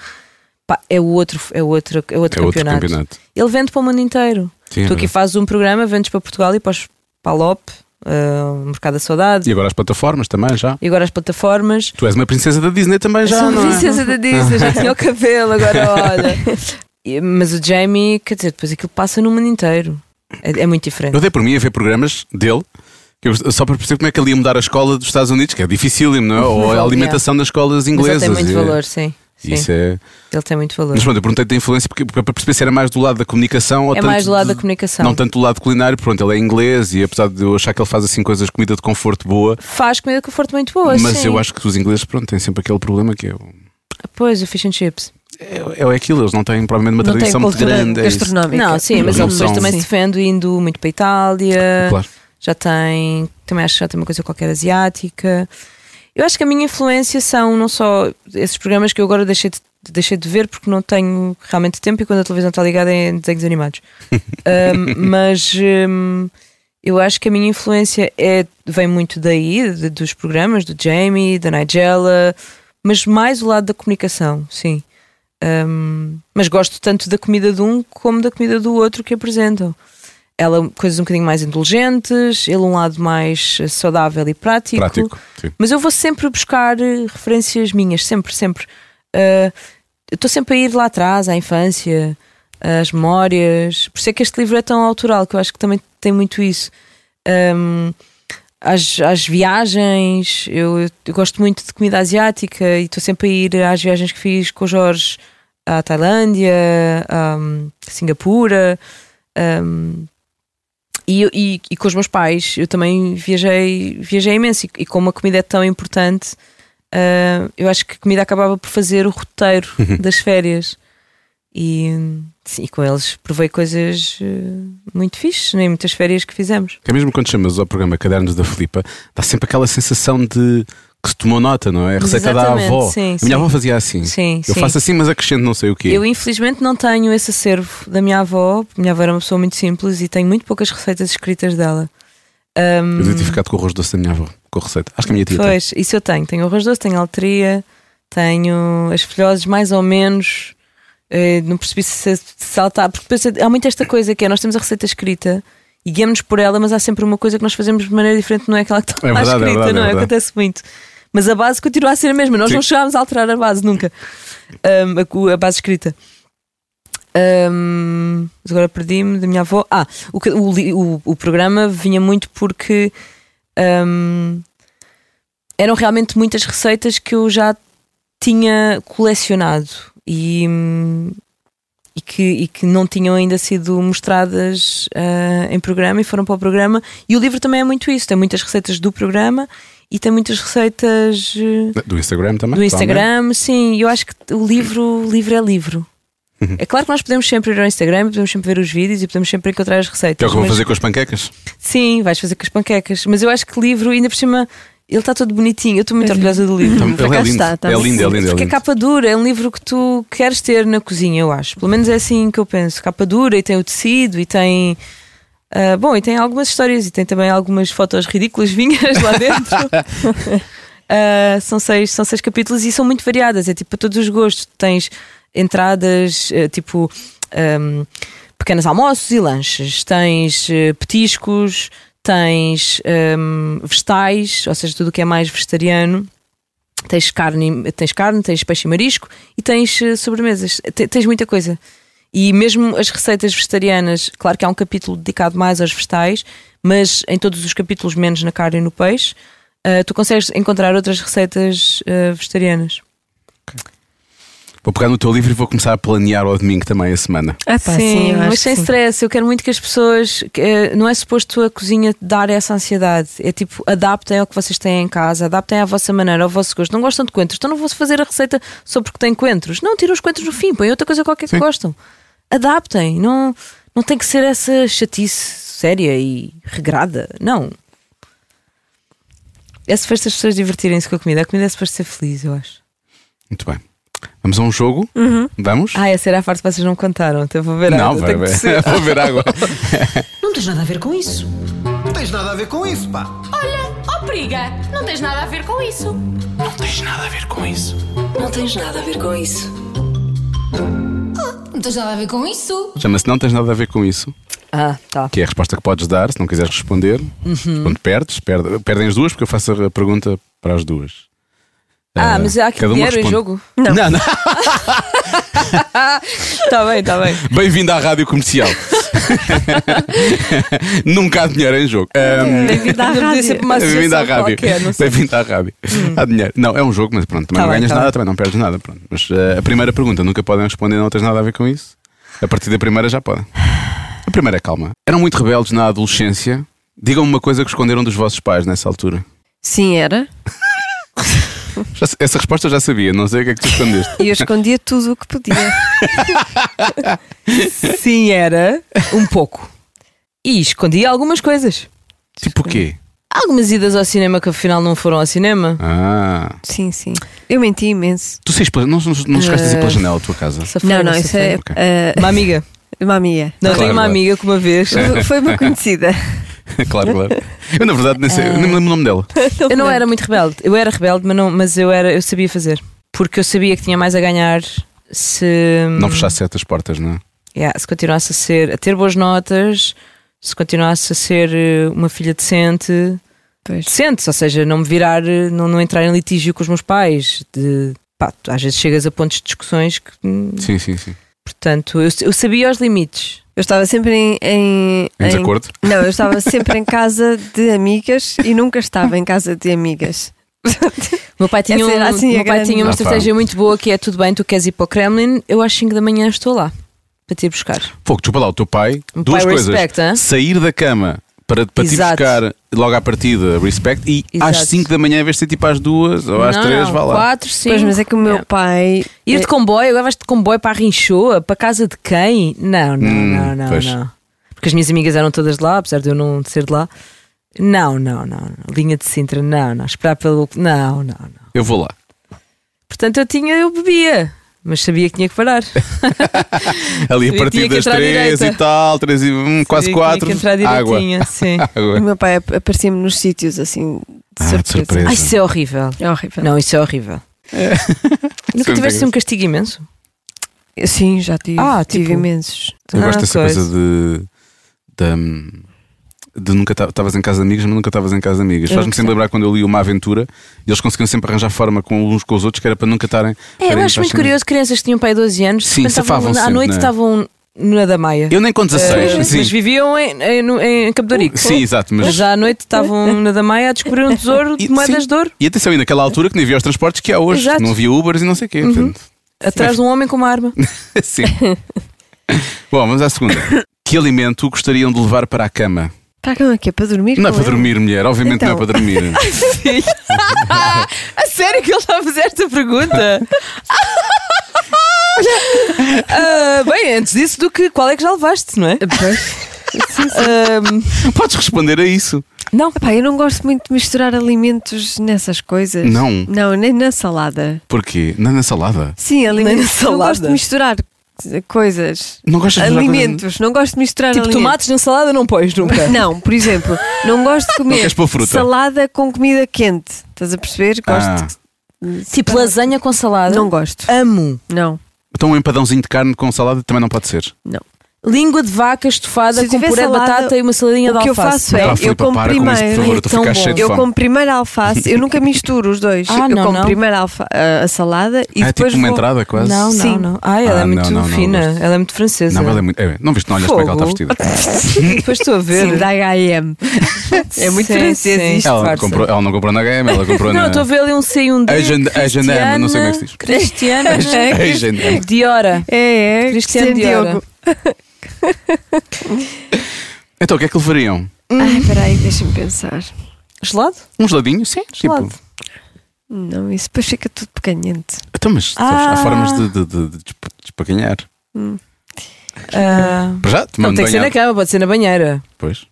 Speaker 3: Pá, é o outro, é outro, é outro,
Speaker 4: É outro
Speaker 3: campeonato.
Speaker 4: campeonato.
Speaker 3: Ele vende para o mundo inteiro.
Speaker 4: Sim, é
Speaker 3: tu aqui
Speaker 4: verdade.
Speaker 3: fazes um programa, vendes para Portugal e para, os- para a LOP, eh, o Mercado da Saudade,
Speaker 4: E agora as plataformas também já.
Speaker 3: e agora as plataformas.
Speaker 4: Tu és uma princesa da Disney também já.
Speaker 3: Sou
Speaker 4: não é?
Speaker 3: princesa da Disney, já tinha o cabelo, agora olha. E- Mas o Jamie, quer dizer, depois aquilo passa no mundo inteiro. É, é muito diferente.
Speaker 4: Eu dei por mim a ver programas dele. que eu- só para perceber como é que ele ia mudar a escola dos Estados Unidos, que é dificílimo, não é? Ou a alimentação das escolas
Speaker 3: Mas ele
Speaker 4: inglesas.
Speaker 3: tem muito
Speaker 4: e- é
Speaker 3: valor, sim. sim.
Speaker 4: Isso é.
Speaker 3: Ele tem muito valor.
Speaker 4: Mas pronto, eu perguntei-te da influência porque, porque para perceber se era mais do lado da comunicação ou
Speaker 3: É
Speaker 4: tanto
Speaker 3: mais do lado
Speaker 4: de-
Speaker 3: da comunicação.
Speaker 4: Não tanto do lado culinário, pronto, ele é inglês e apesar de eu achar que ele faz assim coisas, comida de conforto boa,
Speaker 3: Faz comida de conforto muito boa,
Speaker 4: mas
Speaker 3: sim.
Speaker 4: eu acho que os ingleses, pronto, têm sempre aquele problema que é, o-
Speaker 3: Pois, o fish and chips.
Speaker 4: é, é aquilo, eles não têm provavelmente uma
Speaker 3: Não têm
Speaker 4: tradição muito
Speaker 3: cultura
Speaker 4: grande. é isso.
Speaker 5: Gastronómica.
Speaker 3: Não, sim,
Speaker 4: Eles
Speaker 3: mas é um
Speaker 4: não
Speaker 3: ele depois
Speaker 4: são-
Speaker 3: também
Speaker 5: Sim.
Speaker 3: se defende indo muito para a Itália.
Speaker 4: Claro.
Speaker 3: já tem, também acho que já tem uma coisa qualquer asiática. Eu acho que a minha influência são não só esses programas que eu agora deixei de, deixei de ver porque não tenho realmente tempo e quando a televisão está ligada é em desenhos animados. Ahm, mas hum, eu acho que a minha influência é, vem muito daí, de- dos programas do Jamie, da Nigella, mas mais o lado da comunicação, sim. Ahm, mas gosto tanto da comida de um como da comida do outro que apresentam ela coisas um bocadinho mais indulgentes, ele um lado mais eh, saudável e prático.
Speaker 4: Prático. sim.
Speaker 3: Mas eu vou sempre buscar eh, referências minhas, sempre, sempre. Ah, eu estou sempre a ir lá atrás, à infância, às memórias. Por isso é que este livro é tão autoral, que eu acho que também tem muito isso. Ahm, às, às viagens, eu, eu gosto muito de comida asiática e estou sempre a ir às viagens que fiz com o Jorge à Tailândia, a Singapura. Ehm, ahm, e, eu- e- e com os meus pais eu também viajei, viajei imenso. E, e como a comida é tão importante, ah, eu acho que a comida acabava por fazer o roteiro
Speaker 4: Uhum.
Speaker 3: das férias. E, sim, e com eles provei coisas eh, muito fixes, nem muitas férias que fizemos.
Speaker 4: Que é mesmo quando chamas ao programa Cadernos da Filipa, dá sempre aquela sensação de que se tomou nota, não é? A receita da
Speaker 3: Exatamente,
Speaker 4: avó.
Speaker 3: sim,
Speaker 4: a minha
Speaker 3: sim.
Speaker 4: avó fazia assim.
Speaker 3: Sim,
Speaker 4: eu
Speaker 3: sim.
Speaker 4: faço assim, mas acrescento não sei o quê.
Speaker 3: Eu infelizmente não tenho esse acervo da minha avó. Minha avó era uma pessoa muito simples e tenho muito poucas receitas escritas dela. Ahm,
Speaker 4: Eu devia ter ficado com o arroz doce da minha avó, com a receita. Acho que a minha tia tem.
Speaker 3: Pois, isso eu tenho. Tenho arroz doce, tenho alteria, tenho as folhosas mais ou menos. eh, não percebi se se saltar, porque depois há muito esta coisa que é: nós temos a receita escrita e guiamos-nos por ela, mas há sempre uma coisa que nós fazemos de maneira diferente, não é aquela que está
Speaker 4: É
Speaker 3: lá
Speaker 4: verdade, é
Speaker 3: escrita,
Speaker 4: verdade, é
Speaker 3: não
Speaker 4: verdade.
Speaker 3: Acontece muito. Mas a base continua a ser a mesma, nós
Speaker 4: Sim.
Speaker 3: não chegámos a alterar a base nunca. Ahm, a cu- a, base escrita. Ahm, mas agora perdi-me da minha avó. Ah, o, que- o li- o- o programa vinha muito porque ahm, eram realmente muitas receitas que eu já tinha colecionado e, hum, e, que, e que não tinham ainda sido mostradas ah, em programa e foram para o programa. E o livro também é muito isso: tem muitas receitas do programa e tem muitas receitas eh,
Speaker 4: Do Instagram também?
Speaker 3: do Instagram. Sim, eu acho que o livro, o livro é livro.
Speaker 4: Uhum.
Speaker 3: É claro que nós podemos sempre ir ao Instagram, podemos sempre ver os vídeos e podemos sempre encontrar as receitas.
Speaker 4: Que é o que eu vou
Speaker 3: mas-
Speaker 4: fazer com as panquecas?
Speaker 3: Sim, vais fazer com as panquecas. Mas eu acho que livro, ainda por cima, ele está todo bonitinho. Eu estou muito orgulhosa do livro.
Speaker 4: Ele é
Speaker 5: acaso
Speaker 4: lindo.
Speaker 5: está, está.
Speaker 4: É lindo, é lindo. é
Speaker 3: Porque é
Speaker 4: lindo.
Speaker 3: capa dura, é um livro que tu queres ter na cozinha, eu acho. Pelo menos é assim que eu penso. Capa dura e tem o tecido e tem. ah, bom, e tem algumas histórias e tem também algumas fotos ridículas vinhas lá dentro. Ah, são, seis, são seis capítulos e são muito variadas, é tipo para todos os gostos. Tu Tens entradas, eh, tipo ahm, pequenos almoços e lanches, tens eh, petiscos, tens ahm, vegetais, ou seja, tudo o que é mais vegetariano tens carne, tens carne, tens peixe e marisco e tens eh, sobremesas. Te- Tens muita coisa. E mesmo as receitas vegetarianas, claro que há um capítulo dedicado mais aos vegetais, mas em todos os capítulos, menos na carne e no peixe, eh, tu consegues encontrar outras receitas eh, vegetarianas.
Speaker 4: Vou pegar no teu livro e vou começar a planear ao domingo também a semana.
Speaker 5: Ah, pá, sim, eu acho
Speaker 3: mas é
Speaker 5: que
Speaker 3: sem
Speaker 5: sim.
Speaker 3: stress. Eu quero muito que as pessoas. que, eh, não é suposto a cozinha dar essa ansiedade. É tipo, adaptem ao que vocês têm em casa, adaptem à vossa maneira, ao vosso gosto. Não gostam de coentros, então não vou fazer a receita só porque tem coentros. Não, tiram os coentros no fim, põem outra coisa qualquer que gostam. Adaptem. Não, não tem que ser essa chatice séria e regrada. Não. É suposto as pessoas divertirem-se com a comida. A comida é suposto ser feliz, eu acho.
Speaker 4: Muito bem. Vamos a um jogo? Vamos?
Speaker 3: Ah, essa era a parte que vocês não contaram. Então eu vou ver
Speaker 4: Não,
Speaker 3: eu
Speaker 4: vai,
Speaker 3: tenho que
Speaker 4: vai.
Speaker 3: descer.
Speaker 4: Vou ver água.
Speaker 6: Não tens nada a ver com isso.
Speaker 7: Não tens nada a ver com isso, pá.
Speaker 8: Olha, ó periga, não tens nada a ver com isso.
Speaker 2: Não tens nada a ver com isso.
Speaker 6: Não tens nada a ver com isso.
Speaker 8: Não tens nada a ver com isso.
Speaker 4: Chama-se Não Tens Nada a Ver Com Isso,
Speaker 3: Ah, tá.
Speaker 4: que é a resposta que podes dar se não quiseres responder.
Speaker 3: Uhum.
Speaker 4: Quando perdes, perde- perdem as duas, porque eu faço a pergunta para as duas.
Speaker 3: Ah, mas há aqui
Speaker 4: cada uma
Speaker 3: dinheiro em
Speaker 4: responde.
Speaker 3: jogo.
Speaker 4: Não, não.
Speaker 3: Está Tá bem, está bem.
Speaker 4: Bem-vindo à rádio comercial. Nunca há dinheiro em jogo. Ahm,
Speaker 3: Bem-vindo à
Speaker 5: rádio.
Speaker 4: Bem-vindo à rádio. Bem-vindo à rádio. Há dinheiro. Não, é um jogo, mas pronto, também
Speaker 3: Hum. Tá
Speaker 4: não
Speaker 3: bem,
Speaker 4: ganhas
Speaker 3: tá
Speaker 4: nada,
Speaker 3: bem.
Speaker 4: também não perdes nada. Pronto. Mas eh, a primeira pergunta, nunca podem responder, não tens nada a ver com isso? A partir da primeira já podem. A primeira, é calma. Eram muito rebeldes na adolescência. Digam-me uma coisa que esconderam dos vossos pais nessa altura.
Speaker 5: Sim, era.
Speaker 4: Já se- essa resposta eu já sabia, não sei o que é que tu escondeste.
Speaker 5: E eu escondia tudo o que podia.
Speaker 3: Sim, era um pouco. E escondia algumas coisas.
Speaker 4: tipo o quê?
Speaker 3: Algumas idas ao cinema que afinal não foram ao cinema.
Speaker 4: Ah.
Speaker 5: Sim, sim. Eu menti imenso.
Speaker 4: Tu saís pela, não, não, não chegaste a
Speaker 3: Eh,
Speaker 4: sair pela janela da tua casa.
Speaker 3: Safei,
Speaker 5: Não, não, isso é
Speaker 3: safei.
Speaker 4: Ok.
Speaker 5: eh,
Speaker 3: Uma amiga.
Speaker 5: uma amiga.
Speaker 3: Não,
Speaker 4: Claro,
Speaker 3: tenho uma
Speaker 4: claro. É.
Speaker 3: amiga que uma vez.
Speaker 5: Foi uma conhecida.
Speaker 4: claro, claro. Eu, na verdade, nem, sei, eu nem me lembro o nome dela.
Speaker 3: Eu não era muito rebelde. Eu era rebelde, mas, não, mas eu, era, eu sabia fazer. Porque eu sabia que tinha mais a ganhar se.
Speaker 4: Não fechaste certas portas, não é?
Speaker 3: Yeah, se continuasse a ser a ter boas notas, se continuasse a ser eh, uma filha decente,
Speaker 5: Pois.
Speaker 3: decente, ou seja, não me virar, eh, não, não entrar em litígio com os meus pais. De, pá, tu às vezes chegas a pontos de discussões que, hum,
Speaker 4: Sim, sim, sim.
Speaker 3: portanto, eu, eu sabia os limites.
Speaker 5: Eu estava sempre em. em,
Speaker 4: Em desacordo?
Speaker 5: Não, eu estava sempre em casa de amigas e nunca estava em casa de amigas.
Speaker 3: O meu pai tinha,
Speaker 5: Essa
Speaker 3: um-
Speaker 5: era assim a
Speaker 3: o meu pai
Speaker 5: grande-
Speaker 3: tinha uma
Speaker 4: Ah, pá.
Speaker 3: estratégia muito boa que é tudo bem, tu queres ir para o Kremlin, eu às 5 da manhã estou lá para te ir buscar.
Speaker 4: Fogo, desculpa lá, o teu pai,
Speaker 3: O
Speaker 4: duas
Speaker 3: Um pai
Speaker 4: coisas.
Speaker 3: respecta, hã?
Speaker 4: Sair da cama para, para te ir
Speaker 3: Exato.
Speaker 4: buscar logo à partida, respect, e
Speaker 3: Exato.
Speaker 4: às 5 da manhã, em vez de ser tipo às 2 ou às
Speaker 3: não,
Speaker 4: 3,
Speaker 3: não,
Speaker 4: vá lá.
Speaker 3: 4, 5.
Speaker 5: Pois, mas é que o meu pai.
Speaker 3: Ir
Speaker 4: É.
Speaker 3: de comboio, agora vais de comboio para a Rinchoa, para a casa de quem? Não, não,
Speaker 4: Hum,
Speaker 3: não, não,
Speaker 4: pois.
Speaker 3: não. Porque as minhas amigas eram todas de lá, apesar de eu não ser de lá. Não, não, não. não. Linha de Sintra, não, não. Esperar pelo. Não, não, não.
Speaker 4: Eu vou lá.
Speaker 3: Portanto, eu tinha, eu bebia, mas sabia que tinha que parar.
Speaker 4: É Ali a
Speaker 3: Sabia que
Speaker 4: partir
Speaker 3: tinha que
Speaker 4: das
Speaker 3: entrar à
Speaker 4: 3 e
Speaker 3: direita.
Speaker 4: tal, 3 e hum, quase
Speaker 3: Sabia que
Speaker 4: 4.
Speaker 3: Tinha que entrar
Speaker 4: água.
Speaker 3: direitinha, sim.
Speaker 5: O
Speaker 4: água.
Speaker 5: meu pai ap- aparecia-me nos sítios assim de
Speaker 4: Ah, de
Speaker 5: surpresa.
Speaker 4: surpresa.
Speaker 3: Ai, isso é horrível.
Speaker 5: É horrível.
Speaker 3: Não, isso é horrível. Nunca
Speaker 4: Sim,
Speaker 3: tiveste
Speaker 4: tem-
Speaker 3: um castigo imenso?
Speaker 5: Sim, já tive,
Speaker 3: Ah,
Speaker 5: tive
Speaker 3: tipo-
Speaker 5: imensos.
Speaker 4: Eu
Speaker 3: Ah,
Speaker 4: gosto dessa
Speaker 3: pois.
Speaker 4: coisa de. de, hum, de nunca estavas em casa de amigos, mas nunca estavas em casa de amigas.
Speaker 3: Eu
Speaker 4: Faz-me
Speaker 3: não
Speaker 4: sempre
Speaker 3: sei.
Speaker 4: lembrar quando eu li uma aventura e eles conseguiam sempre arranjar forma com uns com os outros que era para nunca estarem.
Speaker 3: É, eu acho
Speaker 4: estarem
Speaker 3: muito
Speaker 4: apaixonados.
Speaker 3: curioso, crianças que tinham pai 12 anos, de
Speaker 4: Sim,
Speaker 3: repente estavam-
Speaker 4: safavam-se
Speaker 3: à
Speaker 4: sempre,
Speaker 3: noite
Speaker 4: não é?
Speaker 3: estavam na da Maia.
Speaker 4: Eu nem com 16,
Speaker 3: Eh,
Speaker 4: sim.
Speaker 3: Mas viviam em, em, em Cabo de Orico.
Speaker 4: Sim, exato, mas-
Speaker 3: Mas à noite estavam na da Maia a descobrir um tesouro de
Speaker 4: E-
Speaker 3: moedas
Speaker 4: sim.
Speaker 3: de ouro
Speaker 4: E atenção, e naquela altura que nem havia os transportes que há hoje,
Speaker 3: Exato. Uhum.
Speaker 4: não havia Ubers e não sei o quê. portanto,
Speaker 3: atrás de um homem com uma arma.
Speaker 4: sim. Bom, vamos à segunda. Que alimento gostariam de levar para a cama?
Speaker 5: Pagam Tá, aqui para dormir?
Speaker 4: Não é
Speaker 5: com
Speaker 4: para
Speaker 5: ele?
Speaker 4: dormir, mulher, obviamente não é
Speaker 5: Então.
Speaker 4: para dormir.
Speaker 3: a sério que ele está a fazer esta pergunta? Ah, bem, antes disso, do que qual é que já levaste, não é? Ah,
Speaker 4: Podes responder a isso.
Speaker 3: não,
Speaker 5: Epá, eu não gosto muito de misturar alimentos nessas coisas.
Speaker 4: Não.
Speaker 5: Não, nem na salada.
Speaker 4: Porquê? Não é na salada.
Speaker 5: Sim,
Speaker 3: Nem na
Speaker 5: alimentos.
Speaker 3: salada.
Speaker 5: Não gosto de misturar coisas.
Speaker 4: Não gostas de
Speaker 5: alimentos, não gosto de misturar
Speaker 3: tipo
Speaker 5: alimentos.
Speaker 3: tomates na salada não pões nunca.
Speaker 5: Não, por exemplo, não gosto de comer
Speaker 4: queres pôr fruta?
Speaker 5: salada com comida quente. Estás a perceber? Gosto.
Speaker 4: Ah,
Speaker 3: Tipo lasanha com salada.
Speaker 5: Não gosto.
Speaker 3: Amo.
Speaker 5: Não.
Speaker 4: então um empadãozinho de carne com salada também não pode ser.
Speaker 3: Língua de vaca
Speaker 5: Se
Speaker 3: estufada com
Speaker 5: tiver
Speaker 3: puré de
Speaker 5: salada,
Speaker 3: batata e uma saladinha
Speaker 5: o
Speaker 3: de
Speaker 5: que eu
Speaker 3: alface.
Speaker 5: faço é-
Speaker 4: Pá,
Speaker 5: eu
Speaker 4: Filipe,
Speaker 5: como
Speaker 4: para com isso, por
Speaker 5: primeiro.
Speaker 4: favor, eu estou a
Speaker 3: É
Speaker 4: ficar
Speaker 3: tão
Speaker 4: cheio de
Speaker 5: Eu
Speaker 4: fome.
Speaker 5: como primeiro a alface, eu nunca misturo os dois.
Speaker 3: Ah,
Speaker 5: eu
Speaker 3: não,
Speaker 5: como
Speaker 3: não.
Speaker 5: primeiro a, alfa- a- a salada e
Speaker 4: Ah, é tipo
Speaker 5: depois
Speaker 4: uma
Speaker 5: vou...
Speaker 4: entrada quase.
Speaker 3: Não, não,
Speaker 5: Sim.
Speaker 3: não. Ai, ela
Speaker 4: Ah,
Speaker 3: é
Speaker 4: não,
Speaker 3: muito
Speaker 4: não, não,
Speaker 3: fina.
Speaker 4: gosto.
Speaker 3: ela é muito francesa.
Speaker 4: Não, ela é muito. é, não viste, não olhas para
Speaker 3: Fogo.
Speaker 4: como é que ela está vestida.
Speaker 3: Depois estou a ver.
Speaker 5: Sim, da H&M. É muito
Speaker 3: Sim,
Speaker 5: francês
Speaker 3: sim.
Speaker 5: isto.
Speaker 4: Ela,
Speaker 3: disfarça.
Speaker 4: comprou- ela não comprou na HM, ela comprou
Speaker 3: Não,
Speaker 4: na.
Speaker 3: estou a ver ali um C e um D.
Speaker 4: Agent- Agent M, não sei como é que se diz.
Speaker 3: Cristiana.
Speaker 4: Agent M.
Speaker 3: Diora.
Speaker 5: É, é.
Speaker 3: Cristiano
Speaker 5: Cristiano
Speaker 3: Diora.
Speaker 5: Diogo.
Speaker 4: Então o que é que levariam?
Speaker 5: Ai, peraí, deixa-me pensar.
Speaker 3: Hum. Gelado?
Speaker 4: Um geladinho? Sim,
Speaker 3: Gelado.
Speaker 4: tipo.
Speaker 5: Não, isso depois fica tudo pequenhente.
Speaker 4: Então, mas sabes, há formas de, de, de, de desp- despacanhar.
Speaker 3: Ah,
Speaker 4: Para já,
Speaker 3: não
Speaker 4: tomando
Speaker 3: tem que ser na
Speaker 4: banho.
Speaker 3: cama, pode ser na banheira.
Speaker 4: Depois.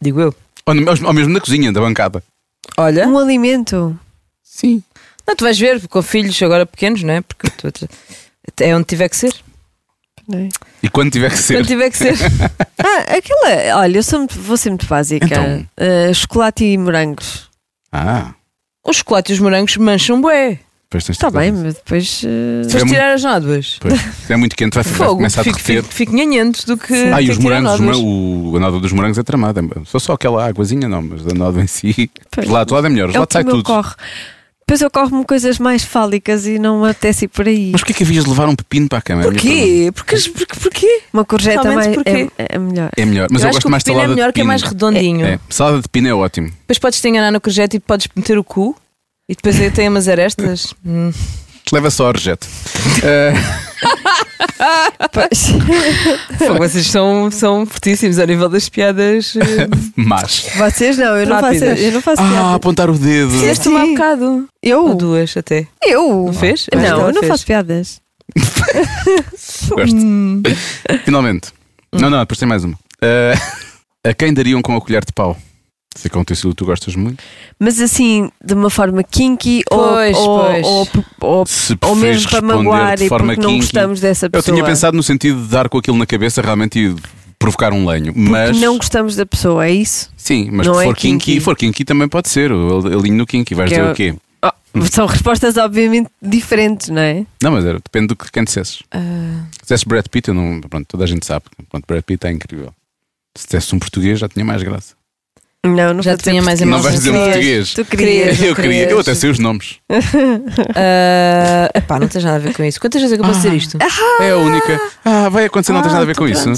Speaker 3: Digo eu.
Speaker 4: Ou, no- ou mesmo na cozinha, da bancada.
Speaker 3: Olha.
Speaker 5: Um alimento.
Speaker 4: Sim.
Speaker 3: Não, tu vais ver, com filhos agora pequenos, não é? Porque tu- tu- é onde tiver que ser. é?
Speaker 5: Peraí.
Speaker 4: E quando tiver que ser.
Speaker 3: Onde tiver que ser.
Speaker 5: Ah, aquela. Olha, eu sou muito- vou ser muito básica.
Speaker 4: Então.
Speaker 5: Ah, chocolate e morangos.
Speaker 4: Ah,
Speaker 3: Os chocolates e os morangos mancham bué.
Speaker 4: depois
Speaker 3: Tá
Speaker 4: tens de
Speaker 5: Está
Speaker 4: fazer
Speaker 5: Tá bem,
Speaker 4: isso.
Speaker 5: mas depois. ah,
Speaker 3: Depois
Speaker 4: É muito-
Speaker 3: tirar as nódoas.
Speaker 4: Pois. Se é muito quente, vai, vai
Speaker 3: Fogo,
Speaker 4: começar a
Speaker 3: fico,
Speaker 4: derreter.
Speaker 3: fico, fico nhanhento do que.
Speaker 4: Ah,
Speaker 3: ter
Speaker 4: e
Speaker 3: que
Speaker 4: os
Speaker 3: tirar
Speaker 4: morangos, os
Speaker 3: nódoas.
Speaker 4: moran- o, a nódoa dos morangos é tramada. Só só aquela águazinha, não, mas a nódoa em si.
Speaker 5: Pois.
Speaker 4: Gelado, gelado é melhor,
Speaker 5: é o
Speaker 4: gelado
Speaker 5: que
Speaker 4: sai
Speaker 5: me
Speaker 4: tudo.
Speaker 5: ocorre. Depois ocorre-me coisas mais fálicas e não me apetece ir por aí.
Speaker 4: Mas porquê que havias de levar um pepino para a cama? É a minha
Speaker 3: Porquê?
Speaker 4: pergunta.
Speaker 3: Porque, porque, porquê?
Speaker 5: Uma corjeta
Speaker 3: Realmente,
Speaker 5: mais,
Speaker 3: porquê?
Speaker 5: é, é melhor.
Speaker 4: É melhor, mas eu,
Speaker 3: acho
Speaker 4: gosto
Speaker 3: que
Speaker 4: mais
Speaker 3: o
Speaker 4: de
Speaker 3: pepino é
Speaker 4: salada
Speaker 3: melhor,
Speaker 4: de
Speaker 3: que é
Speaker 4: pepino.
Speaker 3: mais redondinho.
Speaker 4: É, salada de pepino é ótimo.
Speaker 3: Depois podes te enganar no projeto e podes meter o cu. E depois aí tem umas arestas. Hum.
Speaker 4: Leva só a rejete.
Speaker 3: Pô, vocês são, são fortíssimos ao nível das piadas. eh,
Speaker 4: Mas.
Speaker 5: Vocês não, eu não faço.
Speaker 3: Rápidas.
Speaker 5: Eu não faço
Speaker 4: Ah,
Speaker 5: piada.
Speaker 4: apontar o dedo.
Speaker 3: Fizeste uma há bocado. Ou
Speaker 5: Eu?
Speaker 3: duas até.
Speaker 5: Eu?
Speaker 3: Não fez? Acho que
Speaker 5: Não,
Speaker 3: ela
Speaker 5: eu não
Speaker 3: fez.
Speaker 5: faço piadas.
Speaker 4: Gosto. Finalmente. Não, não, depois tem mais uma. Eh, a quem dariam com a colher de pau? Sei que é um tecido que tu gostas muito.
Speaker 5: Mas assim, de uma forma kinky ou-
Speaker 3: Pois,
Speaker 5: ou,
Speaker 3: pois.
Speaker 5: ou, ou,
Speaker 4: Se
Speaker 5: ou
Speaker 4: preferes
Speaker 5: mesmo para
Speaker 4: responder
Speaker 5: magoar
Speaker 4: de
Speaker 5: e porque
Speaker 4: forma
Speaker 5: não
Speaker 4: kinky.
Speaker 5: gostamos dessa
Speaker 4: Eu
Speaker 5: pessoa.
Speaker 4: tinha pensado no sentido de dar com aquilo na cabeça realmente e provocar um lenho. Mas.
Speaker 5: Não gostamos da pessoa, é isso?
Speaker 4: Sim, mas
Speaker 5: Não
Speaker 4: se
Speaker 5: é
Speaker 4: for kinky,
Speaker 5: kinky.
Speaker 4: for kinky também pode ser. o Alinho no kinky, vais
Speaker 5: Que
Speaker 4: dizer
Speaker 5: é-
Speaker 4: o quê?
Speaker 5: Ah, são respostas obviamente diferentes, não é?
Speaker 4: Não, mas era, depende do que quem dissesses.
Speaker 3: Ah.
Speaker 4: Se dissesse Brad Pitt, eu não. Pronto, toda a gente sabe. Pronto, Brad Pitt é incrível. Se dissesse um português, já tinha mais graça.
Speaker 5: Não, não
Speaker 3: Já
Speaker 5: vou dizer
Speaker 3: tinha mais
Speaker 5: português.
Speaker 4: não vais dizer um português.
Speaker 5: Tu querias.
Speaker 3: Querias.
Speaker 4: eu queria, eu até sei os nomes.
Speaker 3: Ah, epá, não tens nada a ver com isso. Quantas vezes é que eu posso dizer isto?
Speaker 4: É a única. Ah, vai acontecer, não tens nada a ver com isso.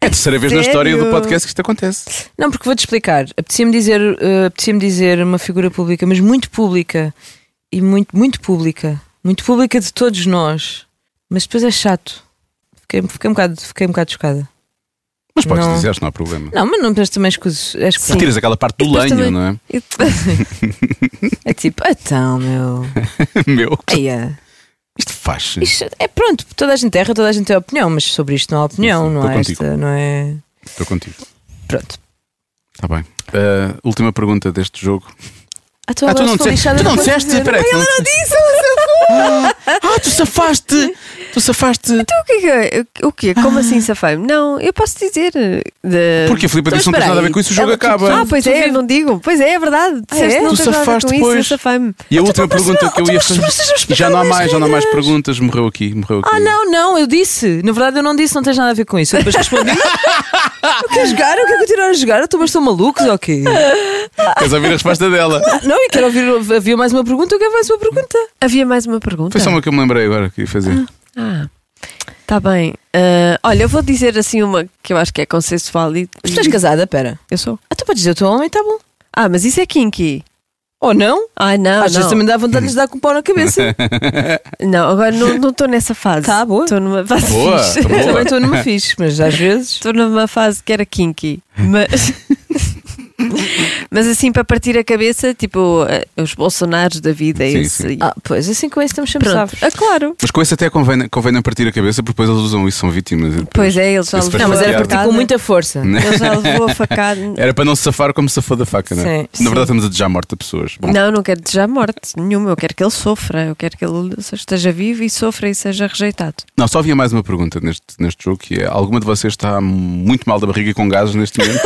Speaker 4: É a terceira vez na
Speaker 5: Sério?
Speaker 4: história do podcast que isto acontece.
Speaker 3: Não, porque vou-te explicar. Apetecia-me dizer, eh, apetecia-me dizer uma figura pública, mas muito pública. E muito, muito pública. Muito pública de todos nós. Mas depois é chato. Fiquei, fiquei, um, bocado, fiquei um bocado chocada.
Speaker 4: Mas podes
Speaker 3: Não.
Speaker 4: dizer, acho que não há problema.
Speaker 3: Não, mas não mas também escuso. É, escuso.
Speaker 4: Tiras aquela parte do
Speaker 5: Mas
Speaker 4: lenho,
Speaker 5: também-
Speaker 4: não é?
Speaker 5: E-
Speaker 3: é tipo, então, meu.
Speaker 4: Meu,
Speaker 3: Aí é.
Speaker 4: isto faz.
Speaker 3: Isto é pronto, toda a gente erra, toda a gente tem opinião, mas sobre isto não há opinião,
Speaker 4: Sim, sim,
Speaker 3: não
Speaker 4: estou
Speaker 3: é
Speaker 4: contigo.
Speaker 3: esta, não é?
Speaker 4: Estou contigo.
Speaker 3: Pronto.
Speaker 4: Está bem. Ah, última pergunta deste jogo.
Speaker 3: Ah, tu, agora se for lixada,
Speaker 4: tu não
Speaker 3: podes
Speaker 4: disseste?
Speaker 3: dizer.
Speaker 4: Espera aí, tu não disseste. Ah, tu safaste! Tu safaste.
Speaker 5: Então o que é que. O quê? Como assim safame? Não, eu posso dizer. De...
Speaker 4: Ah. Porque a Filipa
Speaker 5: Então,
Speaker 4: disse que não
Speaker 5: espera
Speaker 4: tens nada a ver
Speaker 5: aí.
Speaker 4: com isso, o jogo
Speaker 5: Ela-
Speaker 4: acaba. Ah,
Speaker 5: Ah, pois é, não digo. Pois é, é verdade. Disseste
Speaker 3: é?
Speaker 5: não
Speaker 4: Tu
Speaker 5: tens nada a ver
Speaker 4: safaste
Speaker 5: com isso, eu
Speaker 4: depois.
Speaker 5: safame.
Speaker 4: E a última pergunta
Speaker 5: Então
Speaker 4: que eu ia
Speaker 3: mas
Speaker 4: fazer.
Speaker 3: vocês não
Speaker 4: Já
Speaker 3: explicaram
Speaker 4: não há
Speaker 3: as
Speaker 4: mais, já não há mais
Speaker 3: regras.
Speaker 4: perguntas. Morreu aqui, morreu aqui.
Speaker 3: Ah, não, não, eu disse. Na verdade, eu não disse, não tens nada a ver com isso. Eu depois respondi. eu quero jogar, eu quero continuar a jogar. Então, mas estão malucos ou quê?
Speaker 4: Queres ouvir a resposta dela?
Speaker 5: Então.
Speaker 3: Não, eu quero ouvir. Havia mais uma pergunta, eu quero mais uma pergunta.
Speaker 5: Havia mais uma pergunta.
Speaker 4: Foi só uma que eu me lembrei agora que ia fazer.
Speaker 5: Ah, tá bem. Ah, olha, eu vou dizer assim uma que eu acho que é consensual e.
Speaker 3: Tu estás casada, pera.
Speaker 5: Eu sou.
Speaker 3: Ah, tu podes dizer o teu homem, está bom.
Speaker 5: Ah, mas isso é kinky.
Speaker 3: Ou não?
Speaker 5: Ah, não,
Speaker 3: Às vezes
Speaker 5: não.
Speaker 3: também dá vontade de lhes dar com o pau na cabeça.
Speaker 5: Não, agora não não estou nessa fase.
Speaker 3: Tá, boa.
Speaker 5: Estou numa fase
Speaker 4: Boa,
Speaker 5: fixe.
Speaker 4: tá boa.
Speaker 3: Também estou numa fixe, mas às vezes.
Speaker 5: Estou numa fase que era kinky, mas. mas assim, para partir a cabeça, tipo, eh, os Bolsonaros da vida.
Speaker 4: Sim,
Speaker 5: esse,
Speaker 4: sim.
Speaker 3: Ah, pois, assim com esse estamos sempre
Speaker 5: Pronto.
Speaker 3: sabes.
Speaker 5: Ah, claro.
Speaker 4: Mas com isso até convém, convém não partir a cabeça, porque depois eles usam isso, são vítimas.
Speaker 5: Pois é, ele já
Speaker 4: Esse
Speaker 5: levou
Speaker 4: faz
Speaker 3: Não, mas
Speaker 4: Foi
Speaker 3: era
Speaker 4: piada.
Speaker 3: partir com Tipo, muita força.
Speaker 5: Ele já levou a facada.
Speaker 4: Era para não se safar como se safou da faca, não é?
Speaker 3: Sim, sim.
Speaker 4: Na verdade, estamos a desejar morte a pessoas. Bom,
Speaker 5: Não, não quero desejar morte nenhuma. Eu quero que ele sofra. Eu quero que ele esteja vivo e sofra e seja rejeitado.
Speaker 4: não, só havia mais uma pergunta neste, neste jogo que é: alguma de vocês está muito mal da barriga e com gases neste momento?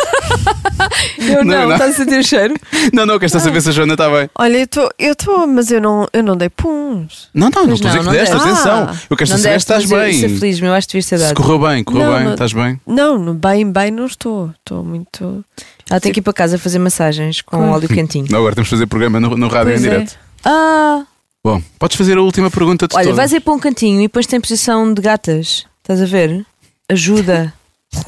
Speaker 3: Eu
Speaker 4: Não,
Speaker 3: não,
Speaker 4: não.
Speaker 3: estás a sentir o cheiro.
Speaker 4: não, não, quero só saber se a Joana está bem.
Speaker 5: Olha, eu estou, eu estou, mas eu não, eu não dei puns.
Speaker 4: Não, não, não
Speaker 3: Pois
Speaker 4: estou a dizer
Speaker 3: não,
Speaker 4: que
Speaker 3: não
Speaker 4: deste,
Speaker 3: deste.
Speaker 4: atenção.
Speaker 5: Ah,
Speaker 4: Eu quero só
Speaker 3: Não
Speaker 4: saber se
Speaker 3: deste,
Speaker 4: estás
Speaker 3: mas eu- Isso é
Speaker 4: bem.
Speaker 3: feliz, meu, acho que devias ter
Speaker 4: Se
Speaker 3: dado.
Speaker 4: correu bem, correu
Speaker 5: Não,
Speaker 4: bem,
Speaker 5: não.
Speaker 4: estás bem.
Speaker 5: Não, no bem, bem não estou. Estou muito.
Speaker 3: Ela tem que ir para casa fazer massagens com óleo quentinho.
Speaker 4: Não, agora temos de fazer programa no, no rádio
Speaker 5: Pois
Speaker 4: em
Speaker 5: é.
Speaker 4: direto.
Speaker 3: Ah,
Speaker 4: Bom, podes fazer a última pergunta de
Speaker 3: olha,
Speaker 4: todas.
Speaker 3: vais aí para um cantinho e depois tem posição de gatas. Estás a ver? Ajuda.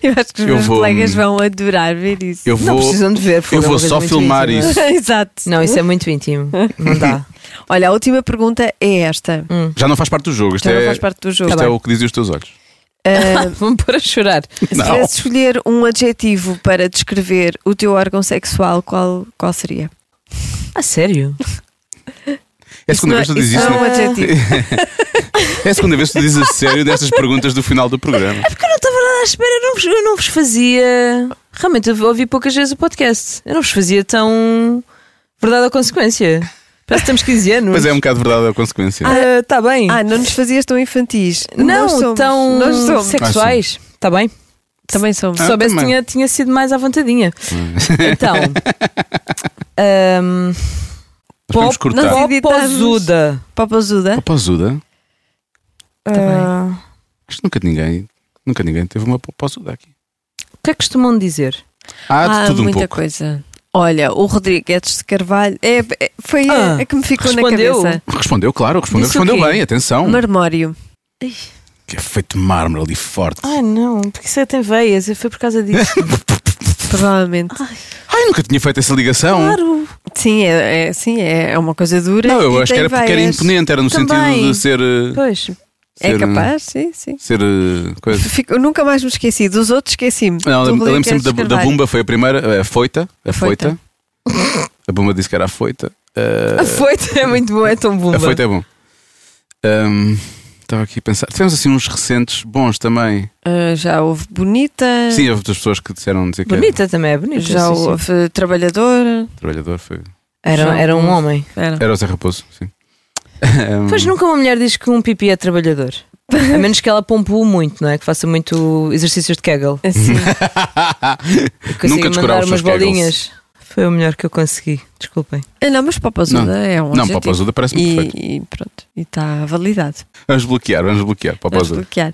Speaker 5: Eu acho que os
Speaker 4: Eu
Speaker 5: meus
Speaker 4: vou-
Speaker 5: colegas vão adorar ver isso.
Speaker 4: Eu vou,
Speaker 3: não precisam de ver. porque
Speaker 4: eu
Speaker 3: é uma
Speaker 4: vou
Speaker 3: coisa
Speaker 4: só
Speaker 3: muito
Speaker 4: filmar
Speaker 3: íntima.
Speaker 4: isso.
Speaker 5: Exato.
Speaker 3: Não, isso é muito íntimo. Não dá.
Speaker 5: Olha, a última pergunta é esta.
Speaker 4: Já não faz parte do jogo. Isto
Speaker 5: Já
Speaker 4: é,
Speaker 5: não faz parte do jogo.
Speaker 4: isto
Speaker 5: Tá
Speaker 4: é
Speaker 5: bem.
Speaker 4: o que dizem os teus olhos.
Speaker 5: Ah,
Speaker 3: Vamos pôr a chorar.
Speaker 5: se tivesse de escolher um adjetivo para descrever o teu órgão sexual, qual, qual seria?
Speaker 3: Ah, sério?
Speaker 4: É a segunda vez que tu dizes isso.
Speaker 5: não é um
Speaker 4: não é?
Speaker 5: adjetivo.
Speaker 4: É a segunda vez que tu dizes a sério destas perguntas do final do programa.
Speaker 3: É Porque eu não estava nada à espera, eu não, vos, eu não vos fazia. Realmente, eu ouvi poucas vezes o podcast. Eu não vos fazia tão. Verdade ou consequência. Parece que temos 15 anos.
Speaker 4: Mas é um bocado verdade a consequência.
Speaker 3: Está bem.
Speaker 5: Ah, não nos fazias tão infantis.
Speaker 3: não,
Speaker 5: Nós somos.
Speaker 3: tão
Speaker 5: Nós somos.
Speaker 3: sexuais.
Speaker 4: Ah,
Speaker 3: Está bem.
Speaker 5: Também somos.
Speaker 3: Se soubesse,
Speaker 4: também.
Speaker 3: tinha, tinha sido mais à vontadinha. Então. ahm,
Speaker 4: Nós podemos cortar.
Speaker 5: não-
Speaker 3: Popozuda.
Speaker 5: Papazuda?
Speaker 4: Popozuda?
Speaker 3: Ah,
Speaker 4: Acho que nunca ninguém, nunca ninguém teve uma popozuda aqui.
Speaker 3: O que é que costumam dizer?
Speaker 4: Há de
Speaker 5: Há
Speaker 4: tudo um
Speaker 5: Ah, muita
Speaker 4: pouco.
Speaker 5: coisa. Olha, o Rodrigues de Carvalho é, é- foi a-
Speaker 3: Ah,
Speaker 5: a que me ficou na
Speaker 3: respondeu?
Speaker 5: cabeça.
Speaker 4: Respondeu, Hum. claro, respondeu,
Speaker 3: Disse o
Speaker 4: respondeu
Speaker 3: quê?
Speaker 4: bem, atenção.
Speaker 5: Marmório.
Speaker 4: Que é feito de mármore ali forte.
Speaker 3: Ai não, porque isso é tem veias, foi por causa disso.
Speaker 5: Provavelmente.
Speaker 4: Ai, nunca tinha feito essa ligação.
Speaker 3: claro.
Speaker 5: Sim, é, é- sim, é é uma coisa dura.
Speaker 4: Não, eu
Speaker 5: e
Speaker 4: acho que
Speaker 5: tem
Speaker 4: era porque era
Speaker 5: veias.
Speaker 4: imponente, era no sentido
Speaker 3: Também.
Speaker 4: de ser. eh,
Speaker 3: Pois.
Speaker 5: É
Speaker 4: ser,
Speaker 5: capaz, sim, sim.
Speaker 4: eh, Ser. eh, coisa.
Speaker 5: Fico- eu nunca mais me esqueci. Dos outros esqueci-me.
Speaker 4: Não,
Speaker 5: Do
Speaker 4: eu lembro, eu lembro
Speaker 5: Rodrigues
Speaker 4: sempre da,
Speaker 5: de
Speaker 4: da
Speaker 5: Carvalho.
Speaker 4: Bumba, foi a primeira, eh, a Foita. A
Speaker 5: Foita.
Speaker 4: Foita. A Bumba disse que era a Foita. Eh,
Speaker 3: A foita é muito bom, é tão bom.
Speaker 4: A foita é bom. Ahm, Estava aqui a pensar. Tivemos assim uns recentes bons também.
Speaker 5: Ah, já houve bonita.
Speaker 4: Sim, houve outras pessoas que disseram dizer que
Speaker 3: Bonita também, é bonita.
Speaker 5: Já
Speaker 3: sim, sim.
Speaker 5: houve trabalhadora.
Speaker 4: era trabalhador. Foi...
Speaker 3: Era, era um homem.
Speaker 5: Era.
Speaker 4: Era o Zé Raposo, sim. Ahm,
Speaker 3: Pois nunca uma mulher diz que um pipi é trabalhador. A menos que ela pompue muito, não é? Que faça muito exercícios de Kegel.
Speaker 4: É.
Speaker 5: Assim,
Speaker 3: E consiga mandar
Speaker 4: descurava os
Speaker 3: umas
Speaker 4: seus Kegels.
Speaker 3: bolinhas. Foi o melhor que eu consegui, desculpem.
Speaker 5: Ah, não, mas Papazuda
Speaker 4: Não.
Speaker 5: é um
Speaker 4: Não,
Speaker 5: adjetivo.
Speaker 4: Papa Azuda parece-me perfeito.
Speaker 5: E, e pronto, e está validado.
Speaker 4: Vamos bloquear, vamos bloquear. Papa
Speaker 5: Vamos
Speaker 4: Azuda.
Speaker 5: bloquear.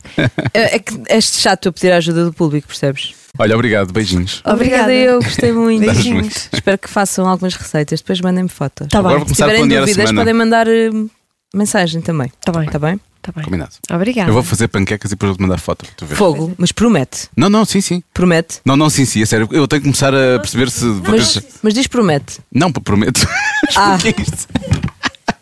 Speaker 3: É, é que é chato eu pedir a ajuda do público, percebes?
Speaker 4: Olha, obrigado, beijinhos.
Speaker 5: Obrigada.
Speaker 3: Obrigada, eu gostei muito.
Speaker 4: Beijinhos.
Speaker 5: Beijinhos.
Speaker 3: Espero que façam algumas receitas, depois mandem-me fotos.
Speaker 5: Está
Speaker 4: Agora
Speaker 5: bem,
Speaker 4: vou
Speaker 3: Se
Speaker 4: começar a
Speaker 3: tiverem
Speaker 4: planear é a
Speaker 3: dúvidas,
Speaker 4: semana.
Speaker 3: podem mandar eh, mensagem também.
Speaker 5: está tá bem,
Speaker 3: Está bem?
Speaker 5: está bem.
Speaker 4: Combinado.
Speaker 5: Obrigada.
Speaker 4: Eu vou fazer panquecas e depois vou-te mandar foto para tu ver.
Speaker 3: Fogo, mas promete.
Speaker 4: Não, não, sim, sim.
Speaker 3: Promete.
Speaker 4: Não, não, sim, sim. É sério. Eu tenho que começar a perceber se. vocês-
Speaker 3: Mas diz promete.
Speaker 4: Não, prometo.
Speaker 3: Ah.
Speaker 4: Mas porquê isto?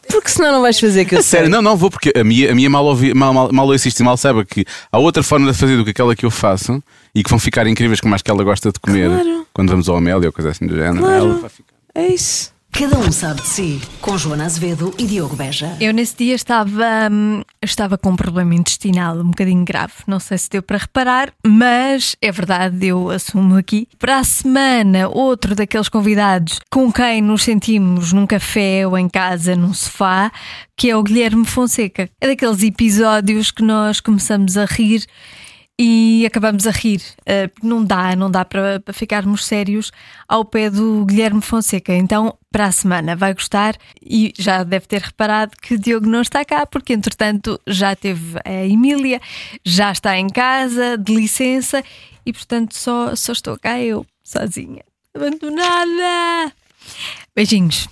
Speaker 3: Porque senão não vais fazer que eu sei.
Speaker 4: Sério, não, não vou, porque a minha, a minha mal, ouvi, mal, mal, mal assiste e mal sabe que há outra forma de fazer do que aquela que eu faço e que vão ficar incríveis, como acho que ela gosta de comer
Speaker 3: Claro.
Speaker 4: quando vamos ao Amélia ou coisa assim do género.
Speaker 3: Claro.
Speaker 4: Ela vai ficar.
Speaker 3: É isso.
Speaker 6: Cada um sabe de si. Com Joana Azevedo e Diogo Beja.
Speaker 1: Eu nesse dia estava, hum, estava com um problema intestinal um bocadinho grave. Não sei se deu para reparar, mas é verdade, eu assumo aqui. Para a semana, outro daqueles convidados com quem nos sentimos num café ou em casa, num sofá, que é o Guilherme Fonseca. É daqueles episódios que nós começamos a rir e acabamos a rir. Eh, não dá, não dá para, para ficarmos sérios ao pé do Guilherme Fonseca. Então, para a semana, vai gostar e já deve ter reparado que Diogo não está cá, porque entretanto já teve a Emília, já está em casa, de licença, e portanto só, só estou cá eu, sozinha, abandonada. Beijinhos.